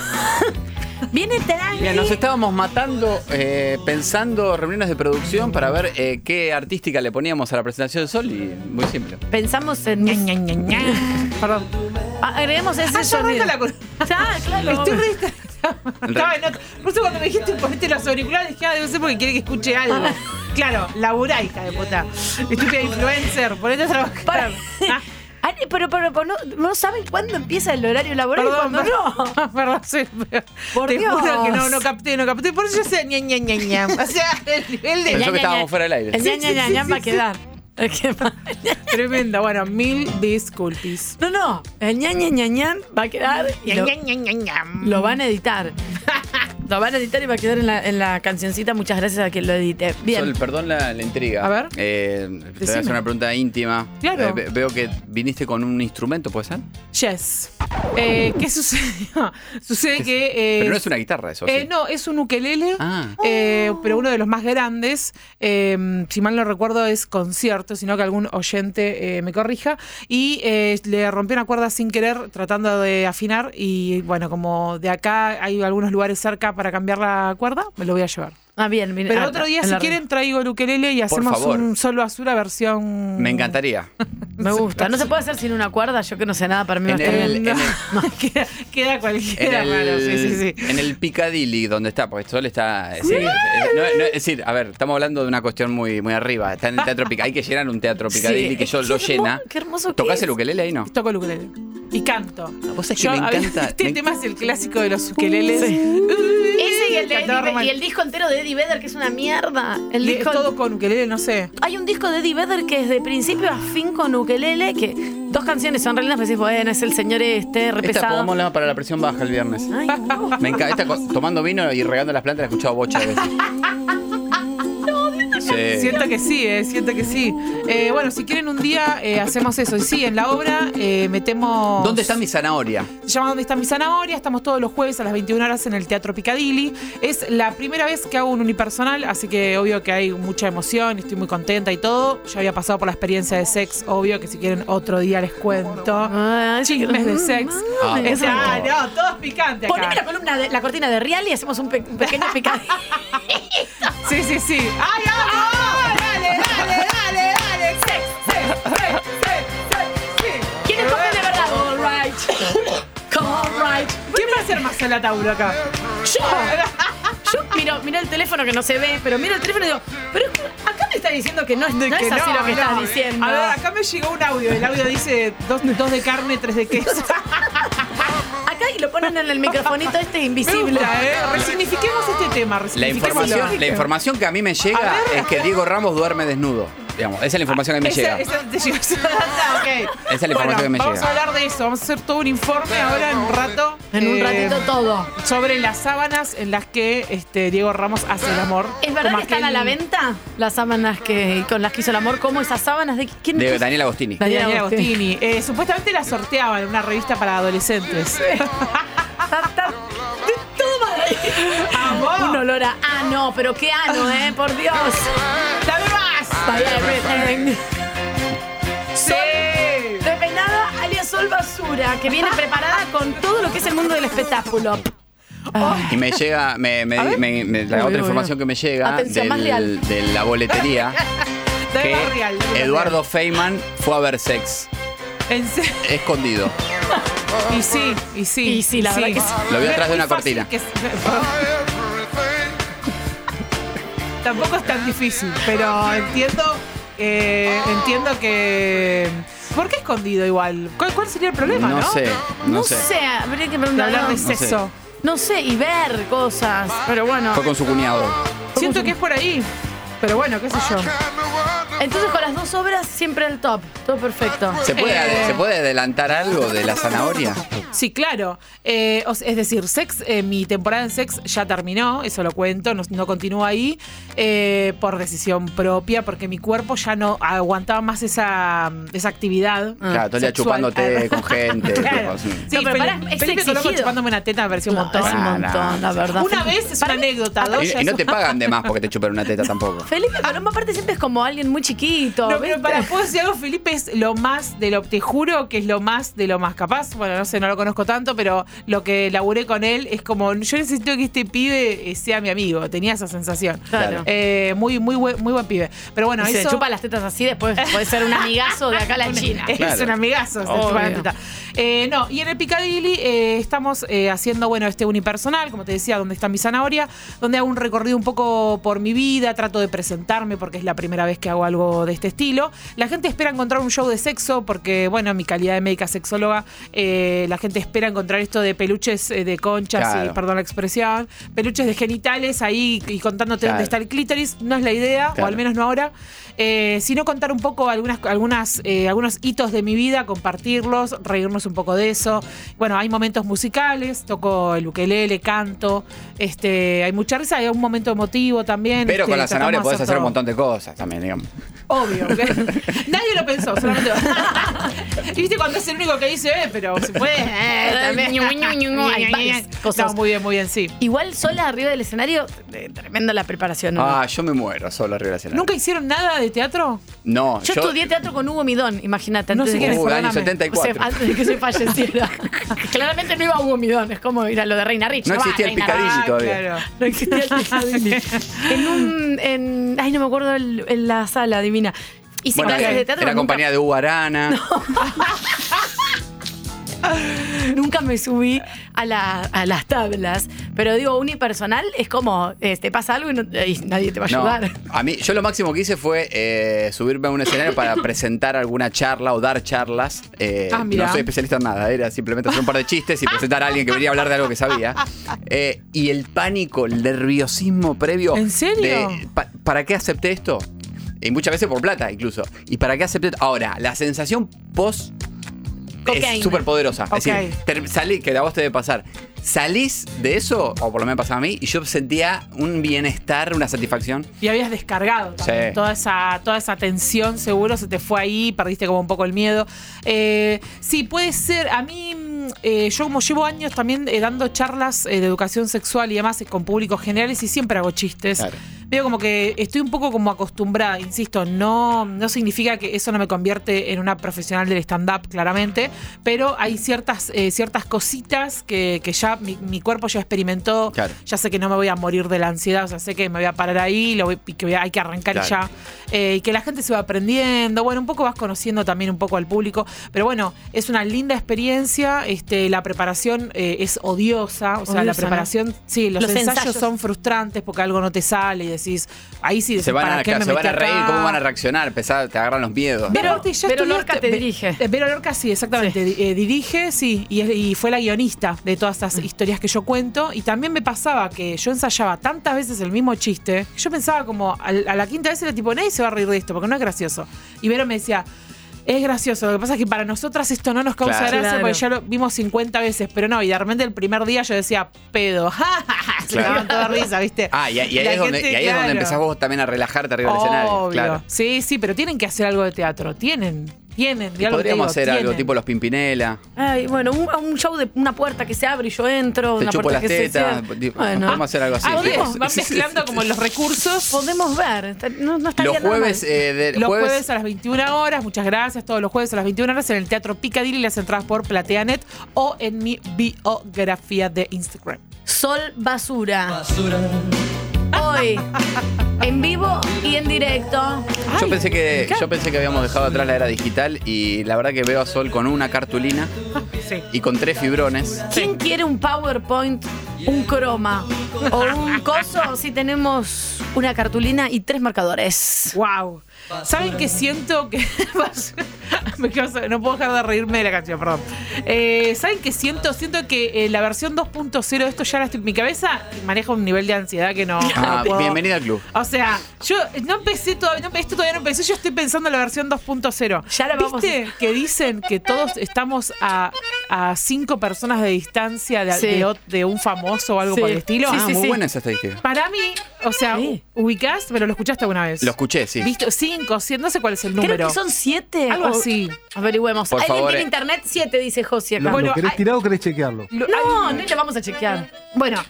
S6: Viene tranqui.
S7: Mira, nos estábamos matando eh, pensando reuniones de producción para ver eh, qué artística le poníamos a la presentación de Sol y muy simple.
S6: Pensamos en.
S11: Ah,
S6: Perdón. Ah, Agreguemos ese sonido. Ya, claro. Estoy
S11: Estaba en otra. Por eso cuando me dijiste ponete los auriculares, dije, ah, debe ser porque quiere que escuche algo. Claro, laburá, hija de puta. Estúpida influencer, ponete a trabajar.
S6: Ah, Pero, pero, pero no, no saben cuándo empieza el horario laboral y
S11: Perdón,
S6: cuándo no.
S11: perdón, perdón, soy-
S6: Por
S11: te
S6: Dios.
S11: juro que no, no capté, no capté. Por eso yo sé ña, ña, ña, ña. O sea, el nivel de.
S7: Pensó que estábamos fuera del aire.
S6: El ña, ña, ña, ña va a quedar.
S11: Tremenda, bueno, mil disculpis.
S6: No, no, el ña, ña, ña, ña va a quedar. y
S11: Ña,
S6: lo-
S11: ña, ña, ña, ña.
S6: Lo van a editar. Lo van a editar y va a quedar en la, en la cancioncita. Muchas gracias a quien lo edite. Bien.
S7: Sol, perdón la, la intriga.
S6: A ver.
S7: Eh, te voy a
S6: Decime.
S7: hacer una pregunta íntima.
S11: Claro.
S7: Eh, ve- veo que viniste con un instrumento, ¿puede ser?
S11: Yes. Eh, ¿Qué sucedió? Sucede que. eh,
S7: Pero no es una guitarra eso.
S11: Eh,
S7: sí.
S11: no, es un ukelele,
S7: Ah.
S11: eh, pero uno de los más grandes. eh, si mal no recuerdo, es concierto, sino que algún oyente eh, me corrija. Y eh, le rompió una cuerda sin querer, tratando de afinar. Y bueno, como de acá hay algunos lugares cerca para cambiar la cuerda, me lo voy a llevar.
S6: Ah, bien, bien.
S11: Pero
S6: Ah,
S11: otro día,
S6: en
S11: si
S6: la-
S11: quieren, traigo el ukelele y hacemos
S7: favor.
S11: un solo basura versión.
S7: Me encantaría.
S6: Me gusta. No se puede hacer sin una cuerda. Yo que no sé nada, para mí no
S7: En
S6: está
S7: el-
S6: bien.
S7: en
S11: queda, queda
S7: En
S11: cualquiera
S7: el,
S11: raro, sí, sí, sí.
S7: en el Piccadilly, donde está, porque Sol está. sí, eh, no- no, es decir, a ver, estamos hablando de una cuestión muy, muy arriba. Está en el teatro Piccadilly. Hay que llenar un teatro Piccadilly
S11: Sí.
S7: que yo lo
S11: Qué hermo-
S7: llena.
S11: Qué hermoso que
S7: ¿Tocás
S11: es.
S7: el ukelele ahí, no?
S11: Toco el ukelele. Y canto.
S7: Vos sabés que me
S11: a ver,
S7: encanta-
S11: Este
S7: me-
S11: tema es el clásico de los ukeleles.
S6: Ese y el, de Eddie-
S11: Catorman.
S6: y el disco entero de Eddie Vedder, que es una mierda. El
S11: Le-
S6: disco,
S11: todo con ukelele, no sé.
S6: Hay un disco de Eddie Vedder que es de principio a fin con ukelele, que dos canciones son re lindas, pero decís, bueno, es el señor este, re
S7: Esta
S6: pesado.
S7: pongámosla para la presión baja el viernes.
S6: Ay, no.
S7: Me encanta. Esta co- tomando vino y regando las plantas la he escuchado bocha de veces. Sí.
S11: Siento que sí, eh, siento que sí. Eh, bueno, si quieren un día eh, hacemos eso. Y sí, en la obra eh, metemos...
S7: ¿Dónde está mi zanahoria?
S11: Se llama ¿Dónde está mi zanahoria? Estamos todos los jueves a las 21 horas en el Teatro Picadilly. Es la primera vez que hago un unipersonal, así que obvio que hay mucha emoción, estoy muy contenta y todo. Ya había pasado por la experiencia de sex, obvio que si quieren otro día les cuento. Chismes de sex.
S7: Ah,
S11: Es-
S6: por
S11: ah,
S6: favor.
S11: no, todo es picante. acá.
S6: Poneme la columna de la cortina de Real y hacemos un, pe- un pequeño picado.
S11: Sí, sí, sí. ¡Ay,
S6: Ah,
S11: vamos! ¡Dale, dale, dale, dale! ¡Sex, sex, sex, sex, sex, sí!
S6: ¿Quiénes comen de verdad? All right. All right.
S11: ¿Quién va a ser más el ataúd acá?
S6: Yo. Yo miro, miro el teléfono que no se ve, pero miro el teléfono y digo, pero acá me está diciendo que no, es- no
S11: Que
S6: es así
S11: no,
S6: lo que
S11: no.
S6: estás diciendo.
S11: A ver, acá me llegó un audio. El audio dice dos, dos de carne, tres de queso.
S6: Ah, Acá y lo ponen en el microfonito este invisible.
S11: Me gusta, ¿eh? Resignifiquemos este tema.
S7: La
S11: resignifiquémoslo.
S7: información, la información que a mí me llega es que Diego Ramos duerme desnudo. Digamos, esa es la información que me
S11: Esa-
S7: llega.
S11: esa te llegó esa data, ok.
S7: Esa es la información
S11: Bueno,
S7: que me
S11: Vamos
S7: llega.
S11: a hablar de eso. Vamos a hacer todo un informe ahora en un rato.
S6: En un
S11: eh,
S6: ratito todo.
S11: Sobre las sábanas en las que este, Diego Ramos hace el amor.
S6: ¿Es verdad
S11: Como
S6: que están a
S11: aquel-
S6: la venta las sábanas que con las que hizo el amor? ¿Cómo esas sábanas? ¿De quién?
S7: De Daniel Agostini.
S11: Daniel Daniel Agostini. Eh, supuestamente la sorteaban en una revista para adolescentes.
S6: Un olor a ano, pero qué ano, ¿eh? Por Dios.
S11: ¡Dame más!
S6: By everything.
S11: Sí.
S6: Despeinada alias Sol Basura, que viene preparada con todo lo que es el mundo del espectáculo.
S7: Y me llega, me, me- me- me- la
S6: Uy,
S7: otra
S6: uy,
S7: información
S6: uy.
S7: que me llega
S6: Atención, más
S7: del-
S6: leal.
S7: de la boletería,
S11: Dame
S7: que
S11: más real, dame más
S7: Eduardo Feynman fue a ver sex,
S11: real. En serio.
S7: escondido.
S11: Y sí, y sí.
S6: Y sí, la verdad que sí.
S7: Lo vi atrás de
S11: Muy
S7: una
S11: fácil
S7: cortina.
S11: que se- Tampoco es tan difícil, pero entiendo, eh, entiendo que. ¿Por qué escondido igual? ¿Cuál, cuál sería el problema, no?
S7: No sé, no sé.
S6: habría que
S11: De
S6: preguntar.
S11: hablar de
S6: No sé.
S11: sexo.
S6: No sé, y ver cosas. Pero bueno.
S7: Fue con su cuñado.
S11: Siento que es por ahí. Pero bueno, qué sé yo.
S6: Entonces con las dos obras siempre al top. Todo perfecto.
S7: ¿Se puede,
S11: Eh. Ah,
S7: ¿Se puede adelantar algo de la zanahoria?
S11: Sí, claro. Eh, o sea, es decir, sex, eh, mi temporada en sex ya terminó, eso lo cuento, no, no continúa ahí, eh, por decisión propia, porque mi cuerpo ya no aguantaba más esa, esa actividad.
S7: Claro, todo el día
S11: Ah, sexual.
S7: chupándote con gente.
S11: Claro.
S7: tipo, sí.
S11: Sí,
S6: No, pero
S11: Fel-
S6: pará, es
S11: Felipe Coloco
S6: exigido.
S11: chupándome una teta me pareció un montón.
S6: Es un
S7: Ah, no.
S6: montón, la verdad.
S11: Una vez es una anécdota, dos
S7: Y,
S11: ya
S7: y no
S11: es-
S7: te pagan de más porque te chupan una teta tampoco.
S6: Felipe Colombo aparte siempre es como alguien muy chiquito.
S11: No,
S6: ¿viste?
S11: pero para, ¿puedo decir algo? Felipe es lo más de lo, te juro que es lo más de lo más capaz. Bueno, no sé, no lo conozco tanto, pero lo que laburé con él es como, yo necesito que este pibe eh, sea mi amigo. Tenía esa sensación.
S6: Claro.
S11: Eh, muy, muy, buen, muy buen pibe. Pero bueno,
S6: Y se
S11: eso...
S6: chupa las tetas así, después puede ser un amigazo de acá a la China.
S11: Es un amigazo, se
S6: Obvio.
S11: chupa la teta. Eh, no, y en el Picadilly eh, estamos eh, haciendo, bueno, este unipersonal, como te decía, donde está mi zanahoria, donde hago un recorrido un poco por mi vida, trato de presentarme porque es la primera vez que hago algo de este estilo. La gente espera encontrar un show de sexo porque, bueno, en mi calidad de médica sexóloga, eh, la gente espera encontrar esto de peluches eh, de conchas,
S7: Claro.
S11: y- perdón la expresión, peluches de genitales ahí y contándote
S7: Claro.
S11: dónde está el clítoris. No es la idea, o
S7: Claro.
S11: al menos no ahora, eh, sino contar un poco algunas, algunas, eh, algunos hitos de mi vida, compartirlos, reírnos un poco de eso. Bueno, hay momentos musicales, toco el ukelele, canto, este, hay mucha risa, hay un momento emotivo también.
S7: Pero
S11: este,
S7: con la zanahoria
S11: tratamos de
S7: podés hacer un
S11: todo.
S7: montón de cosas también, digamos.
S11: Obvio. que- Nadie lo pensó, solamente Y viste cuando es el único que dice, eh, pero se puede. eh, también.
S6: Ñu, ñu, ñu, ñu,
S11: Hay
S6: ñu,
S11: varias
S6: ñu.
S11: cosas. No, muy bien, muy bien, sí.
S6: Igual sola arriba del escenario, eh, tremenda la preparación. ¿no?
S7: Ah, yo me muero solo arriba de la escena.
S11: ¿Nunca hicieron nada de teatro?
S7: No,
S6: yo, estudié teatro con Hugo Midón, imagínate.
S7: No
S6: antes
S7: sé
S6: de-
S7: quién es, Uh, año perdóname.
S6: O
S7: 74.
S6: sea, antes de que se falleciera. Claramente no iba Hugo Midón, es como ir a lo de Reina Rich.
S7: No existía el Picadilly
S6: Ah,
S7: todavía.
S6: No existía el Picadilly. en un. en- ay, no me acuerdo el- en la sala, divina. Hice
S7: Bueno,
S6: clases
S7: era,
S6: de teatro.
S7: era
S6: pero nunca-
S7: compañía de Hugo Arana.
S6: Nunca me subí a, la- a las tablas, pero digo, unipersonal es como, eh, te pasa algo y, no- y nadie te va a
S7: No,
S6: ayudar.
S7: a mí, yo lo máximo que hice fue eh, subirme a un escenario para presentar alguna charla o dar charlas. Eh,
S6: Ah, mirá.
S7: no soy especialista en nada, era simplemente hacer un par de chistes y presentar a alguien que venía a hablar de algo que sabía. Eh, y el pánico, el nerviosismo previo. ¿En
S11: serio?
S7: ¿Para qué acepté esto? Y muchas veces por plata, incluso. ¿Y para qué acepté? Ahora, la sensación post
S6: Cocaína.
S7: es súper poderosa.
S6: Ok.
S7: Es decir, ter- salí, que a vos te debe pasar. Salís de eso, o por lo menos pasaba a mí, y yo sentía un bienestar, una satisfacción.
S11: Y habías descargado también
S7: Sí.
S11: toda, esa, toda esa tensión, seguro se te fue ahí, perdiste como un poco el miedo. Eh, sí, puede ser. A mí, mm, eh, yo como llevo años también eh, dando charlas eh, de educación sexual y demás eh, con públicos generales y siempre hago chistes.
S7: Claro.
S11: Veo como que estoy un poco como acostumbrada, insisto, no, no significa que eso no me convierte en una profesional del stand-up, claramente, pero hay ciertas, eh, ciertas cositas que, que ya mi, mi cuerpo ya experimentó,
S7: Claro.
S11: ya sé que no me voy a morir de la ansiedad, o sea, sé que me voy a parar ahí lo voy- y que voy a- hay que arrancar y
S7: Claro.
S11: ya, eh, y que la gente se va aprendiendo, bueno, un poco vas conociendo también un poco al público, pero bueno, es una linda experiencia, este, la preparación eh, es odiosa, o sea, la
S6: Odiosa, ¿no?
S11: preparación, sí, los,
S6: Los
S11: ensayos,
S6: ensayos.
S11: son frustrantes porque algo no te sale y decís, ahí sí, decís,
S7: se van,
S11: ¿para
S7: a,
S11: qué me
S7: se van
S11: metí
S7: a reír,
S11: acá?
S7: ¿cómo van a reaccionar? Empezá, te agarran los miedos.
S11: Pero, aparte ya
S6: Vero
S11: estudiaste-
S6: Lorca te
S11: Ve-
S6: dirige.
S11: eh, Vero Lorca, sí, exactamente. di- eh, dirige, sí, y, es- y fue la guionista de todas estas historias que yo cuento. Y también me pasaba que yo ensayaba tantas veces el mismo chiste, que yo pensaba como, al- a, la quinta vez era tipo, nadie se va a reír de esto, porque no es gracioso. Y Vero me decía... Es gracioso, lo que pasa es que para nosotras esto no nos causa
S7: Claro.
S11: gracia
S7: Claro.
S11: porque ya lo vimos 50 veces, pero no, y de repente el primer día yo decía, pedo, ja, ja, ja", se
S7: Claro.
S11: cagaban toda risa, Ah, ¿viste?
S7: Ah, y, y ahí,
S11: La
S7: es, donde,
S11: gente,
S7: y ahí es donde
S11: claro.
S7: empezás vos también a relajarte arriba del escenario.
S11: Obvio.
S7: Claro.
S11: Sí, sí, pero tienen que hacer algo de teatro. Tienen, tienen. de algo que te
S7: Podríamos hacer
S11: digo,
S7: algo
S11: tienen.
S7: tipo los Pimpinela.
S6: Ay, bueno, un, a un show de una puerta que se abre y yo entro.
S7: Te
S6: una
S7: chupo
S6: puerta
S7: las
S6: que se
S7: tetas,
S6: cierra.
S7: tipo,
S6: Bueno.
S7: podemos hacer algo así.
S6: Ah,
S7: tipo,
S6: podemos,
S7: sí,
S6: van
S7: sí, sí,
S11: mezclando como los recursos.
S6: Podemos ver. está- No, no estaría
S7: Los
S6: nada
S7: jueves,
S6: mal.
S7: eh, de-
S11: Los jueves,
S7: jueves-
S11: a las 21 horas, muchas gracias. Todos los jueves a las 21 horas en el Teatro Picadilly, las entradas por Plateanet o en mi biografía de Instagram.
S6: Sol Basura. Hoy. en vivo y en directo.
S7: Yo pensé, que, yo pensé que habíamos dejado atrás la era digital y la verdad que veo a Sol con una cartulina y con tres fibrones.
S6: ¿Quién quiere un PowerPoint, un croma o un coso si tenemos una cartulina y tres marcadores?
S11: ¡Wow! ¿Saben qué siento que.? Me quedo so- no puedo dejar de reírme de la canción, perdón. Eh, ¿Saben qué siento? Siento que eh, la versión 2.0 de esto ya la estoy. Mi cabeza maneja un nivel de ansiedad que no.
S7: Ah,
S11: no puedo-
S7: bienvenida al club.
S11: O sea, yo no empecé todavía, no- esto todavía no empecé, yo estoy pensando en la versión 2.0. Ya la
S6: vamos
S11: ¿Viste que dicen que todos estamos a, a cinco personas de distancia de,
S6: Sí.
S11: de ot- de un famoso o algo
S6: Sí.
S11: por el estilo?
S7: ah,
S11: Ah,
S7: muy buena esa estadística.
S11: Para mí, o sea, ubicás, pero lo escuchaste alguna vez.
S7: Lo escuché, sí.
S11: Visto, cinco, siete, no sé cuál es el
S6: Creo
S11: número.
S6: que son siete.
S11: Algo
S6: o-
S11: así.
S6: Averigüemos.
S7: Por
S6: ¿Alguien
S7: favor,
S6: tiene
S7: eh.
S6: internet? Siete, dice Josi
S12: ¿Lo,
S6: acá.
S12: lo querés
S6: ay-
S12: tirar o querés chequearlo?
S6: no, no le vamos a chequear. Bueno,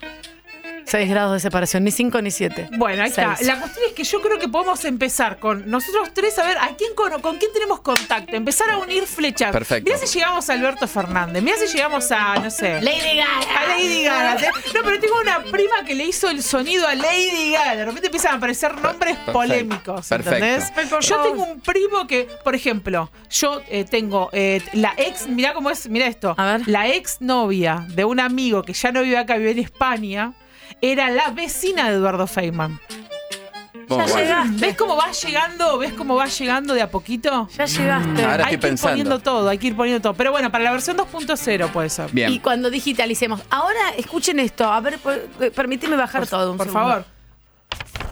S6: 6 grados de separación, ni 5 ni 7.
S11: Bueno, ahí está. La cuestión es que yo creo que podemos empezar con nosotros tres a ver a quién cono- con quién tenemos contacto, empezar a unir flechas.
S7: Perfecto.
S11: Mirá si llegamos a Alberto Fernández, mirá si llegamos a, no sé.
S6: Lady Gaga.
S11: A Lady Gaga. Te- No, pero tengo una prima que le hizo el sonido a Lady Gaga. De repente empiezan a aparecer nombres
S7: Perfecto.
S11: polémicos,
S7: Perfecto.
S11: ¿entendés? Yo tengo un primo que, por ejemplo, yo eh, tengo eh, la ex, mirá cómo es, mirá esto. La ex novia de un amigo que ya no vive acá, vive en España, era la vecina de Eduardo Feynman.
S7: Bueno, bueno.
S11: ¿Ves cómo va llegando? ¿Ves cómo va llegando de a poquito? Ya
S6: llegaste.
S7: Ahora
S11: hay
S7: estoy
S11: que ir
S7: pensando.
S11: poniendo todo, hay que ir poniendo todo. Pero bueno, para la versión 2.0 puede ser.
S7: Bien.
S6: Y cuando digitalicemos. Ahora escuchen esto. A ver, per- eh, permíteme bajar todo. Un
S11: por
S6: segundo.
S11: favor.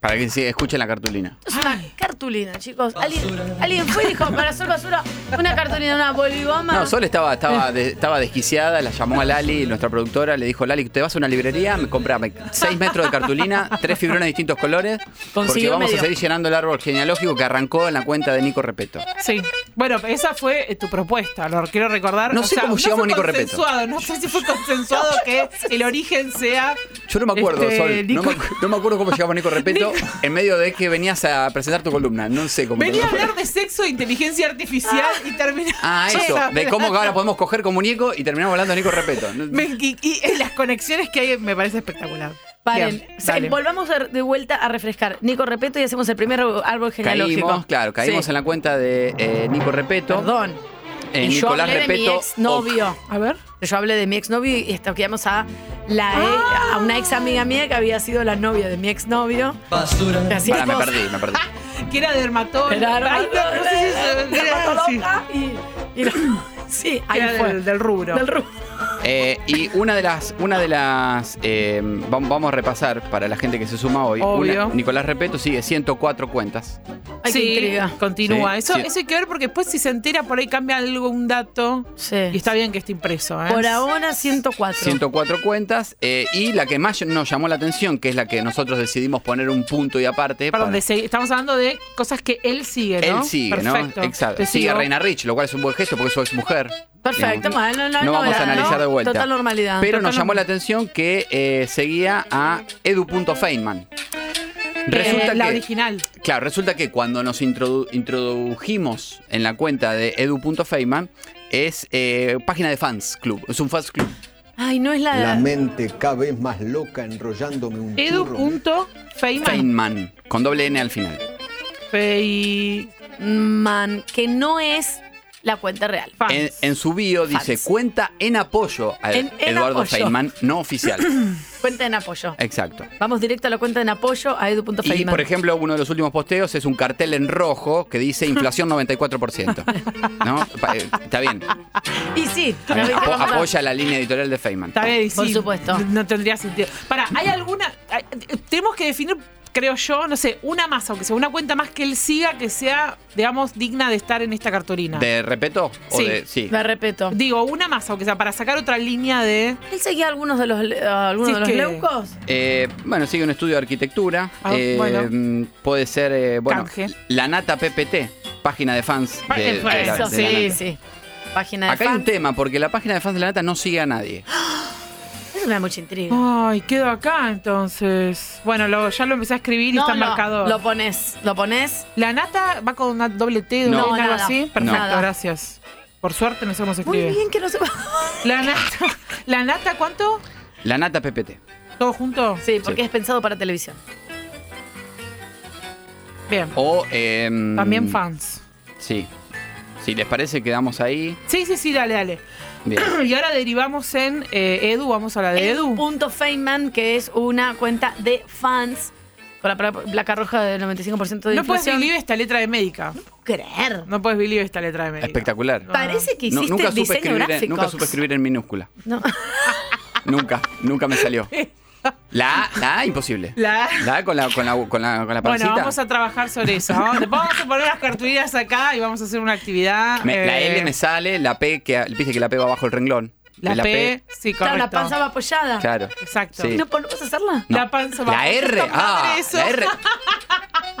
S7: Para que sí, escuchen la cartulina.
S6: Es una cartulina, chicos. ¿Alguien, alguien fue y dijo, para hacer basura, una cartulina, una bolivoma.
S7: No, Sol estaba, estaba, de- estaba desquiciada, la llamó a Lali, nuestra productora, le dijo, Lali, te vas a una librería, me comprame 6 metros de cartulina, tres fibrones de distintos colores, porque
S11: Consiguió
S7: vamos
S11: medio.
S7: a seguir llenando el árbol genealógico que arrancó en la cuenta de Nico Repeto.
S11: Sí. Bueno, esa fue eh, tu propuesta, lo quiero recordar.
S7: No sé cómo llegamos a
S11: fue
S7: Nico Repeto.
S11: consensuado, No sé si fue consensuado que el origen sea.
S7: Yo no me acuerdo,
S11: Este,
S7: Sol, no
S11: Nico-
S7: me, acu- no me acuerdo cómo llegamos a Nico Repeto en medio de que venías a presentar tu columna, no sé cómo. te-
S11: Venía a hablar de sexo e inteligencia artificial y terminó.
S7: Ah, eso, de cómo ahora podemos coger con muñeco y terminamos hablando de Nico Repeto.
S11: Me- y, y- y las conexiones que hay me parece espectacular.
S6: Paren,
S11: Bien,
S6: o sea,
S11: dale.
S6: volvamos a- de vuelta a refrescar. Nico, repeto, y hacemos el primer árbol genealógico.
S7: Caímos, claro, caímos
S6: Sí.
S7: en la cuenta de eh, Nico Repeto.
S6: Perdón.
S7: Eh,
S6: Y yo
S7: Nicolás
S6: hablé de mi
S7: Repeto.
S6: exnovio.
S11: A ver.
S6: Yo hablé de mi exnovio y estalqueamos a, la, e- a una ex amiga mía que había sido la novia de mi exnovio.
S7: Basura.
S6: Así es,
S7: me
S6: vos.
S7: perdí, me perdí.
S11: Que era dermatólogo.
S6: Era
S11: Ay, no, no sé si eso-
S6: dermatólogo,
S11: sí.
S6: Y lo- sí, ahí
S11: Era
S6: fue.
S11: del- del rubro.
S6: Del rubro.
S7: Eh, y una de las, una de las eh, vam- vamos a repasar para la gente que se suma hoy.
S11: Obvio.
S7: Una- Nicolás Repeto sigue 104 cuentas.
S6: Ay, qué
S11: Sí,
S6: intriga.
S11: Continúa.
S7: Sí,
S11: eso,
S7: sí.
S11: eso hay que ver porque después si se entera por ahí cambia algo, un dato. Y está bien que esté impreso. ¿eh?
S6: Por ahora 104.
S7: 104 cuentas. eh, y la que más nos llamó la atención, que es la que nosotros decidimos poner un punto y aparte.
S11: Perdón,
S7: para-
S11: de segui- estamos hablando de cosas que él sigue, ¿no?
S7: Él sigue,
S11: Perfecto.
S7: ¿no? Exacto.
S11: Te
S7: Sigue a
S11: sigo.
S7: Reina Rich, lo cual es un buen gesto porque es su ex mujer.
S6: Perfecto, bueno, no, no,
S7: vamos a
S6: no,
S7: analizar
S6: no,
S7: de vuelta.
S6: total normalidad.
S7: Pero
S6: Total
S7: nos llamó
S6: normal-
S7: la atención que eh, seguía a edu.feynman. Resulta
S11: Eh, la
S7: que-
S11: original.
S7: Claro, resulta que cuando nos introdu- introdujimos en la cuenta de edu.feynman, es eh, página de fans club, es un fans club.
S6: Ay, no es la.
S12: mente cada vez más loca enrollándome un
S11: Edu.Feynman.
S7: Feynman, con doble N al final.
S6: Feynman, que no es la cuenta real.
S7: En, en su bio dice, cuenta en apoyo a
S6: En- en
S7: Eduardo
S6: apoyo.
S7: Feynman, no oficial.
S6: Cuenta en apoyo.
S7: Exacto.
S6: Vamos directo a la cuenta en apoyo a
S7: eh. Y,
S6: edu.feynman.
S7: por ejemplo, uno de los últimos posteos es un cartel en rojo que dice inflación 94%. ¿No? Pa- eh, Está bien.
S6: Y sí,
S7: Está bien.
S6: no,
S7: Apo-
S6: no, no.
S7: apoya la línea editorial de Feynman.
S11: Está bien,
S6: Por
S11: sí,
S6: supuesto.
S11: No tendría sentido. Para, ¿hay alguna. hay- tenemos que definir, creo yo, no sé, una más, aunque sea una cuenta más que él siga que sea, digamos, digna de estar en esta cartulina.
S7: ¿De repeto? ¿O
S11: Sí.
S7: de- sí.
S6: repeto.
S11: Digo, una más, aunque sea, para sacar otra línea de.
S6: Él seguía algunos de los, eh, algunos
S11: Sí,
S6: de
S11: es
S6: los
S11: que-
S6: leucos.
S7: Eh, bueno, sigue un estudio de arquitectura.
S6: Ah,
S7: Eh,
S6: bueno.
S7: Puede ser, eh, bueno,
S6: Canje. Ah,
S7: la Nata PPT, página de fans de, de la- de la
S6: Eso, sí,
S7: Nata.
S6: sí. Página de
S7: Acá hay un
S6: fan.
S7: tema, porque la página de fans de la Nata no sigue a nadie.
S6: Eso me da mucha intriga.
S11: Ay, quedo acá entonces. Bueno, lo- ya lo empecé a escribir y
S6: No,
S11: está
S6: no,
S11: marcado.
S6: Lo pones, lo pones.
S11: ¿La nata va con una doble T, doble
S6: No,
S11: N, algo
S6: nada.
S11: así?
S6: No.
S11: Perfecto,
S6: Nada.
S11: gracias. Por suerte no sé cómo se
S6: Muy
S11: escribe.
S6: bien que no se
S11: La nata, ¿La nata cuánto?
S7: La Nata PPT.
S11: ¿Todo junto?
S6: Sí, porque es pensado para televisión.
S11: Bien.
S7: O, eh,
S11: También fans.
S7: Sí. Si les parece, quedamos ahí.
S11: Sí, sí, sí, dale, dale.
S7: Bien.
S11: Y ahora derivamos en eh, Edu, vamos a la de Edu.
S6: Punto Feynman, que es una cuenta de fans con la pla- placa roja del 95% de
S11: No puedes
S6: inflación.
S11: vivir esta letra de médica. No puedo
S6: creer.
S11: No puedes vivir esta letra de médica.
S7: Espectacular.
S6: Parece que hiciste
S7: nunca supe
S6: diseño
S7: escribir En,
S6: gráfico.
S7: nunca supe escribir en minúscula.
S6: No.
S7: nunca, nunca me salió. La A, la A, imposible.
S11: La A.
S7: A con la, con la, con la, con la
S11: Bueno,
S7: pancita.
S11: vamos a trabajar sobre eso. Vamos, vamos a poner las cartulinas acá y vamos a hacer una actividad.
S7: Me- La
S11: eh,
S7: L me sale, la P, que viste que la P va bajo el renglón.
S11: La, P, sí, correcto.
S6: Claro, la panza va apoyada.
S7: Claro.
S11: Exacto.
S7: Sí.
S6: ¿No podemos hacerla?
S7: No.
S11: La panza va
S7: La R,
S11: Está
S7: ah,
S11: padre eso.
S7: la R.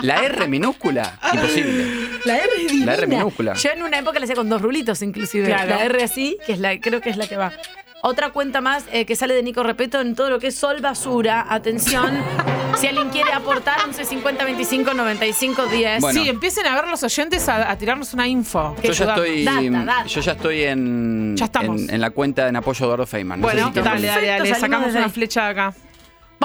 S7: La R minúscula, imposible.
S6: La R es divina.
S7: La R minúscula.
S6: Yo en una época la hacía con dos rulitos, inclusive.
S11: Claro.
S6: La R así, que es la, creo que es la que va. Otra cuenta más eh, que sale de Nico Repeto en todo lo que es Sol Basura. Atención. si alguien quiere aportar, 11 50 25 95 10.
S7: Bueno.
S11: Sí, empiecen a ver los oyentes a, a tirarnos una info.
S7: Yo ya, estoy,
S11: Data, data.
S7: yo ya estoy en,
S11: Ya estamos.
S7: en, en la cuenta en apoyo de Eduardo Feynman. No sé
S11: Bueno,
S7: si quieren-
S11: dale, dale, dale.
S6: salimos
S11: Sacamos
S6: desde
S11: una
S6: ahí.
S11: flecha acá.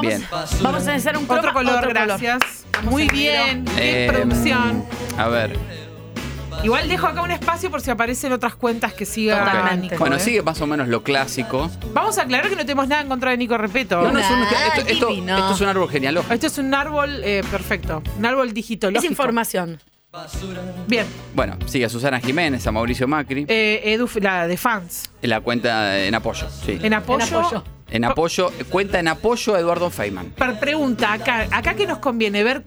S7: Bien.
S6: Vamos a hacer un
S11: Otro
S6: croma,
S11: color,
S6: otro color.
S11: gracias. Muy bien.
S7: Eh,
S11: Bien, producción.
S7: A ver.
S11: Igual dejo acá un espacio por si aparecen otras cuentas que siga Nico,
S7: Bueno,
S11: ¿eh?
S7: sigue más o menos lo clásico.
S11: Vamos a aclarar que no tenemos nada en contra de Nico Repeto.
S7: No, no, es un- esto, esto- esto es un árbol genealógico.
S11: Esto es un árbol eh, perfecto, un árbol digital.
S6: Es información.
S11: Bien,
S7: Bueno, sigue a Susana Jiménez, a Mauricio Macri,
S11: eh, Edu, la de fans.
S7: en la cuenta en apoyo. Sí.
S11: En apoyo,
S7: En apoyo, cuenta en apoyo a Eduardo Feynman.
S11: per- pregunta, acá, acá qué nos conviene ver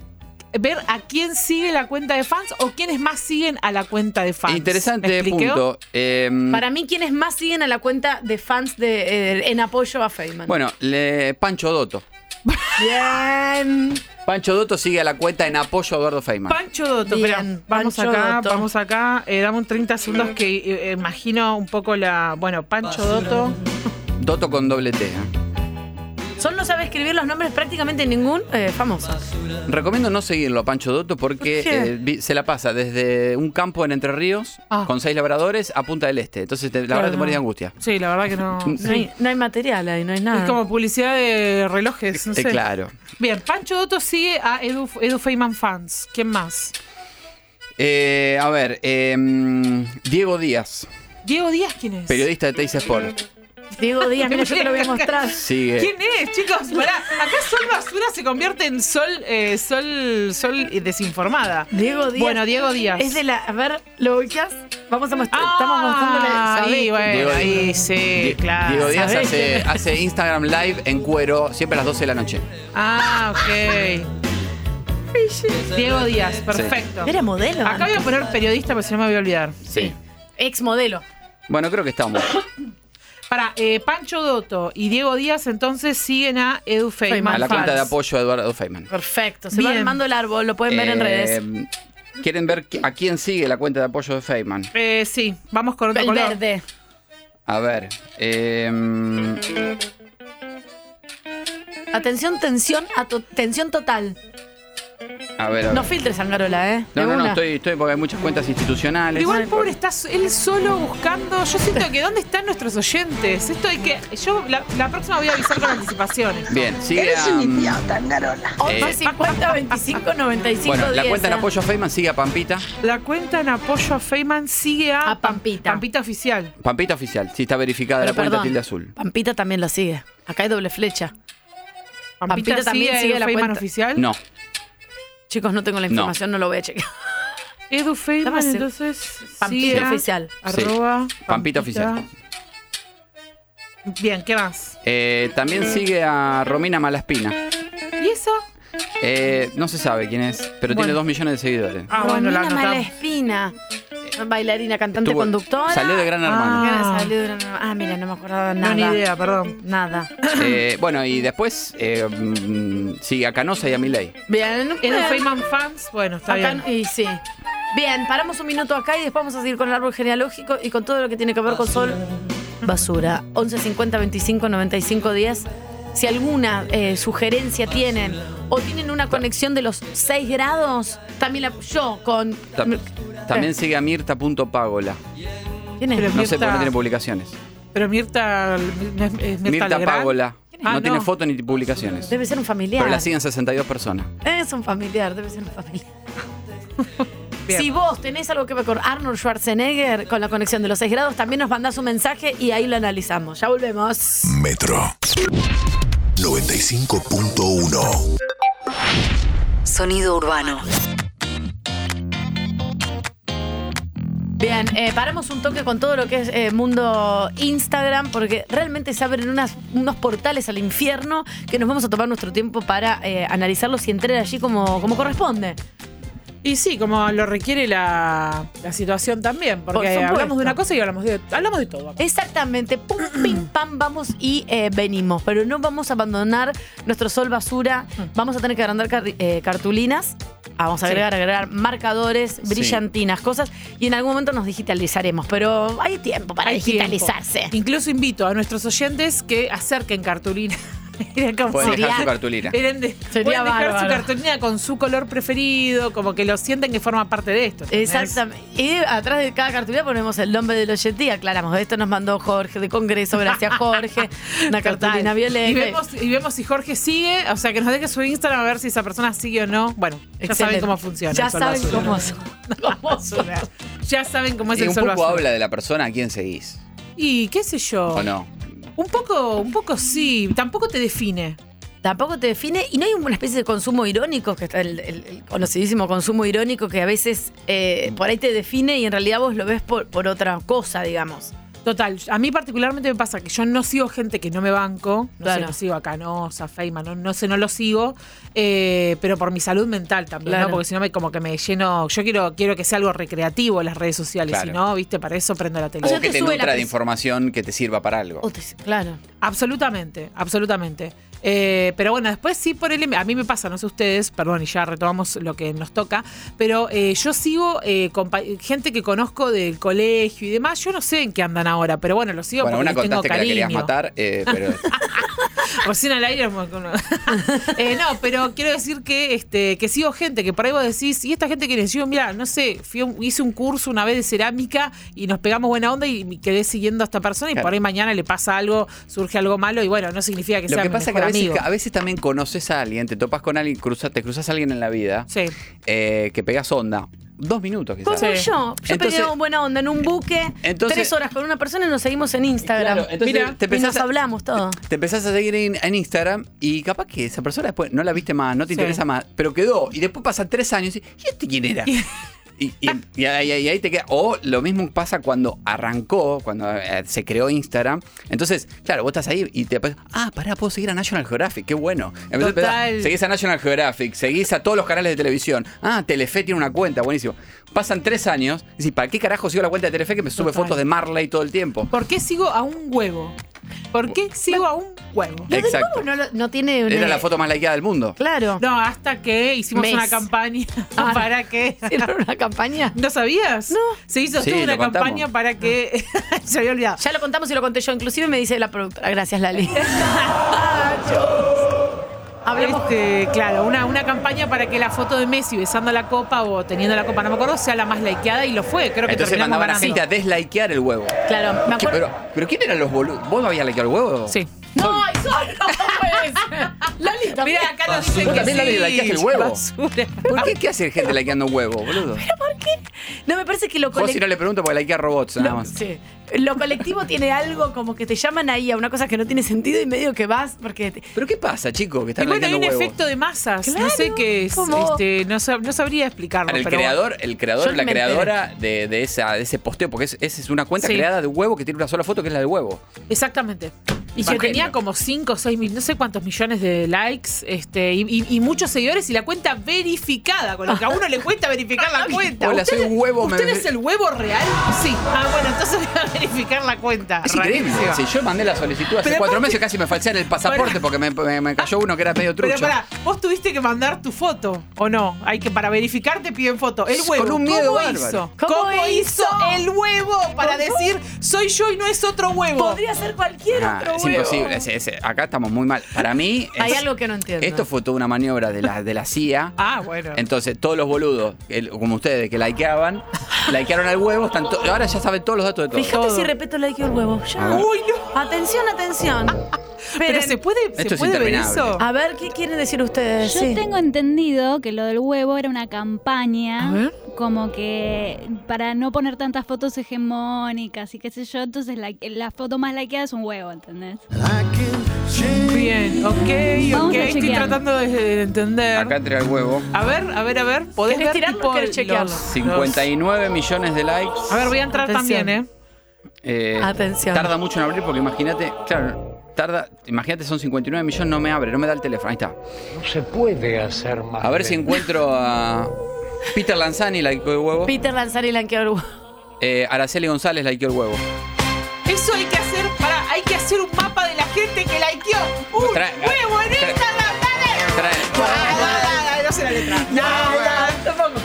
S11: ver a quién sigue la cuenta de fans o quiénes más siguen a la cuenta de fans. ¿Me
S7: Interesante
S11: expliqué?
S7: punto. Em,
S6: Para mí, quienes más siguen a la cuenta de fans de, eh, en apoyo a Feynman.
S7: Bueno, le- Pancho Dotto.
S6: Bien.
S7: Pancho Dotto sigue a la cuenta en apoyo a Eduardo Feynman.
S11: Pancho Dotto,
S6: Bien,
S11: espera, vamos
S6: Pancho
S11: acá,
S6: Dotto.
S11: vamos acá, eh, dame un 30 segundos que eh, eh, imagino un poco la, bueno, Pancho Dotto.
S7: Dotto con doble T. ¿eh?
S6: Sol no sabe escribir los nombres prácticamente ningún eh, famoso.
S7: Recomiendo no seguirlo a Pancho Dotto porque
S6: ¿Por qué?
S7: eh, vi- se la pasa desde un campo en Entre Ríos
S6: Ah.
S7: con seis labradores a Punta del Este. Entonces te- la
S11: Claro,
S7: verdad te
S11: no.
S7: morís de angustia.
S11: Sí, la verdad que no.
S6: No hay, no hay material ahí, no hay nada.
S11: Es como publicidad de relojes, no
S7: Eh,
S11: sé.
S7: claro.
S11: Bien, Pancho Dotto sigue a Edu, Edu Feynman fans. ¿Quién más?
S7: Eh, a ver, em, Diego Díaz,
S11: Diego Díaz, ¿quién es?
S7: periodista de Teis Sport.
S6: Diego Díaz, mira, yo te lo voy a mostrar.
S7: Sigue.
S11: ¿Quién es, chicos? Pará, acá Sol Basura se convierte en Sol, eh, Sol, Sol desinformada.
S6: Diego Díaz.
S11: Bueno, Diego Díaz.
S6: Es de la. A ver, ¿lo ubicas? Vamos a mostrar.
S11: Ah,
S6: estamos mostrándole.
S11: ahí,
S6: ¿sabés?
S11: Ah, bueno,
S7: Diego
S11: ahí,
S7: Díaz.
S11: sí,
S7: Die-
S11: claro.
S7: Diego Díaz
S11: ¿Sabés
S7: hace,
S11: quién es?
S7: hace Instagram Live en cuero, siempre a las 12 de la noche.
S11: Ah, ok. Diego Díaz, perfecto.
S6: Era modelo.
S11: Acá voy a poner periodista porque si no me voy a olvidar.
S7: Sí.
S6: Ex modelo.
S7: Bueno, creo que estamos.
S11: Para Eh, Pancho Dotto y Diego Díaz entonces siguen a Edu Feynman.
S7: A la cuenta de
S11: fans.
S7: apoyo a Eduardo Feynman.
S6: Perfecto. Se va
S11: Bien.
S6: armando el árbol, lo pueden ver en
S7: Eh,
S6: redes.
S7: ¿Quieren ver qui- a quién sigue la cuenta de apoyo de Feynman?
S11: Eh, sí, vamos con otro
S6: El
S11: color.
S6: verde.
S7: A ver. em,
S6: Atención, tensión, a to- tensión total.
S7: a ver, a ver.
S6: No filtres, Angarola, ¿eh?
S7: No,
S6: De
S7: no, no,
S6: una.
S7: estoy, estoy porque hay muchas cuentas institucionales.
S11: Pero igual, pobre, está so- él solo buscando. Yo siento que ¿dónde están nuestros oyentes? Esto hay que. Yo la, la próxima voy a avisar con anticipaciones.
S7: Bien, sigue um, a- mm,
S11: Angarola.
S6: 11 50 25 95
S7: eh, Bueno, la
S6: 10,
S7: cuenta en
S6: ¿eh?
S7: apoyo a Feynman sigue a Pampita.
S11: La cuenta en apoyo a Feynman sigue a, Ah, Pampita. Pampita oficial.
S7: Pampita oficial, sí está verificada
S6: Pero
S7: la cuenta
S6: perdón.
S7: tilde azul.
S6: Pampita también lo sigue. Acá hay doble flecha.
S11: Pampita, también sigue, a
S6: la
S11: Feynman
S6: cuenta.
S11: oficial.
S7: No,
S6: Chicos, no tengo la
S7: No.
S6: información, no, lo voy a chequear.
S11: Edu Feynman,
S6: Dame ese-
S11: entonces.
S6: Pampita
S11: sigue a-
S6: oficial.
S11: Arroba.
S7: Pampita oficial.
S11: Bien, ¿qué más?
S7: Eh, también sigue a Romina Malaspina.
S11: ¿Y eso?
S7: Eh, no se sabe quién es, pero tiene
S6: Bueno.
S7: dos millones de seguidores.
S11: Ah, bueno, la
S6: Romina
S11: anotamos.
S6: Malespina. Bailarina, cantante,
S7: Estuvo-
S6: conductora.
S7: salió de Gran Hermano.
S6: Ah, salió de Gran Hermano. Ah, mira, no me acordaba
S11: No,
S6: nada.
S11: ni idea, perdón.
S6: Nada.
S7: Eh, bueno, y después eh, mm, sigue a Canosa y a Milei.
S6: Bien.
S11: Edu
S6: bien.
S11: Feynman fans, bueno, está
S6: Acá-
S11: bien.
S6: Y sí. Bien, paramos un minuto acá y después vamos a seguir con el árbol genealógico y con todo lo que tiene que ver con Sol. Basura. 11 50 25 95 10. Si alguna eh, sugerencia tienen o tienen una conexión de los 6 grados, también la, yo con.
S7: Ta-
S6: eh.
S7: También sigue a Mirta.pagola.
S6: ¿Quién es?
S7: No sé por qué no tiene publicaciones.
S11: Pero Mirta. no es- es Mirta,
S7: Mirta,
S11: Legrand.
S7: Pagola.
S6: Ah,
S7: no, tiene
S6: no.
S7: foto ni publicaciones.
S6: Debe ser un familiar.
S7: Pero la siguen 62 personas.
S6: Es un familiar, debe ser un familiar. Si vos tenés algo que ver con Arnold Schwarzenegger, con la conexión de los 6 grados, también nos mandás un mensaje y ahí lo analizamos. Ya volvemos.
S9: Metro 95.1.
S24: Sonido urbano.
S6: Bien, eh, paramos un toque con todo lo que es eh, mundo Instagram, porque realmente se abren unas, unos portales al infierno que nos vamos a tomar nuestro tiempo para eh, analizarlos y entrar allí como, como corresponde.
S11: Y sí, como lo requiere la, la situación también, porque
S6: supuesto.
S11: hablamos de una cosa y hablamos de, hablamos de todo. acá.
S6: Exactamente, pum, pim, pam, vamos y eh, venimos. Pero no vamos a abandonar nuestro sol basura. Vamos a tener que agrandar car- eh, cartulinas. Ah, Vamos a
S11: Mm. Sí.
S6: agregar, agregar marcadores, brillantinas, cosas. Y en algún momento nos digitalizaremos. Pero hay tiempo para
S11: Hay tiempo.
S6: digitalizarse.
S11: Incluso invito a nuestros oyentes que acerquen cartulina. Miren cómo
S7: Pueden dejar
S11: sería.
S7: su cartulina.
S11: Miren de-
S6: Sería
S11: pueden dejar su
S6: bárbaro.
S11: cartulina con su color preferido, como que lo sienten que forma parte de esto. ¿entendés?
S6: Exactamente. Y atrás de cada cartulina ponemos el nombre del oyente y aclaramos. Esto nos mandó Jorge de Congreso, gracias Jorge. Una cartulina violeta.
S11: Y vemos, y vemos si Jorge sigue, o sea, que nos deje su Instagram a ver si esa persona sigue o no. Bueno, ya saben
S6: Excelente.
S11: cómo funciona.
S6: Ya
S11: el sol
S6: saben
S11: basura.
S6: cómo son.
S11: Cómo suena. Ya saben cómo es
S7: Y
S11: el
S7: un
S11: sol
S7: poco
S11: basura.
S7: habla de la persona a quién seguís,
S11: Y qué sé yo.
S7: ¿o no?
S11: Un poco, un poco sí. Tampoco te define.
S6: Tampoco te define y no hay una especie de consumo irónico, que está el, el- el conocidísimo consumo irónico que a veces eh, por ahí te define y en realidad vos lo ves por, por otra cosa, digamos.
S11: Total, a mí particularmente me pasa que yo no sigo gente que no me banco, no sé,
S6: Claro.
S11: no sigo a Canosa, Feynman, no, no sé, no lo sigo, eh, pero por mi salud mental también,
S6: Claro.
S11: ¿no? Porque si no me como que me lleno, yo quiero, quiero que sea algo recreativo las redes sociales,
S7: Claro.
S11: si no, viste, para eso prendo la
S7: O
S11: televisión.
S7: que te nutra de información que te sirva para algo.
S6: Claro.
S11: Absolutamente, absolutamente. Eh, pero bueno, después sí, por el. A mí me pasa, no sé ustedes, perdón, y ya retomamos lo que nos toca, pero eh, yo sigo eh, compa- gente que conozco del colegio y demás. Yo no sé en qué andan ahora, pero bueno, lo sigo
S7: Bueno, una
S11: porque les tengo
S7: contaste que la querías
S11: cariño.
S7: matar, eh, pero
S11: Recién al aire. es como que uno- Eh, no, pero quiero decir que este que sigo gente que por ahí vos decís, y esta gente que les digo, mira, no sé, fui a un- hice un curso una vez de cerámica y nos pegamos buena onda y me quedé siguiendo a esta persona y
S7: Claro.
S11: por ahí mañana le pasa algo, surge algo malo y bueno, no significa que
S7: Lo
S11: sea
S7: que
S11: mi
S7: pasa es que
S11: mejor
S7: a veces,
S11: amigo.
S7: a veces también conoces a alguien, te topas con alguien, cruza- te cruzas a alguien en la vida,
S11: Sí.
S7: eh, que pegas onda. Dos minutos quizás.
S6: Como yo, yo
S7: Entonces-
S6: pegué buena onda en un buque,
S7: entonces-
S6: tres horas con una persona y nos seguimos en Instagram.
S7: Claro, entonces
S6: Mira,
S7: te
S6: y nos
S7: pensás-
S6: hablamos todo.
S7: Te empezás a seguir en, en Instagram y capaz que esa persona después no la viste más, no te
S6: Sí.
S7: interesa más, pero quedó. Y después pasan tres años y, ¿y este quién era? Y, y- y ahí, ahí- ahí te queda. O lo mismo pasa cuando arrancó, cuando eh, se creó Instagram. Entonces, claro, vos estás ahí y te aparece, ah, pará, puedo seguir a National Geographic, qué bueno. Empezás a pensar,
S11: Total.
S7: seguís a National Geographic, seguís a todos los canales de televisión. Ah, Telefe tiene una cuenta, buenísimo. Pasan tres años, y decís, ¿para qué carajo sigo la cuenta de Telefe que me sube
S11: Total.
S7: fotos de Marley todo el tiempo?
S11: ¿Por qué sigo a un huevo? ¿Por qué sigo a un huevo?
S7: Lo del Exacto. huevo
S6: no, tiene
S7: Era la foto más likeada del mundo.
S6: Claro.
S11: No, hasta que hicimos
S6: Mes.
S11: una campaña. ¿Para qué?
S6: Ah, ¿Hicieron una campaña?
S11: ¿No sabías? No. Se hizo
S7: Sí,
S11: toda
S7: lo
S11: una
S7: contamos.
S11: campaña para que. Se había olvidado.
S6: Ya lo contamos y lo conté yo. Inclusive me dice la productora. Gracias, Lali.
S11: Este, claro, una, una campaña para que la foto de Messi besando la copa o teniendo la copa, no me acuerdo, sea la más likeada y lo fue. Creo que
S7: Entonces
S11: terminamos
S7: mandaban a
S11: ganando.
S7: gente a deslikear el huevo.
S6: Claro, me
S7: Que-
S6: acuerdo.
S7: Pero, pero ¿quién eran los boludos? ¿Vos no habías likeado el huevo? Sí.
S6: No, pues. ay, sol, no puede ser. Lali también.
S11: Mirá, acá nos dicen
S7: ¿Vos
S11: que
S7: también
S11: sí.
S7: Lali likeaste el huevo?
S11: Basura.
S7: ¿Por qué? ¿Qué hace gente likeando un huevo, boludo?
S6: No, me parece que lo
S7: Vos si
S6: colectivo.
S7: no le pregunto porque likea robots nada más.
S6: Sí. Lo colectivo tiene algo como que te llaman ahí a una cosa que no tiene sentido y medio que vas porque. te-
S7: ¿Pero qué pasa, chicos? Que
S11: Y
S7: están
S11: bueno, hay
S7: likeando
S11: un
S7: huevos.
S11: efecto de masas. no
S6: Claro,
S11: sé qué es.
S6: ¿cómo?
S11: este, no, sab- no sabría explicarlo.
S7: Ahora, el
S11: pero
S7: creador,
S11: bueno.
S7: el
S11: Yo
S7: creador,
S11: ni
S7: la
S11: me enteré.
S7: creadora de, de esa, de ese posteo, porque es- esa es, una cuenta
S11: Sí.
S7: creada de un huevo que tiene una sola foto que es la del huevo.
S11: Exactamente. Y
S7: Imagino.
S11: que tenía como 5 o 6 mil, no sé cuántos millones de likes este, y, y- y muchos seguidores y la cuenta verificada, con lo que a uno le cuesta verificar la cuenta.
S7: Hola, soy
S11: ¿Usted-
S7: un huevo, me-
S11: ¿Usted es el huevo real? Sí. Ah, bueno, entonces voy a verificar la cuenta.
S7: Es increíble.
S11: Rarísimo.
S7: Si yo mandé la solicitud hace
S11: Pero
S7: cuatro
S11: aparte-
S7: meses, casi me falsean el pasaporte porque me, me- me cayó uno que era medio trucho.
S11: Pero pará, vos tuviste que mandar tu foto, ¿o no? Hay que para verificar te piden foto. El
S7: Con
S11: huevo.
S7: un miedo
S11: ¿Cómo
S7: bárbaro.
S11: hizo?
S6: ¿Cómo
S11: hizo el huevo para
S6: ¿Cómo?
S11: decir soy yo y no es otro huevo?
S6: Podría ser cualquier
S7: Ah,
S6: otro
S7: es
S6: huevo.
S7: imposible. es- es- acá estamos muy mal. Para mí.
S6: Hay
S7: es-
S6: algo que no entiendo.
S7: Esto fue toda una maniobra de la, de la CIA.
S11: Ah, bueno.
S7: Entonces, todos los boludos, el- como ustedes, que likeaban, likearon al huevo, están to- ahora ya saben todos los datos de todo.
S6: Fíjate si respeto el like el huevo. Ya.
S7: A ver. Uy,
S6: Atención, atención.
S11: Pero se puede,
S7: Esto
S11: se
S7: es
S11: puede ver
S7: interminable.
S11: eso.
S6: A ver, ¿qué quieren decir ustedes?
S14: Yo
S6: Eh, Sí.
S14: tengo entendido que lo del huevo era una campaña,
S6: A ver.
S14: como que para no poner tantas fotos hegemónicas y qué sé yo, entonces la, la foto más likeada es un huevo, ¿entendés?
S11: Bien, ok,
S14: Vamos
S11: ok.
S14: a
S11: Estoy
S14: chequear.
S11: tratando de, de entender.
S7: Acá entre el huevo.
S11: A ver, a ver, a ver. ¿Podés
S6: ¿Querés
S11: ver
S6: tirarlo
S11: tipo
S6: o querés chequearlo?
S11: los-
S7: 59 millones de likes.
S11: los- A ver, voy a entrar
S6: Atención.
S11: también, ¿eh?
S7: Eh,
S6: Atención.
S7: Tarda mucho en abrir porque imagínate, claro, tarda, imagínate son 59 millones, no me abre, no me da el teléfono. Ahí está.
S21: No se puede hacer más.
S7: A ver si encuentro a. Peter Lanzani likeó el huevo.
S6: Peter Lanzani blanqueó el huevo.
S7: Eh, Araceli González likeó el huevo.
S11: Eso hay que hacer, para, hay que hacer un mapa de la gente que likeó un
S7: Trae-
S11: huevo en
S7: trae-
S11: Instagram, dale. La, la, la, no sé la letra. La, la, tampoco.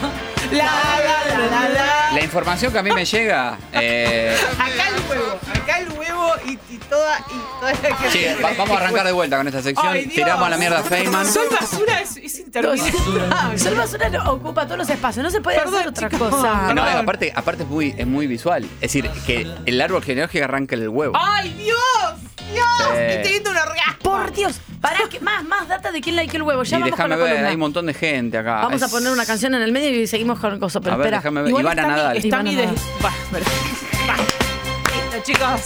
S11: La, la, la, la, la.
S7: La información que a mí me llega. eh,
S11: Acá el huevo, acá el huevo y, y toda y toda la gente.
S7: che, va- vamos a arrancar de vuelta con esta sección.
S11: Ay, Dios.
S7: Tiramos a la mierda a Feynman.
S11: Sol basura es, es interminable.
S6: Sol basura no- ocupa todos los espacios, no se puede hacer otra cosa.
S7: No, aparte, aparte es, muy, es muy visual. Es decir, que el árbol genealógico arranca en el huevo.
S11: ¡Ay, Dios! ¡Dios!
S7: Sí.
S11: Me estoy viendo un orgasmo.
S6: Por Dios, pará, que más, más data de quién likeó el huevo. Ya
S7: Y
S6: vamos con
S7: déjame
S6: la
S7: ver,
S6: columna.
S7: hay un montón de gente acá.
S6: Vamos a
S7: Es-
S6: poner una canción en el medio y seguimos con cosas. Pero
S7: A ver,
S6: espera.
S7: déjame ver. Igual Ivana está mi- Nadal. está
S6: Ivana
S11: mi
S6: Nadal.
S11: Listo, chicos.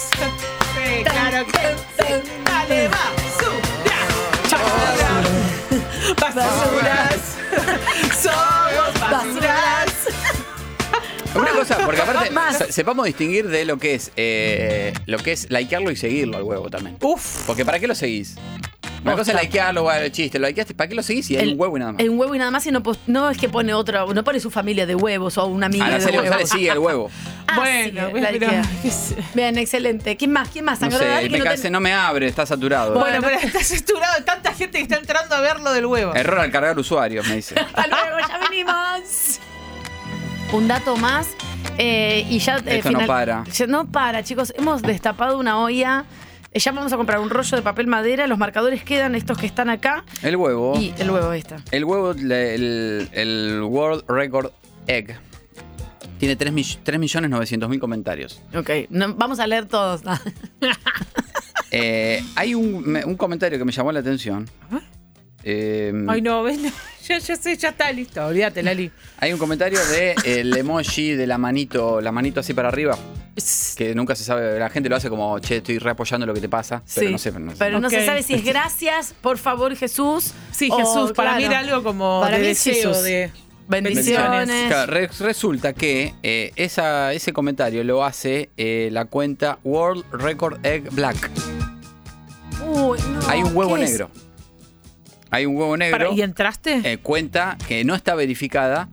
S11: Sí, claro que sí. Dale, basura. Basura. Basuras. Somos basuras.
S7: Una cosa, porque aparte
S11: Más.
S7: se- sepamos distinguir de lo que es eh, lo que es likearlo y seguirlo al huevo también.
S11: Uf.
S7: Porque ¿para qué lo seguís? Una cosa es likearlo, bueno, el chiste, lo likeaste, ¿para qué lo seguís? Y hay un huevo y nada más.
S6: En huevo y nada más, y no, pos- no es que pone otra, no pone su familia de huevos o una amiga de
S7: Araceli
S6: huevos.
S7: Ah, González sigue el huevo.
S6: Ah,
S11: Bueno,
S6: sí,
S11: voy a
S6: la
S11: mirar.
S6: Ikea. Bien, excelente. ¿Quién más? ¿Quién más?
S7: No
S6: Sangrado,
S7: sé,
S6: dale, que
S7: me
S6: no
S7: cansé, no me abre, está saturado.
S11: Bueno, pero estás saturado de tanta gente que está entrando a ver lo del huevo.
S7: Error al cargar usuarios, me dice.
S6: Hasta luego, ya venimos. Un dato más. eh, y ya. eh,
S7: Esto no para.
S6: Ya no para, chicos. Hemos destapado una olla. Eh, Ya vamos a comprar un rollo de papel madera. Los marcadores quedan estos que están acá.
S7: El huevo.
S6: Y el huevo, este. ahí está.
S7: El huevo, le- el, el World Record Egg. Tiene 3, millones 900 mil comentarios.
S6: Ok, no- vamos a leer todos.
S7: Eh, hay un, me- un comentario que me llamó la atención. Eh,
S11: Ay, no, ves. no. Ya, ya sé, ya está listo. Olvídate, Lali.
S7: Hay un comentario de el emoji de la manito, la manito así para arriba. Que nunca se sabe, la gente lo hace como, che, estoy reapoyando lo que te pasa, pero
S6: Sí,
S7: no sé. no sé.
S6: Pero no
S11: Ok.
S6: se sabe si es gracias, por favor, Jesús.
S11: Sí,
S6: o,
S11: Jesús, para mí era
S6: claro.
S11: algo como
S6: Para
S11: de
S6: mí es
S11: deseo,
S6: Jesús.
S11: de
S6: Bendiciones.
S7: Claro, re- resulta que eh, esa, ese comentario lo hace eh, la cuenta World Record Egg Black.
S6: Uy, no,
S7: Hay un huevo
S6: ¿qué es?
S7: negro. Hay un huevo negro.
S11: Ah, Para- ¿Y entraste?
S7: eh, cuenta que no está verificada.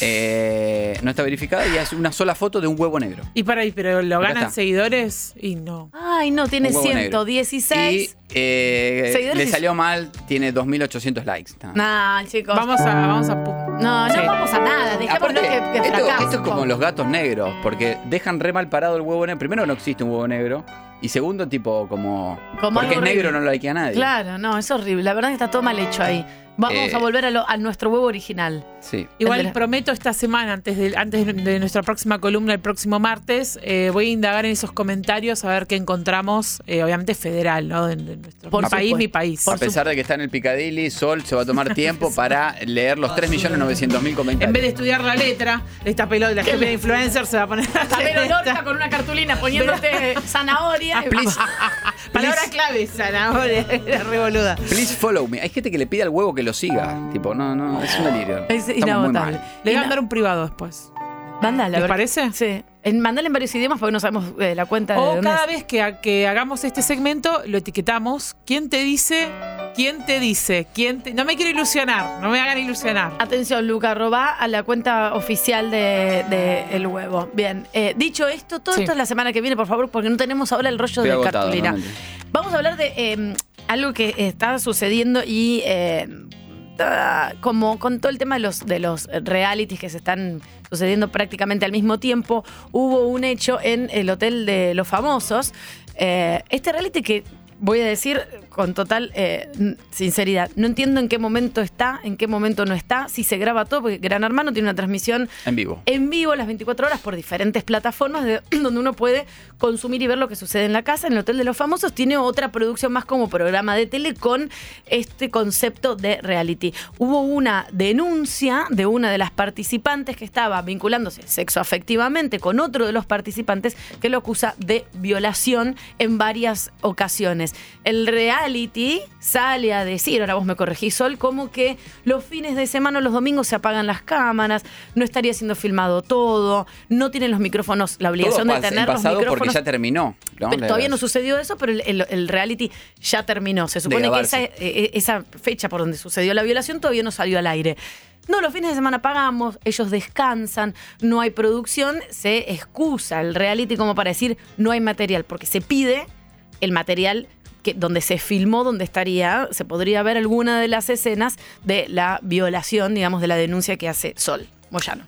S7: eh, no está verificada y hace una sola foto de un huevo negro.
S11: Y para ahí, pero lo
S7: Acá
S11: ganan
S7: está.
S11: seguidores y no.
S6: Ay, no, tiene
S7: Un huevo negro.
S6: 116.
S7: Y eh,
S6: Seguidores
S7: le
S6: y-
S7: salió mal, tiene 2.800 likes. Nah.
S6: Nah, chicos.
S11: Vamos a. Vamos a pu-
S6: No, no
S11: Sí.
S6: vamos a nada. Dejémoslo
S7: Aparte,
S6: que, que
S7: esto,
S6: fracasen.
S7: esto es como los gatos negros, porque dejan re mal parado el huevo negro. Primero, no existe un huevo negro. Y segundo, tipo, como.
S6: Como
S7: porque es
S6: algo
S7: negro,
S6: horrible.
S7: no lo likea nadie.
S6: Claro, no, es horrible. La verdad que está todo mal hecho ahí. Vamos
S7: Eh.
S6: a volver a, lo- a nuestro huevo original.
S7: Sí.
S11: Igual
S6: El de la-
S11: prometo esta semana, antes de, antes de nuestra próxima columna, el próximo martes, eh, voy a indagar en esos comentarios a ver qué encontramos, eh, obviamente federal, ¿no? De, de nuestro
S7: Por
S11: país,
S7: supuesto.
S11: mi país.
S7: a pesar de que está en el Picadilly, Sol se va a tomar tiempo para leer los 3.900.000
S11: En
S7: comentarios.
S11: vez de estudiar la letra, esta pelota de la gente de influencer se va a poner a hacer
S6: Sabelo
S11: esta.
S6: Lorca con una cartulina poniéndote zanahoria.
S11: Palabra clave, zanahoria, era re boluda.
S7: Please follow me. Hay gente que le pide al huevo que lo siga. Tipo, no, no, es un delirio.
S6: Es
S7: Estamos muy
S6: inagotable.
S7: mal.
S11: Le voy a mandar un privado después.
S6: Mándala, a
S11: ¿Les
S6: ver.
S11: parece?
S6: Sí. En, mandala en varios idiomas porque no sabemos eh, la cuenta de
S11: O
S6: dónde
S11: cada
S6: es.
S11: vez que, ha- que hagamos este segmento, lo etiquetamos. ¿Quién te dice? ¿Quién te dice? ¿Quién te- No me quiero ilusionar, no me hagan ilusionar.
S6: Atención, Luca, robá a la cuenta oficial de, de El Huevo. Bien, eh, dicho esto, todo
S11: Sí.
S6: esto es la semana que viene, por favor, porque no tenemos ahora el rollo
S7: Estoy
S6: de
S7: agotado,
S6: cartulina.
S7: realmente.
S6: Vamos a hablar de eh, algo que está sucediendo y eh, ta- como con todo el tema de los, de los realities que se están sucediendo prácticamente al mismo tiempo, hubo un hecho en el Hotel de los Famosos. Eh, este reality que voy a decir con total eh, n- sinceridad, no entiendo en qué momento está, en qué momento no está, si se graba todo, porque Gran Hermano tiene una transmisión
S7: En vivo.
S6: en vivo las 24 horas por diferentes plataformas de- donde uno puede consumir y ver lo que sucede en la casa. En el Hotel de los Famosos tiene otra producción más como programa de tele con este concepto de reality. Hubo una denuncia de una de las participantes que estaba vinculándose sexoafectivamente con otro de los participantes que lo acusa de violación en varias ocasiones. El reality sale a decir, ahora vos me corregís, Sol, como que los fines de semana, los domingos se apagan las cámaras, no estaría siendo filmado todo, no tienen los micrófonos, la obligación
S7: Todo
S6: de
S7: pas- en
S6: tener los
S7: pasado porque
S6: micrófonos.
S7: ya terminó. ¿no?
S6: Pero
S7: La-
S6: todavía no sucedió eso, pero el, el- el reality ya terminó. Se supone que esa,
S7: grabarse.
S6: eh, esa fecha por donde sucedió la violación todavía no salió al aire. No, los fines de semana pagamos, ellos descansan, no hay producción, se excusa el reality como para decir no hay material, porque se pide el material que, donde se filmó, donde estaría, se podría ver alguna de las escenas de la violación, digamos, de la denuncia que hace Sol Moyano.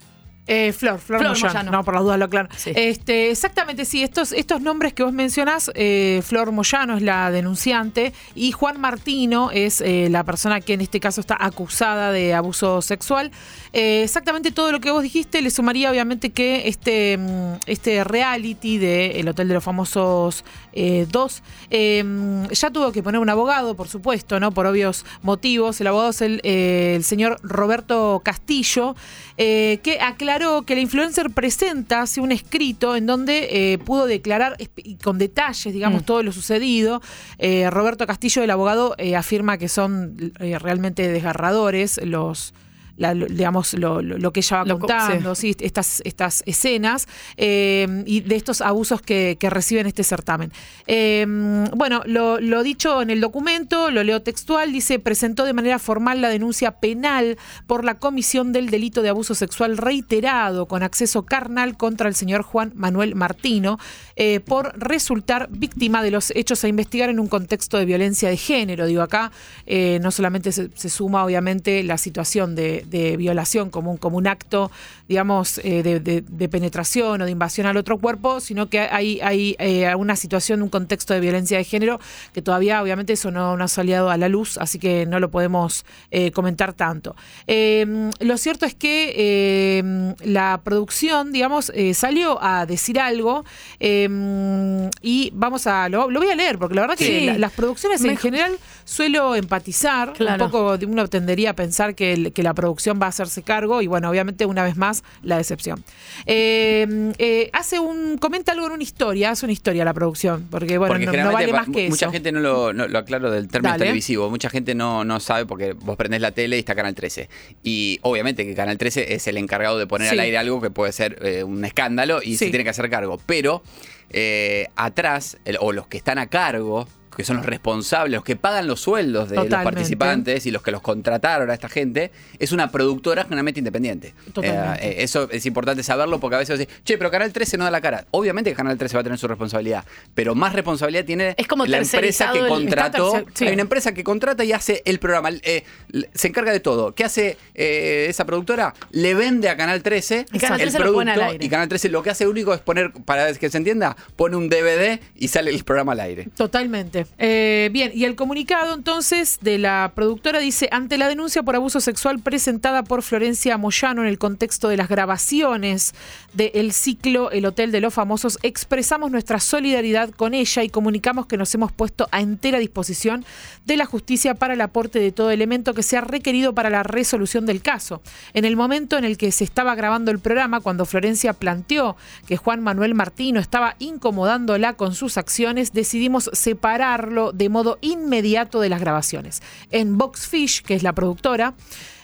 S11: Eh, Flor, Flor,
S6: Flor
S11: Moyano.
S6: Moyano.
S11: No, por las dudas lo aclaro.
S6: Sí.
S11: Este, exactamente, sí, estos, estos nombres que vos mencionás, eh, Flor Moyano es la denunciante y Juan Martino es eh, la persona que en este caso está acusada de abuso sexual. Eh, exactamente todo lo que vos dijiste, le sumaría obviamente que este, mm, este reality de El Hotel de los Famosos 2 ya tuvo que poner un abogado, por supuesto, ¿no? Por obvios motivos. El abogado es el, eh, el señor Roberto Castillo, eh, que aclaró que la influencer presenta así, un escrito en donde eh, pudo declarar espe- y con detalles, digamos,
S6: Mm.
S11: todo lo sucedido. Eh, Roberto Castillo, el abogado, eh, afirma que son eh, realmente desgarradores los. la- lo- digamos, lo, lo- lo que ella va
S6: Lo co- sí.
S11: contando, sí, estas, estas escenas eh, y de estos abusos que, que reciben este certamen. Eh, bueno, lo, lo dicho en el documento, lo leo textual, dice, presentó de manera formal la denuncia penal por la comisión del delito de abuso sexual reiterado con acceso carnal contra el señor Juan Manuel Martino eh, por resultar víctima de los hechos a investigar en un contexto de violencia de género. Digo, acá eh, no solamente se, se suma obviamente la situación de, de violación como un, como un acto, digamos, eh, de, de- de penetración o de invasión al otro cuerpo, sino que hay, hay eh, una situación, un contexto de violencia de género que todavía obviamente eso no, no ha salido a la luz, así que no lo podemos eh, comentar tanto. Eh, lo cierto es que eh, la producción, digamos, eh, salió a decir algo eh, y vamos a, lo, lo voy a leer, porque la verdad que
S6: Sí.
S11: la- las producciones en
S6: Me-
S11: general suelo empatizar,
S6: Claro.
S11: un poco de- uno tendería a pensar que, el- que la producción va a hacerse cargo y bueno, obviamente una vez más la decepción. Eh, eh, hace un, comenta algo en una historia, hace una historia la producción, porque bueno,
S7: porque
S11: no- no,
S7: generalmente
S11: vale
S7: pa-
S11: más que
S7: mucha
S11: eso.
S7: gente no lo, no- lo aclaro del término
S11: Dale.
S7: televisivo, mucha gente no, no sabe porque vos prendés la tele y está Canal 13. Y obviamente que Canal 13 es el encargado de poner
S11: Sí.
S7: al aire algo que puede ser eh, un escándalo y se
S11: Sí.
S7: tiene que hacer cargo. Pero eh, atrás, el- o los que están a cargo, que son los responsables, los que pagan los sueldos de los
S11: Totalmente.
S7: participantes y los que los contrataron a esta gente, es una productora generalmente independiente.
S11: Totalmente.
S7: Eh, eh, eso es importante saberlo porque a veces decís, che, pero Canal 13 no da la cara. Obviamente que Canal 13 va a tener su responsabilidad, pero más responsabilidad tiene
S6: Es como
S7: la empresa
S6: tercerizado
S7: que
S6: el-
S7: contrató.
S6: está tercer- sí.
S7: Hay una empresa que contrata y hace el programa. eh, l- se encarga de todo. ¿Qué hace eh, esa productora? Le vende a Canal 13
S6: Y Canal
S7: el
S6: 13 lo
S7: producto
S6: pone al aire.
S7: y Canal 13 lo que hace único es poner, para que se entienda, pone un DVD y sale el programa al aire.
S11: Totalmente. Eh, bien, y el comunicado entonces de la productora dice, ante la denuncia por abuso sexual presentada por Florencia Moyano en el contexto de las grabaciones del ciclo El Hotel de los Famosos, expresamos nuestra solidaridad con ella y comunicamos que nos hemos puesto a entera disposición de la justicia para el aporte de todo elemento que sea requerido para la resolución del caso. En el momento en el que se estaba grabando el programa, cuando Florencia planteó que Juan Manuel Martino estaba incomodándola con sus acciones, decidimos separarlo de modo inmediato de las grabaciones. En Boxfish, que es la productora,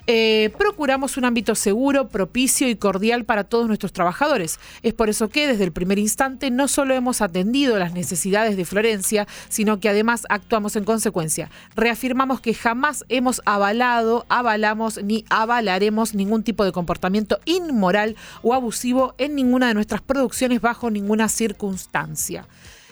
S11: eh, procuramos un ámbito seguro, propicio y cordial para todos nuestros trabajadores. Es por eso que desde el primer instante no solo hemos atendido las necesidades de Florencia, sino que además actuamos en consecuencia. Reafirmamos que jamás hemos avalado, avalamos ni avalaremos ningún tipo de comportamiento inmoral o abusivo en ninguna de nuestras producciones bajo ninguna circunstancia.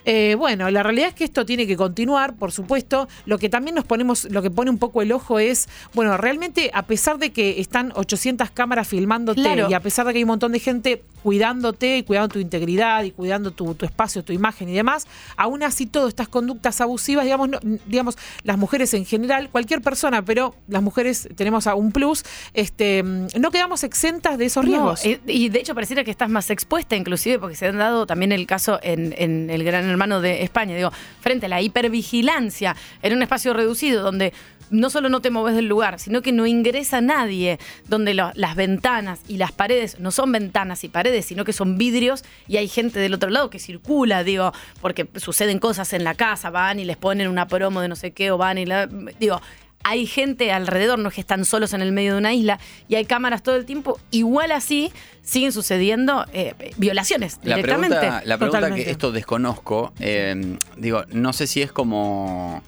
S11: Eh, bueno, la realidad es que esto tiene que continuar, por supuesto. Lo que también nos ponemos, lo que pone un poco el ojo es, bueno, realmente a pesar de que están 800 cámaras filmándote
S6: Claro.
S11: y a pesar de que hay un montón de gente cuidándote y cuidando tu integridad y cuidando tu, tu espacio, tu imagen y demás, aún así todas estas conductas abusivas, digamos, no- digamos, las mujeres en general, cualquier persona, pero las mujeres tenemos a un plus, este, no quedamos exentas de esos
S6: No,
S11: riesgos.
S6: eh, y de hecho pareciera que estás más expuesta inclusive porque se han dado también el caso en, en el Gran Hermano de España, digo, frente a la hipervigilancia en un espacio reducido donde no solo no te moves del lugar, sino que no ingresa nadie, donde lo- las ventanas y las paredes no son ventanas y paredes, sino que son vidrios y hay gente del otro lado que circula, digo, porque suceden cosas en la casa, van y les ponen una promo de no sé qué o van y la... Digo, hay gente alrededor, no es que están solos en el medio de una isla y hay cámaras todo el tiempo. Igual así siguen sucediendo eh, violaciones
S7: La
S6: directamente.
S7: pregunta, la pregunta que
S6: Totalmente.
S7: esto desconozco, eh, digo, no sé si es como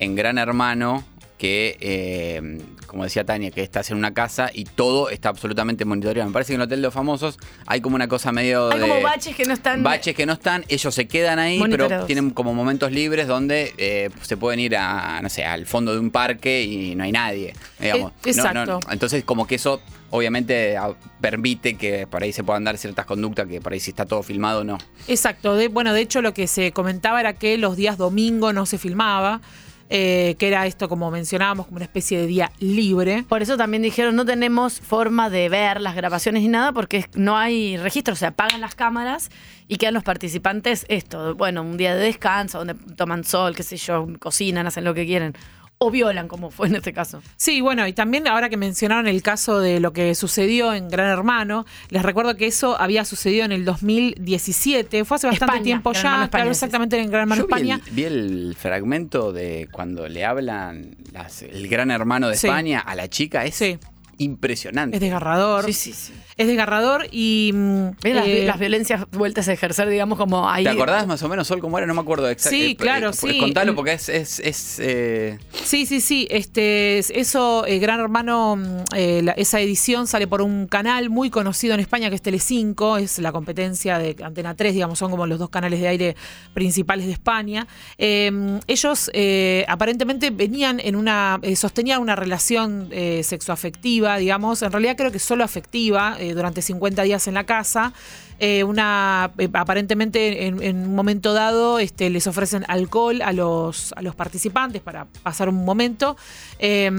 S7: en Gran Hermano que eh, como como decía Tania, que estás en una casa y todo está absolutamente monitoreado. Me parece que en el Hotel de los Famosos hay como una cosa medio
S6: Hay
S7: de...
S6: como baches que no están.
S7: Baches que no están, ellos se quedan ahí, pero
S6: Monitoreados.
S7: tienen como momentos libres donde eh, se pueden ir a, no sé, al fondo de un parque y no hay nadie. digamos.
S11: Eh,
S7: No, no,
S11: exacto.
S7: entonces, como que eso obviamente ah, permite que por ahí se puedan dar ciertas conductas que por ahí si está todo filmado no.
S11: Exacto, de, bueno, de hecho lo que se comentaba era que los días domingo no se filmaba, eh, que era esto como mencionábamos, como una especie de día libre.
S6: ¿Eh? Por eso también dijeron, no tenemos forma de ver las grabaciones ni nada porque es- no hay registro, se apagan las cámaras y quedan los participantes esto, bueno, un día de descanso donde toman sol, qué sé yo, cocinan, hacen lo que quieren o violan como fue en este caso.
S11: Sí, bueno, y también ahora que mencionaron el caso de lo que sucedió en Gran Hermano, les recuerdo que eso había sucedido en el 2017, fue hace bastante
S6: España,
S11: tiempo
S6: Gran
S11: ya,
S6: Hermano España,
S11: claro,
S6: sí, sí.
S11: exactamente en Gran Hermano
S7: Yo vi
S11: España.
S7: el, vi el fragmento de cuando le hablan las- el gran hermano de
S11: Sí.
S7: España a la chica, es impresionante.
S11: Es desgarrador. Es desgarrador y... mm,
S6: Ven Las, vi-
S11: eh,
S6: las violencias vueltas a ejercer, digamos, como ahí.
S7: ¿Te acordás más o menos, Sol, cómo era? No me acuerdo exactamente.
S11: Sí, claro, sí.
S7: Contalo porque es... es, es, eh,
S11: Sí, sí, sí. Este, es- eso, eh, Gran Hermano, mm, eh, la- esa edición sale por un canal muy conocido en España que es Telecinco, es la competencia de Antena 3, digamos, son como los dos canales de aire principales de España. Eh, ellos eh, aparentemente venían en una, eh, sostenían una relación eh, sexoafectiva, digamos, en realidad creo que solo afectiva, eh, durante 50 días en la casa. Eh, una eh, aparentemente en, en un momento dado este, les ofrecen alcohol a los, a los participantes para pasar un momento. Eh,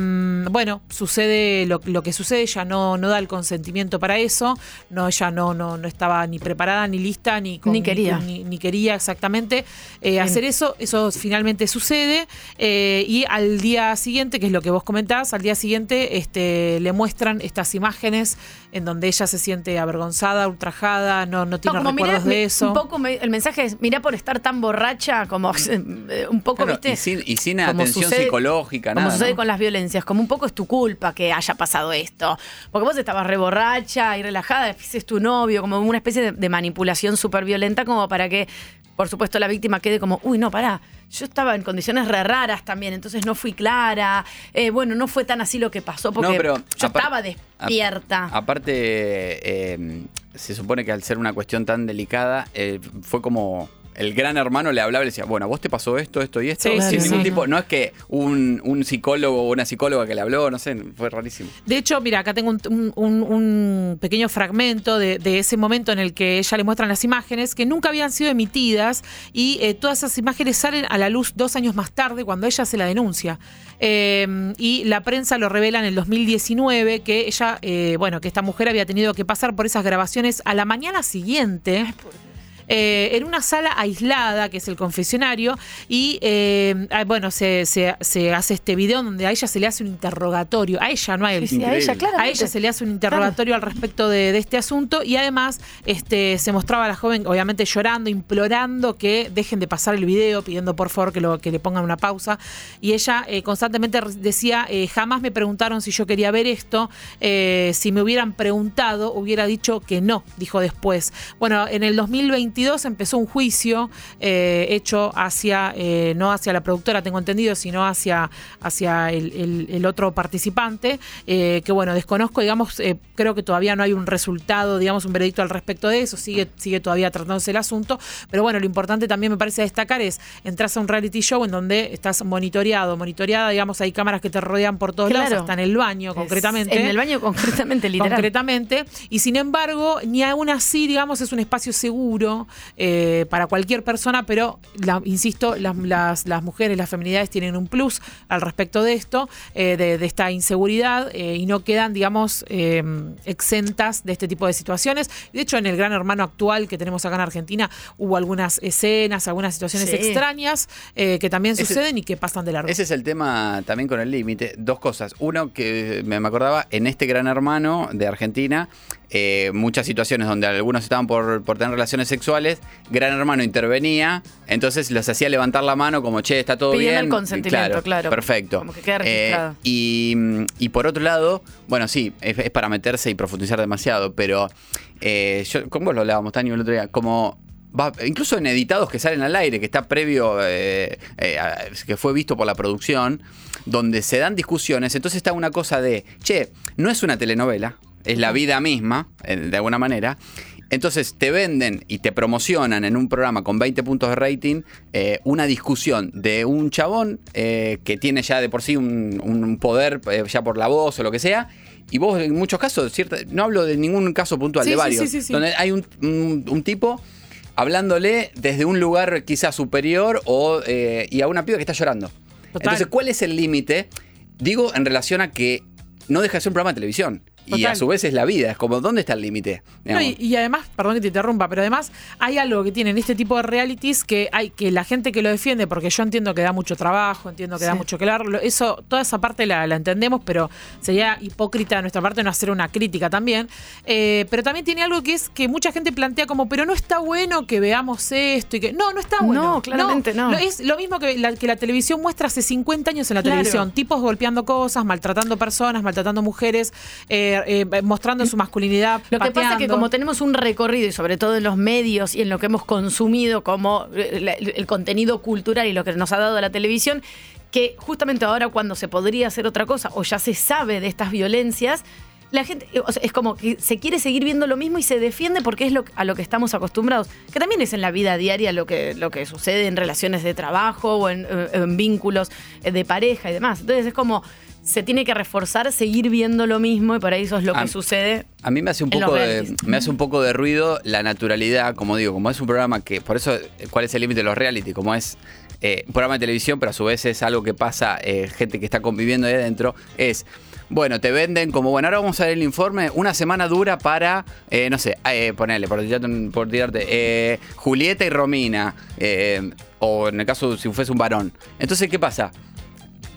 S11: bueno, sucede lo, lo que sucede, ella no, no da el consentimiento para eso, no, ella no, no, no estaba ni preparada, ni lista, ni,
S6: Ni quería.
S11: ni, ni quería exactamente eh, hacer eso, eso finalmente sucede eh, y al día siguiente, que es lo que vos comentás, al día siguiente este, le muestran estas imágenes en donde ella se siente avergonzada, ultrajada, no, no
S6: No,
S11: tiene
S6: como mirá,
S11: recuerdos
S6: mi-
S11: de eso.
S6: Un poco me- el mensaje es, mirá por estar tan borracha, como eh, un poco,
S7: claro,
S6: viste.
S7: y sin, y sin
S6: como
S7: atención
S6: sucede-
S7: psicológica,
S6: Como
S7: nada.
S6: sucede
S7: ¿no?
S6: con las violencias, como un poco es tu culpa que haya pasado esto. Porque vos estabas reborracha y relajada, después es tu novio, como una especie de, de manipulación súper violenta, como para que, por supuesto, la víctima quede como, uy, no, pará. Yo estaba en condiciones re raras también, entonces no fui clara. Eh, bueno, no fue tan así lo que pasó, porque
S7: No, pero
S6: yo
S7: apar-
S6: estaba despierta.
S7: Aparte, eh, se supone que al ser una cuestión tan delicada, eh, fue como el gran hermano le hablaba y le decía, bueno, a vos te pasó esto, esto y esto.
S11: Sí,
S7: Sin
S11: sí,
S7: ningún
S11: sí.
S7: tipo, no es que un, un psicólogo o una psicóloga que le habló, no sé, fue rarísimo.
S11: De hecho, mira, acá tengo un, un- un- un pequeño fragmento de, de ese momento en el que ella le muestran las imágenes que nunca habían sido emitidas y eh, todas esas imágenes salen a la luz dos años más tarde cuando ella se la denuncia. Eh, y la prensa lo revela en el 2019 que ella, eh, bueno, que esta mujer había tenido que pasar por esas grabaciones a la mañana siguiente. eh, en una sala aislada, que es el confesionario, y eh, ah, bueno, se, se- se hace este video donde a ella se le hace un interrogatorio. A ella, no a él.
S6: Sí, sí, a ella, Increíble. claramente.
S11: A ella se le hace un interrogatorio al respecto de, de este asunto y además este, se mostraba a la joven, obviamente llorando, implorando que dejen de pasar el video, pidiendo por favor que, lo, que le pongan una pausa. Y ella eh, constantemente re- decía, eh, jamás me preguntaron si yo quería ver esto, eh, si me hubieran preguntado hubiera dicho que no, dijo después. Bueno, en el 2022 empezó un juicio eh, hecho hacia, eh, no hacia la productora, tengo entendido, sino hacia, hacia el, eh, el- el otro participante, eh, que bueno, desconozco, digamos, eh, creo que todavía no hay un resultado, digamos, un veredicto al respecto de eso, sigue, sigue todavía tratándose el asunto, pero bueno, lo importante también me parece destacar es, entras a un reality show en donde estás monitoreado, monitoreada, digamos, hay cámaras que te rodean por todos lados,
S6: Claro.
S11: hasta en el baño concretamente.
S6: En el baño concretamente, literal.
S11: Concretamente. Y sin embargo, ni aún así, digamos, es un espacio seguro eh, para cualquier persona, pero la- insisto, las, las- las mujeres, las feminidades tienen un plus al respecto de esto, eh, de, de esta inseguridad, eh, y no quedan, digamos, eh, exentas de este tipo de situaciones. De hecho, en el gran hermano actual que tenemos acá en Argentina, hubo algunas escenas, algunas situaciones
S7: Sí.
S11: extrañas eh, que también
S7: Ese-
S11: suceden y que pasan de largo.
S7: Ese es el tema también con el límite. Dos cosas. Uno, que me me acordaba, en este gran hermano de Argentina, eh, muchas situaciones donde algunos estaban por, por tener relaciones sexuales, gran hermano intervenía, entonces los hacía levantar la mano como, che, está todo
S6: Pidiendo
S7: bien.
S6: el consentimiento, claro.
S7: Perfecto.
S6: Como que queda
S7: Eh,
S6: registrado.
S7: y, y por otro lado, bueno, sí, es, es para meterse y profundizar demasiado, pero eh, yo, con vos lo hablábamos, Tani, el otro día, como va- incluso en editados que salen al aire, que está previo, eh, eh, a- que fue visto por la producción, donde se dan discusiones, entonces está una cosa de, che, no es una telenovela, es la vida misma, eh, de alguna manera. Entonces te venden y te promocionan en un programa con 20 puntos de rating eh, una discusión de un chabón eh, que tiene ya de por sí un, un poder, eh, ya por la voz o lo que sea, y vos en muchos casos, cierta- no hablo de ningún caso puntual,
S11: Sí,
S7: de
S11: sí,
S7: varios,
S11: sí, sí, sí.
S7: donde hay un, un- un tipo hablándole desde un lugar quizás superior o, eh, y a una piba que está llorando. Entonces, ¿cuál es el límite? Digo en relación a que no deja de ser un programa de televisión. Y
S11: Total.
S7: a su vez es la vida, es como, ¿dónde está el límite?
S11: No,
S7: Digamos.
S11: y, y además, perdón que te interrumpa, pero además hay algo que tienen este tipo de realities que hay que la gente que lo defiende, porque yo entiendo que da mucho trabajo, entiendo que da
S6: Sí.
S11: mucho que hablar, lo- eso, toda esa parte la, la entendemos, pero sería hipócrita de nuestra parte no hacer una crítica también. Eh, pero también tiene algo que es que mucha gente plantea como, pero no está bueno que veamos esto y que. No, no está bueno.
S6: No, claramente no.
S11: Lo- es lo mismo que la, que la televisión muestra hace 50 años en la
S6: Claro.
S11: televisión. Tipos golpeando cosas, maltratando personas, maltratando mujeres, eh, eh, mostrando su masculinidad.
S6: Lo que pasa es que
S11: pateando.
S6: como tenemos un recorrido, y sobre todo en los medios y en lo que hemos consumido como eh, la- el, contenido cultural y lo que nos ha dado la televisión, que justamente ahora cuando se podría hacer otra cosa o ya se sabe de estas violencias, la gente eh, o sea, es como que se quiere seguir viendo lo mismo y se defiende porque es lo, a lo que estamos acostumbrados, que también es en la vida diaria lo que, lo que sucede en relaciones de trabajo o en, eh, en vínculos eh, de pareja y demás. Entonces es como se tiene que reforzar, seguir viendo lo mismo y por ahí eso es lo que
S7: Ah,
S6: sucede.
S7: A mí me hace un
S6: en los
S7: poco de,
S6: realities.
S7: me hace un poco de ruido la naturalidad, como digo, como es un programa que, por eso, eh, ¿cuál es el límite de los reality? Como es eh, un programa de televisión, pero a su vez es algo que pasa eh, gente que está conviviendo ahí adentro, es, bueno, te venden como, bueno, ahora vamos a ver el informe, una semana dura para, eh, no sé, eh, ponele, por tirarte, un- por tirarte, eh, Julieta y Romina, eh, o en el caso si fuese un varón. Entonces, ¿qué pasa?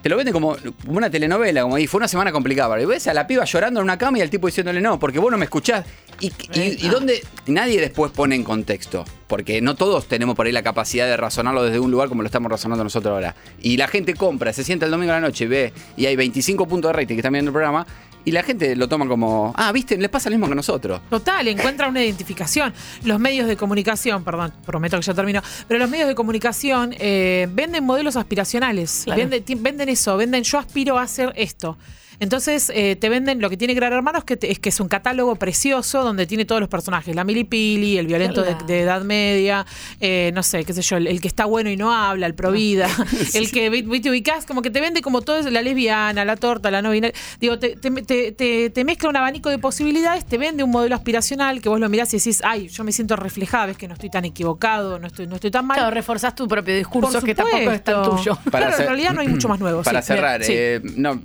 S7: Te lo venden como, como una telenovela, como ahí fue una semana complicada. Y ves a la piba llorando en una cama y al tipo diciéndole no, porque vos no me escuchás. ¿Y, y- y dónde? Nadie después pone en contexto, porque no todos tenemos por ahí la capacidad de razonarlo desde un lugar como lo estamos razonando nosotros ahora. Y la gente compra, se sienta el domingo a la noche, ve, y hay 25 puntos de rating que están viendo el programa, y la gente lo toma como, ah, viste, les pasa lo mismo que nosotros.
S11: Total, encuentra una identificación. Los medios de comunicación, perdón, prometo que ya termino, pero los medios de comunicación eh, venden modelos aspiracionales,
S6: Claro.
S11: venden, ti- venden eso, venden yo aspiro a hacer esto. Entonces eh, te venden lo que tiene Gran Hermano es que, te- es que es un catálogo precioso donde tiene todos los personajes, la milipili, el violento de,
S6: Claro.
S11: de edad media, eh, no sé, qué sé yo, el, el que está bueno y no habla, el provida, el que vi- vi- te ubicás, como que te vende como todo, es la lesbiana, la torta, la no binaria. Digo, te, te, te- te- te mezcla un abanico de posibilidades, te vende un modelo aspiracional que vos lo mirás y decís, ay, yo me siento reflejada, ves que no estoy tan equivocado, no estoy, no estoy tan mal.
S6: Claro, reforzás tu propio discurso
S11: Por
S6: que tampoco es tan
S11: supuesto.
S6: tuyo.
S11: Para Claro, en realidad no hay mucho más nuevo,
S7: Para
S11: Oh, sí,
S7: cerrar,
S11: bien, sí.
S7: eh, no,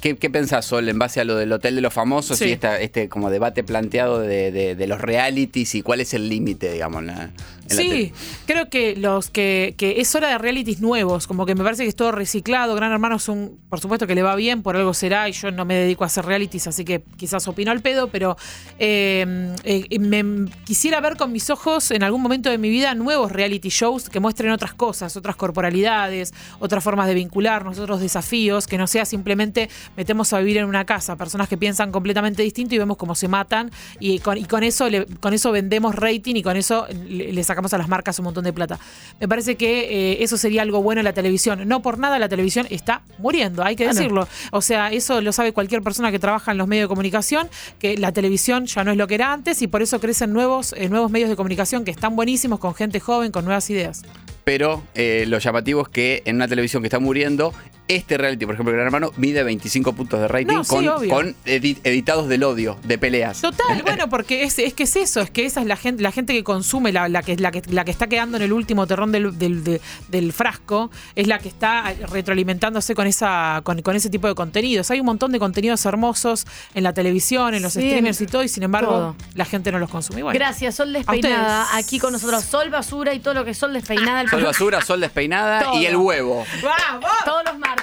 S7: ¿qué, qué pensás, Sol, en base a lo del Hotel de los Famosos
S11: Sí.
S7: y esta- este como debate planteado de, de- de los realities y cuál es el límite, digamos? en la- en la tele?
S11: Sí, creo que los que, que es hora de realities nuevos, como que me parece que es todo reciclado. Gran Hermano es un, por supuesto que le va bien, por algo será, y yo no me dedico a hacer realities, así que quizás opino al pedo, pero eh, eh, me quisiera ver con mis ojos en algún momento de mi vida nuevos reality shows que muestren otras cosas, otras corporalidades, otras formas de vincularnos, otros desafíos, que no sea simplemente metemos a vivir en una casa, personas que piensan completamente distinto y vemos cómo se matan y con, y con eso le- con eso vendemos rating y con eso le, le sacamos a las marcas un montón de plata. Me parece que eh, eso sería algo bueno en la televisión. No por nada la televisión está muriendo, hay que
S6: Ah, no.
S11: decirlo. O sea, eso lo sabe cualquier persona que trabaja en los medios de comunicación, que la televisión ya no es lo que era antes y por eso crecen nuevos, eh, nuevos medios de comunicación que están buenísimos con gente joven, con nuevas ideas.
S7: Pero eh, lo llamativo es que en una televisión que está muriendo, este reality, por ejemplo, Gran Hermano, mide 25 puntos de rating
S11: No, sí,
S7: con,
S11: obvio.
S7: con edi- editados del odio, de peleas.
S11: Total, bueno, porque es, es que es eso, es que esa es la gente, la gente que consume, la, la que, la, que, la que está quedando en el último terrón del, del- de- del frasco, es la que está retroalimentándose con esa, con, con ese tipo de contenidos. Hay un montón de contenidos hermosos en la televisión, en los
S6: Sí,
S11: streamers y
S6: en
S11: todo, y sin embargo,
S6: todo.
S11: la gente no los consume. Bueno,
S6: Gracias, Sol
S11: A
S6: Despeinada,
S11: ustedes.
S6: aquí con nosotros. Sol Basura y todo lo que es Sol Despeinada. el
S7: Sol
S6: programa.
S7: basura, sol despeinada
S6: Todo.
S7: y el huevo.
S11: ¡Vamos!
S6: Todos los martes.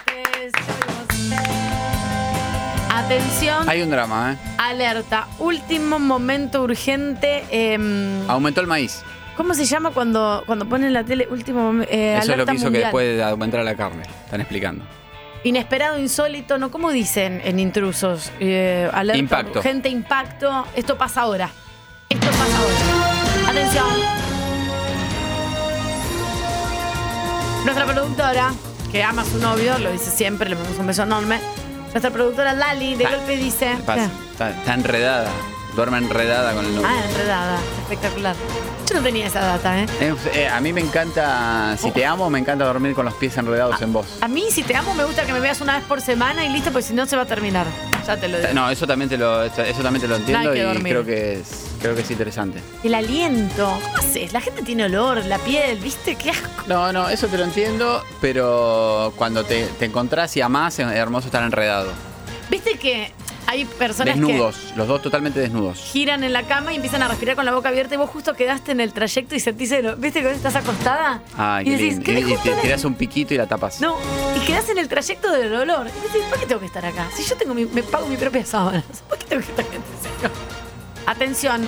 S6: Atención,
S7: Hay un drama, ¿eh?
S6: alerta. Último momento urgente. em,
S7: Aumentó el maíz.
S6: ¿Cómo se llama cuando, cuando ponen la tele? Último eh, momento.
S7: Eso es lo que hizo que después de aumentar la carne. Están explicando.
S6: Inesperado, insólito, ¿no? ¿Cómo dicen en intrusos? Eh, alerta,
S7: Impacto.
S6: Gente, impacto. Esto pasa ahora. Esto pasa ahora. Atención. Nuestra productora, que ama a su novio, lo dice siempre, le mandamos un beso enorme. Nuestra productora Lali, de golpe dice.
S7: ¿Qué Ah, pasa? Está, está enredada. Duerme enredada con el novio.
S6: Ah, enredada. Espectacular. Yo no tenía esa data, ¿eh?
S7: Es- eh, a mí me encanta, si te amo, me encanta dormir con los pies enredados
S6: Ah.
S7: en vos.
S6: A mí, si te amo, me gusta que me veas una vez por semana y listo, porque si no se va a terminar. Ya te lo digo.
S7: No, eso también te lo, eso también te lo entiendo
S6: que
S7: y
S6: dormir.
S7: creo que, es, creo que es interesante.
S6: El aliento. ¿Cómo haces? La gente tiene olor, la piel, ¿viste? Qué asco.
S7: No, no, eso te lo entiendo, pero cuando te, te encontrás y amás, es hermoso estar enredado.
S6: ¿Viste que hay personas
S7: Desnudos, los dos totalmente
S6: que
S7: desnudos.
S6: giran en la cama y empiezan a respirar con la boca abierta y vos justo quedaste en el trayecto y sentís, el- ¿viste? Que vos estás acostada.
S7: Ay,
S6: y
S7: qué
S6: decís,
S7: lindo.
S6: ¿qué
S7: Y,
S6: me
S7: y
S6: gusta
S7: te
S6: la-
S7: tirás un piquito y la tapas.
S6: No, y quedás en el trayecto del olor. Y decís, ¿por qué tengo que estar acá? Si yo tengo mi- me pago mis propias sábanas, ¿por qué tengo que estar acá? En serio? Atención,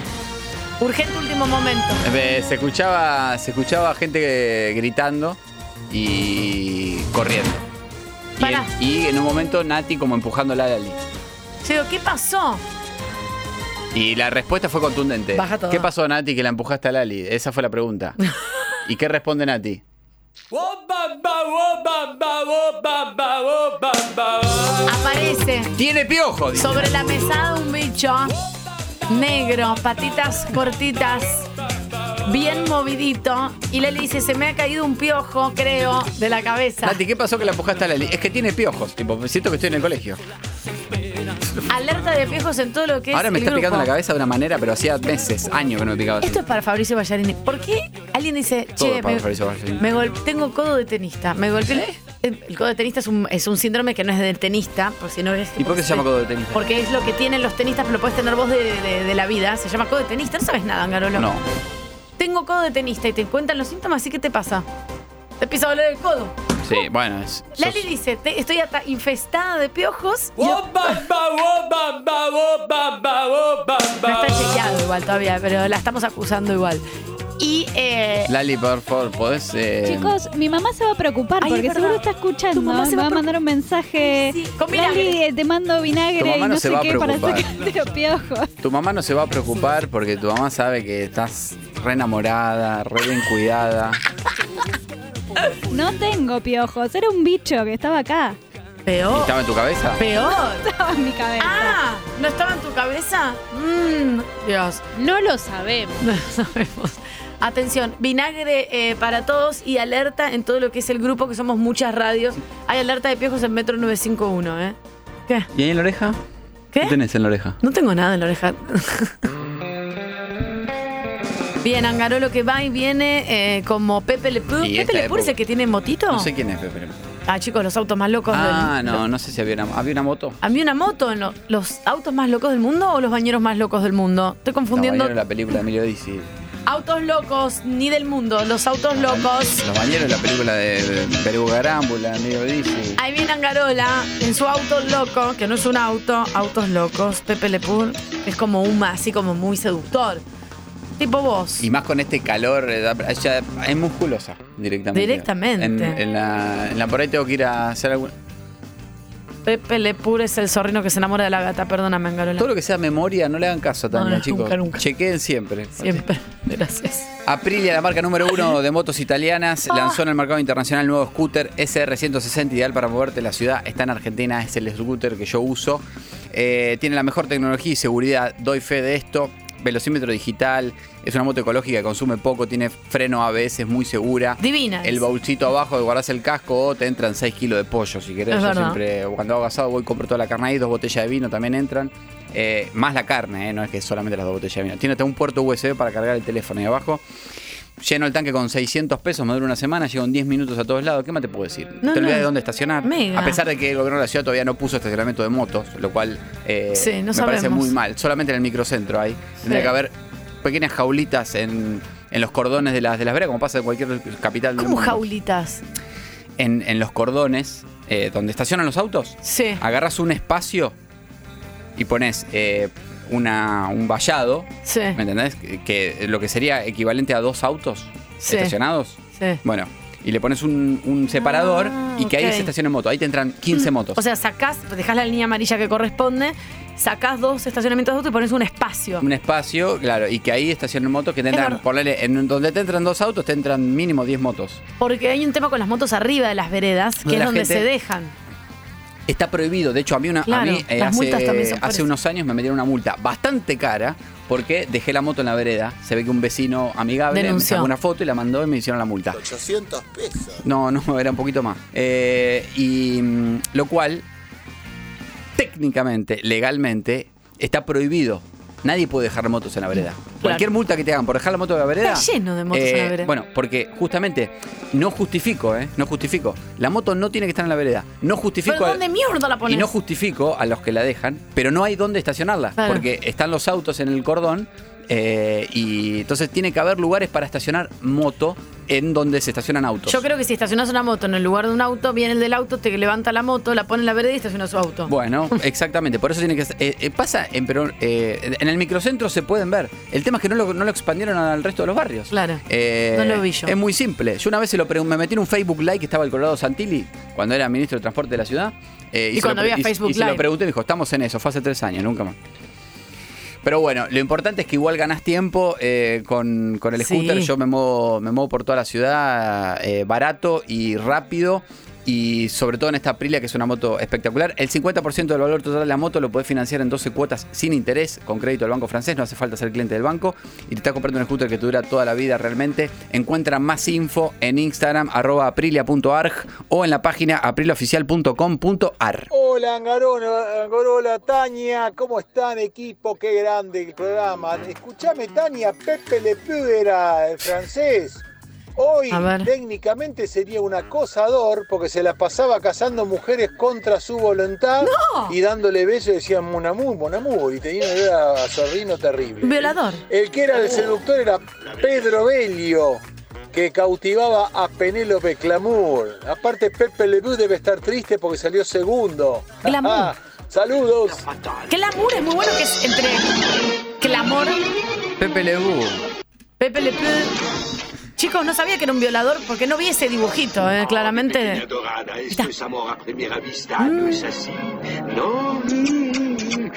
S6: urgente último momento.
S7: Eh, Se escuchaba, se escuchaba gente gritando y corriendo. Y en,
S6: Pará.
S7: y en un momento Nati como empujándola a Lali.
S6: Yo digo, ¿qué pasó?
S7: Y la respuesta fue contundente.
S6: Baja todo.
S7: ¿Qué pasó, Nati, que la empujaste a Lali? Esa fue la pregunta. ¿Y qué responde Nati?
S6: Aparece.
S7: Tiene piojo. dice.
S6: Sobre la mesada un bicho negro, patitas cortitas, bien movidito. Y Leli dice, se me ha caído un piojo, creo, de la cabeza.
S7: Nati, ¿qué pasó que la empujaste a Lali? Es que tiene piojos. Tipo, siento que estoy en el colegio.
S6: Alerta de piojos en todo lo que es
S7: Ahora me
S6: el
S7: está picando la
S6: grupo.
S7: cabeza de una manera, pero hacía meses, años que no me picaba así.
S6: Esto es para Fabricio Ballarini. ¿Por qué alguien dice,
S7: Todo
S6: che,
S7: para
S6: me,
S7: Fabricio Ballarini.
S6: me gol- tengo codo de tenista? Me golpeé. El el codo de tenista es un, es un síndrome que no es del tenista, porque si no es.
S7: ¿Y por qué se llama codo de tenista?
S6: Porque es lo que tienen los tenistas, pero lo puedes tener vos de, de- de la vida. Se llama codo de tenista. No sabes nada, Angarolo.
S7: No.
S6: Tengo codo de tenista y te cuentan los síntomas, ¿y qué te pasa? Te empieza a doler el codo.
S7: Sí, bueno, es.
S6: Lali dice, "Te- estoy ata- infestada de piojos. y- No está chequeado igual todavía, pero la estamos acusando igual. Y eh,
S7: Lali, por favor, ¿podés? eh,
S14: Chicos, mi mamá se va a preocupar
S6: Ay, es
S14: porque
S6: verdad.
S14: seguro está escuchando.
S6: mamá se
S14: me
S6: va
S14: va
S6: a
S14: a mandar un mensaje.
S6: con
S14: Lali,
S6: vinagre.
S14: eh, te mando
S7: Tu
S14: vinagre
S7: mamá
S14: y
S7: no
S14: no,
S7: se
S14: sé
S7: va a
S14: qué para
S7: preocupar.
S14: sacarte los piojos.
S7: Tu mamá no se va a preocupar porque tu mamá sabe que estás re enamorada, re bien cuidada.
S14: No tengo piojos. Era un bicho que estaba acá.
S7: ¿Y
S6: peor.
S7: estaba en tu cabeza?
S6: Peor.
S14: Estaba en mi cabeza.
S6: Ah, ¿no estaba en tu cabeza? Mm, Dios.
S15: No lo sabemos.
S6: Atención, vinagre eh, para todos y alerta en todo lo que es el grupo, que somos muchas radios. Hay alerta de piojos en Metro 951, ¿eh?
S7: ¿Y ahí en la oreja?
S6: ¿Qué?
S7: tenés en la oreja?
S6: No tengo nada en la oreja. Bien, Angarolo que va y viene eh, como Pepe Le Pew.
S7: Y
S6: ¿Pepe
S7: esta
S6: Le Pew es
S7: época.
S6: el que tiene motito?
S7: No sé quién es, Pepe.
S6: Ah, chicos, los autos más locos
S7: Ah,
S6: del-
S7: no, no sé si había una, ¿había una moto.
S6: ¿A mí una moto en lo- los autos más locos del mundo o los bañeros más locos del mundo? Estoy
S7: Los
S6: confundiendo.
S7: bañeros de la película de Emilio Dizzy.
S6: Autos locos, ni del mundo, los autos locos.
S7: Los bañeros de la película de Perú Garámbula, Emilio Dizzy.
S6: Ahí viene Angarola en su auto loco, que no es un auto, autos locos. Pepe Le Pew es como un así como muy seductor. Tipo vos.
S7: Y más con este calor, eh, da- ya es musculosa directamente.
S6: Directamente.
S7: En, en la, en la por ahí tengo que ir a hacer algún...
S6: Pepe Le Pew es el zorrino que se enamora de la gata, perdóname, Angarola.
S7: Todo lo que sea memoria, no le hagan caso
S6: No,
S7: también,
S6: no,
S7: chicos.
S6: nunca, nunca.
S7: Chequeen siempre.
S6: Siempre. Gracias.
S7: Aprilia, la marca número uno de motos italianas,
S6: Ah.
S7: lanzó en el mercado internacional el nuevo scooter SR160, ideal para moverte en la ciudad. Está en Argentina, es el scooter que yo uso. Eh, tiene la mejor tecnología y seguridad, doy fe de esto. Velocímetro digital, es una moto ecológica que consume poco, tiene freno ABS, es muy segura.
S6: Divina.
S7: El baulcito abajo, guardás el casco o te entran 6 kilos de pollo si querés.
S6: Es
S7: Yo
S6: verdad.
S7: siempre, cuando hago asado, voy y compro toda la carne ahí, dos botellas de vino también entran. Eh, más la carne, eh, no es que solamente las dos botellas de vino. Tiene hasta un puerto USB para cargar el teléfono ahí abajo. Lleno el tanque con 600 pesos, me dura una semana, llego en 10 minutos a todos lados. ¿Qué más te puedo decir?
S6: No,
S7: te olvidas
S6: no.
S7: de dónde estacionar.
S6: Mega.
S7: A pesar de que el gobierno de la ciudad todavía no puso este estacionamiento de motos, lo cual eh,
S6: Sí, no
S7: me parece
S6: sabemos.
S7: muy mal. Solamente en el microcentro hay. Tendría
S6: Sí.
S7: que haber pequeñas jaulitas en, en los cordones de las, de las veredas, como pasa en cualquier capital del
S6: Como
S7: mundo.
S6: jaulitas.
S7: en, en los cordones eh, donde estacionan los autos.
S6: Sí.
S7: Agarras un espacio y pones eh, una, un vallado.
S6: Sí.
S7: ¿Me entendés? Que, que lo que sería equivalente a dos autos
S6: Sí.
S7: estacionados.
S6: Sí.
S7: Bueno, y le pones un, un separador
S6: Ah,
S7: y que ahí
S6: ok. Mm,
S7: se estaciona en moto. Ahí te entran 15 motos.
S6: O sea, sacás, dejás la línea amarilla que corresponde, sacás dos estacionamientos de auto y pones un espacio.
S7: un espacio, claro, y que ahí estacionen motos que te entran, ponele, en donde te entran dos autos, te entran mínimo 10 motos.
S6: Porque hay un tema con las motos arriba de las veredas, que
S7: La
S6: es donde
S7: gente-
S6: se dejan.
S7: Está prohibido. De hecho, a mí, una, a
S6: Claro,
S7: mí, eh,
S6: las multas también
S7: hace,
S6: son por
S7: hace
S6: eso.
S7: unos años me metieron una multa bastante cara porque dejé la moto en la vereda. Se ve que un vecino amigable me
S15: Denunció.
S7: sacó una foto y la mandó y me hicieron la multa.
S15: 800 pesos.
S7: No, no, era un poquito más. Eh, y mm, lo cual, técnicamente, legalmente, está prohibido. Nadie puede dejar motos en la vereda. Cualquier multa que te hagan por dejar la moto en la vereda.
S6: Está lleno de motos en la
S7: eh,
S6: vereda.
S7: Bueno, porque justamente no justifico, ¿eh? No justifico. La moto no tiene que estar en la vereda. No justifico.
S6: ¿Pero
S7: al-
S6: dónde mierda la pones?
S7: y no justifico a los que la dejan, pero no hay dónde estacionarla,
S6: Claro.
S7: porque están los autos en el cordón eh, y entonces tiene que haber lugares para estacionar moto en donde se estacionan autos.
S6: Yo creo que si estacionás una moto en el lugar de un auto, viene el del auto, te levanta la moto, la pone en la vereda y estaciona su auto.
S7: Bueno, exactamente, por eso tiene que ser- eh, eh, pasa en Perón, eh, en el microcentro se pueden ver. El tema es que no lo, no lo expandieron al resto de los barrios.
S6: Claro.
S7: Eh,
S6: No lo vi yo.
S7: Es muy simple. Yo una vez se lo pregun- me metí en un Facebook Live que estaba el Colorado Santilli cuando era ministro de Transporte de la ciudad. eh, se
S6: Y
S7: lo
S6: cuando
S7: pre-
S6: había
S7: y-
S6: Facebook
S7: y se lo
S6: Live.
S7: pregunté y me dijo, estamos en eso, fue hace tres años, nunca más. Pero bueno, lo importante es que igual ganás tiempo eh, con, con el
S6: Sí.
S7: scooter. Yo me muevo, me muevo por toda la ciudad eh, barato y rápido. Y sobre todo en esta Aprilia, que es una moto espectacular. El 50% del valor total de la moto lo podés financiar en 12 cuotas sin interés, con crédito del banco francés. No hace falta ser cliente del banco. Y te está comprando un scooter que te dura toda la vida realmente. Encuentra más info en Instagram, arroba aprilia.arg o en la página apriliaoficial.com.ar.
S22: Hola Angarona, Angorola, Tania, ¿cómo están equipo? Qué grande el programa. Escuchame Tania, Pepe Le Pew era el francés. Hoy
S6: A ver.
S22: técnicamente sería un acosador porque se la pasaba cazando mujeres contra su voluntad y dándole besos y decían monamú, monamú y tenía un olor a zorrino terrible.
S6: Violador.
S22: El que era el seductor era Pedro Bellio, que cautivaba a Penélope Clamur. Aparte, Pepe Lebu debe estar triste porque salió segundo. Ah,
S6: Glamour.
S22: Saludos.
S6: Glamour es muy bueno que es entre clamor.
S7: Pepe Lebu. eh,
S6: Pepe Le Pew. Chicos, no sabía que era un violador porque no vi ese dibujito, eh, claramente.
S25: Dorada, esto es amor a primera vista, ¿no es así? No. mm.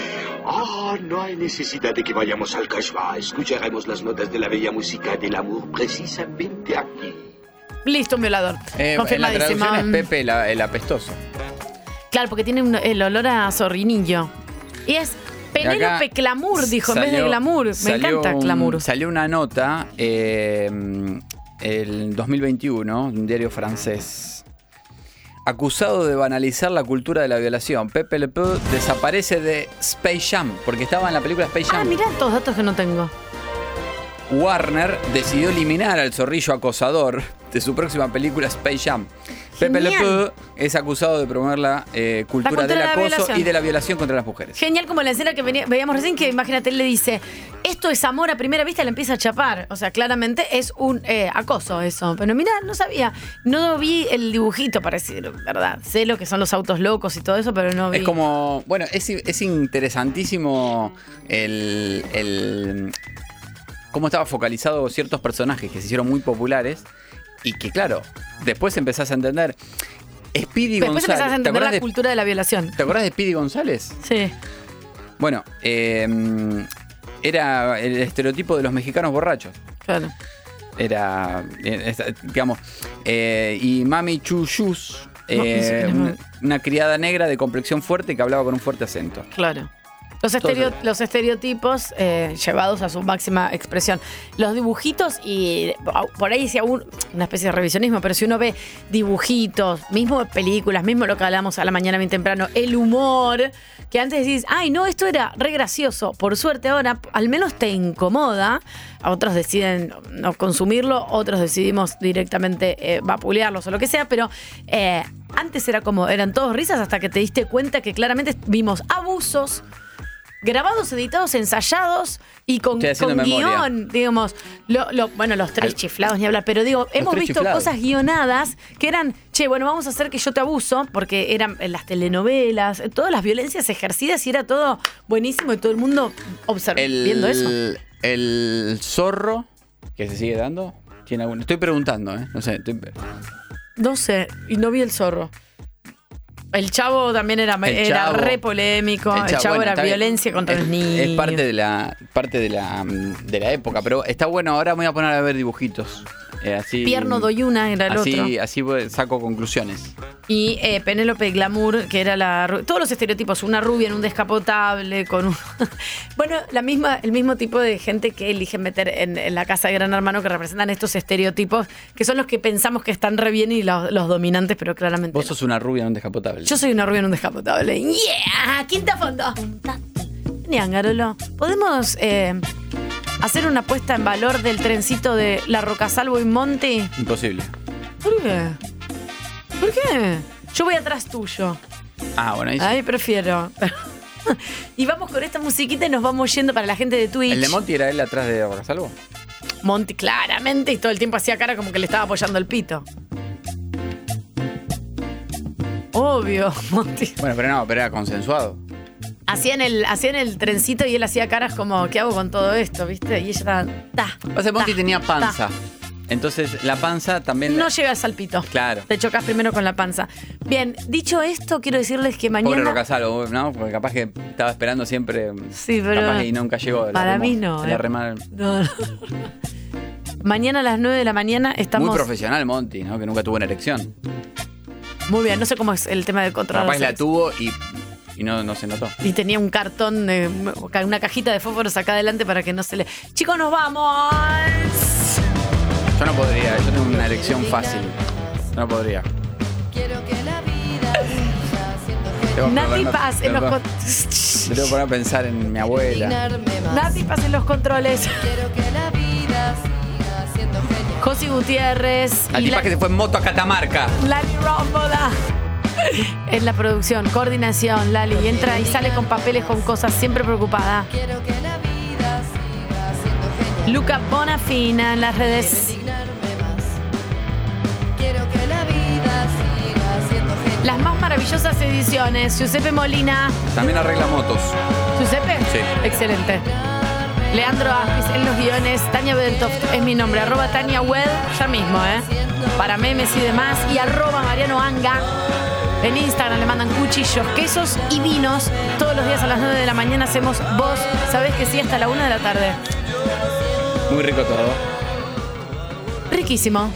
S25: Ah, no hay necesidad de que vayamos al Cashba. Escucharemos las notas de la bella música del amor precisamente aquí.
S6: Listo, un violador.
S7: Eh, en la
S6: Confirmadísima.
S7: traducción es Pepe la- el apestoso.
S6: Claro, porque tiene un- el olor a zorrinillo. Y es Penélope
S7: acá
S6: Clamur, dijo, en vez de
S7: Salió-
S6: glamour. Me
S7: salió
S6: encanta
S7: un-
S6: glamour.
S7: Salió una nota en el 2021, un diario francés. Acusado de banalizar la cultura de la violación, Pepe Le Pew desaparece de Space Jam, porque estaba en la película Space Jam.
S6: Ah, mirá todos datos que no tengo.
S7: Warner decidió eliminar al zorrillo acosador de su próxima película Space Jam. Pepe Le
S6: Genial.
S7: Pew es acusado de promover la eh, cultura,
S6: cultura de
S7: del
S6: la
S7: acoso
S6: violación.
S7: y de la violación contra las mujeres.
S6: Genial como la escena que venía- veíamos recién, que imagínate, él le dice, esto es amor a primera vista, y le empieza a chapar. O sea, claramente es un eh, acoso eso. Pero mira, no sabía, no vi el dibujito parecido, ¿verdad? Sé lo que son los autos locos y todo eso, pero no vi.
S7: Es como, bueno, es, es interesantísimo el, el- cómo estaba focalizado ciertos personajes que se hicieron muy populares y que claro, después empezás a entender Speedy
S6: Después
S7: González.
S6: empezás a
S7: ¿Te
S6: entender
S7: acordás
S6: la
S7: de-
S6: cultura de la violación.
S7: ¿Te acordás de Speedy González?
S6: Sí.
S7: Bueno, eh, era el estereotipo de los mexicanos borrachos.
S6: Claro.
S7: Era, eh, esta- digamos, eh, y Mami Chuyus,
S6: No, ni siquiera
S7: eh,
S6: me-
S7: una, una criada negra de complexión fuerte que hablaba con un fuerte acento.
S6: Claro. Los,
S7: Todo
S6: estereo-
S7: eso.
S6: los estereotipos eh, llevados a su máxima expresión. Los dibujitos y au- por ahí si aún una especie de revisionismo, pero si uno ve dibujitos, mismo películas, mismo lo que hablamos a la mañana bien temprano, el humor, que antes decís, ay no, esto era re gracioso, por suerte ahora al menos te incomoda, a otros deciden no consumirlo, otros decidimos directamente eh, vapulearlos o lo que sea, pero... eh, antes era como, eran todos risas hasta que te diste cuenta que claramente vimos abusos, grabados, editados, ensayados y con,
S7: Estoy haciendo
S6: con
S7: memoria.
S6: guión, digamos. Lo- lo- bueno, los tres chiflados ni hablar, pero digo, hemos
S7: tres
S6: visto
S7: chiflados.
S6: cosas guionadas que eran, che, bueno, vamos a hacer que yo te abuso, porque eran en las telenovelas, en todas las violencias ejercidas y era todo buenísimo y todo el mundo observando, viendo eso.
S7: El zorro que se sigue dando. ¿Tiene alguna? Estoy preguntando, ¿eh? No sé. estoy-
S6: 12 y no vi el zorro. El chavo también era,
S7: El
S6: era
S7: Chavo.
S6: re polémico. El chavo,
S7: bueno,
S6: era
S7: está bien.
S6: violencia contra
S7: Es-
S6: los niños.
S7: Es parte de la parte de la, mm, de la época, pero está bueno. Ahora me voy a poner a ver dibujitos. Eh, así,
S6: Pierno Doyuna era el otro.
S7: así, así voy- saco conclusiones.
S6: Y eh, Penélope Glamour, que era la. ru- Todos los estereotipos, una rubia en un descapotable, con un. bueno, la misma, el mismo tipo de gente que eligen meter en, en la casa de Gran Hermano que representan estos estereotipos, que son los que pensamos que están re bien y los, los dominantes, pero claramente.
S7: Vos sos una rubia en un descapotable.
S6: Yo soy una rubia en un descapotable. ¡Yeah! ¡Quinta fondo! Nian Garolo, ¿podemos eh, hacer una apuesta en valor del trencito de La Rocasalvo y Monte?
S7: Imposible.
S6: ¿Por qué? ¿Por qué? Yo voy atrás tuyo.
S7: Ah, bueno, ahí sí.
S6: Ay, prefiero. y vamos con esta musiquita y nos vamos yendo para la gente de Twitch.
S7: ¿El de Monty era él atrás de Rocasalvo?
S6: Monty, claramente, y todo el tiempo hacía cara como que le estaba apoyando el pito. Obvio, Monty.
S7: Bueno, pero no, pero era consensuado.
S6: Hacían el, hacían el trencito y él hacía caras como, ¿qué hago con todo esto? ¿Viste? Y ella estaba. Ta,
S7: Pasa, Monty tenía
S6: ta.
S7: panza. Entonces, la panza también.
S6: No llega al salpito.
S7: Claro.
S6: Te chocas primero con la panza. Bien, dicho esto, quiero decirles que
S7: Pobre
S6: mañana.
S7: Rocasalvo, ¿no? Porque capaz que estaba esperando siempre. mm,
S6: Sí, pero-
S7: Capaz y nunca llegó. La
S6: Para
S7: remó-
S6: mí no,
S7: la
S6: eh.
S7: remar-
S6: No, no. Mañana a las 9 de la mañana estamos.
S7: Muy profesional Monty, ¿no? Que nunca tuvo una erección.
S6: Muy bien, no sé cómo es el tema de controlar.
S7: Capaz
S6: los
S7: la tuvo y, y no, no se notó.
S6: Y tenía un cartón, de, una cajita de fósforos acá adelante para que no se le. Chicos, nos vamos.
S7: Yo no podría, yo tengo una erección fácil. No podría.
S15: Quiero que la vida fluya, siendo
S7: Tengo que
S6: Nati
S7: ponerme-
S6: Paz en
S7: tengo
S6: los
S7: que- Me tengo que poner a pensar en mi abuela.
S15: indignarme más.
S6: Nati Paz en los controles.
S15: Quiero que la vida siga siendo genial.
S6: Josi Gutiérrez.
S7: La
S6: y
S7: tipa
S6: la-
S7: que se fue en moto a Catamarca.
S6: Lali Rómbola. En la producción, coordinación, Lali. Y entra y sale con papeles, con cosas, siempre preocupada.
S15: Quiero que la vida siga siendo genial.
S6: Luca Bonafina en las redes.
S15: Indignarme más. Quiero que la vida siga siendo genial.
S6: Las más maravillosas ediciones. Giuseppe Molina.
S7: También arregla motos.
S6: ¿Giuseppe?
S7: Sí.
S6: Excelente. Leandro Aspis en los guiones. Tania Bedeltoft es mi nombre. Arroba Tania Wed, ya mismo, ¿eh? Para memes y demás. Y arroba Mariano Anga. En Instagram le mandan cuchillos, quesos y vinos. Todos los días a las 9 de la mañana hacemos vos. Sabés que sí, hasta la 1 de la tarde.
S7: Muy rico todo.
S6: Riquísimo.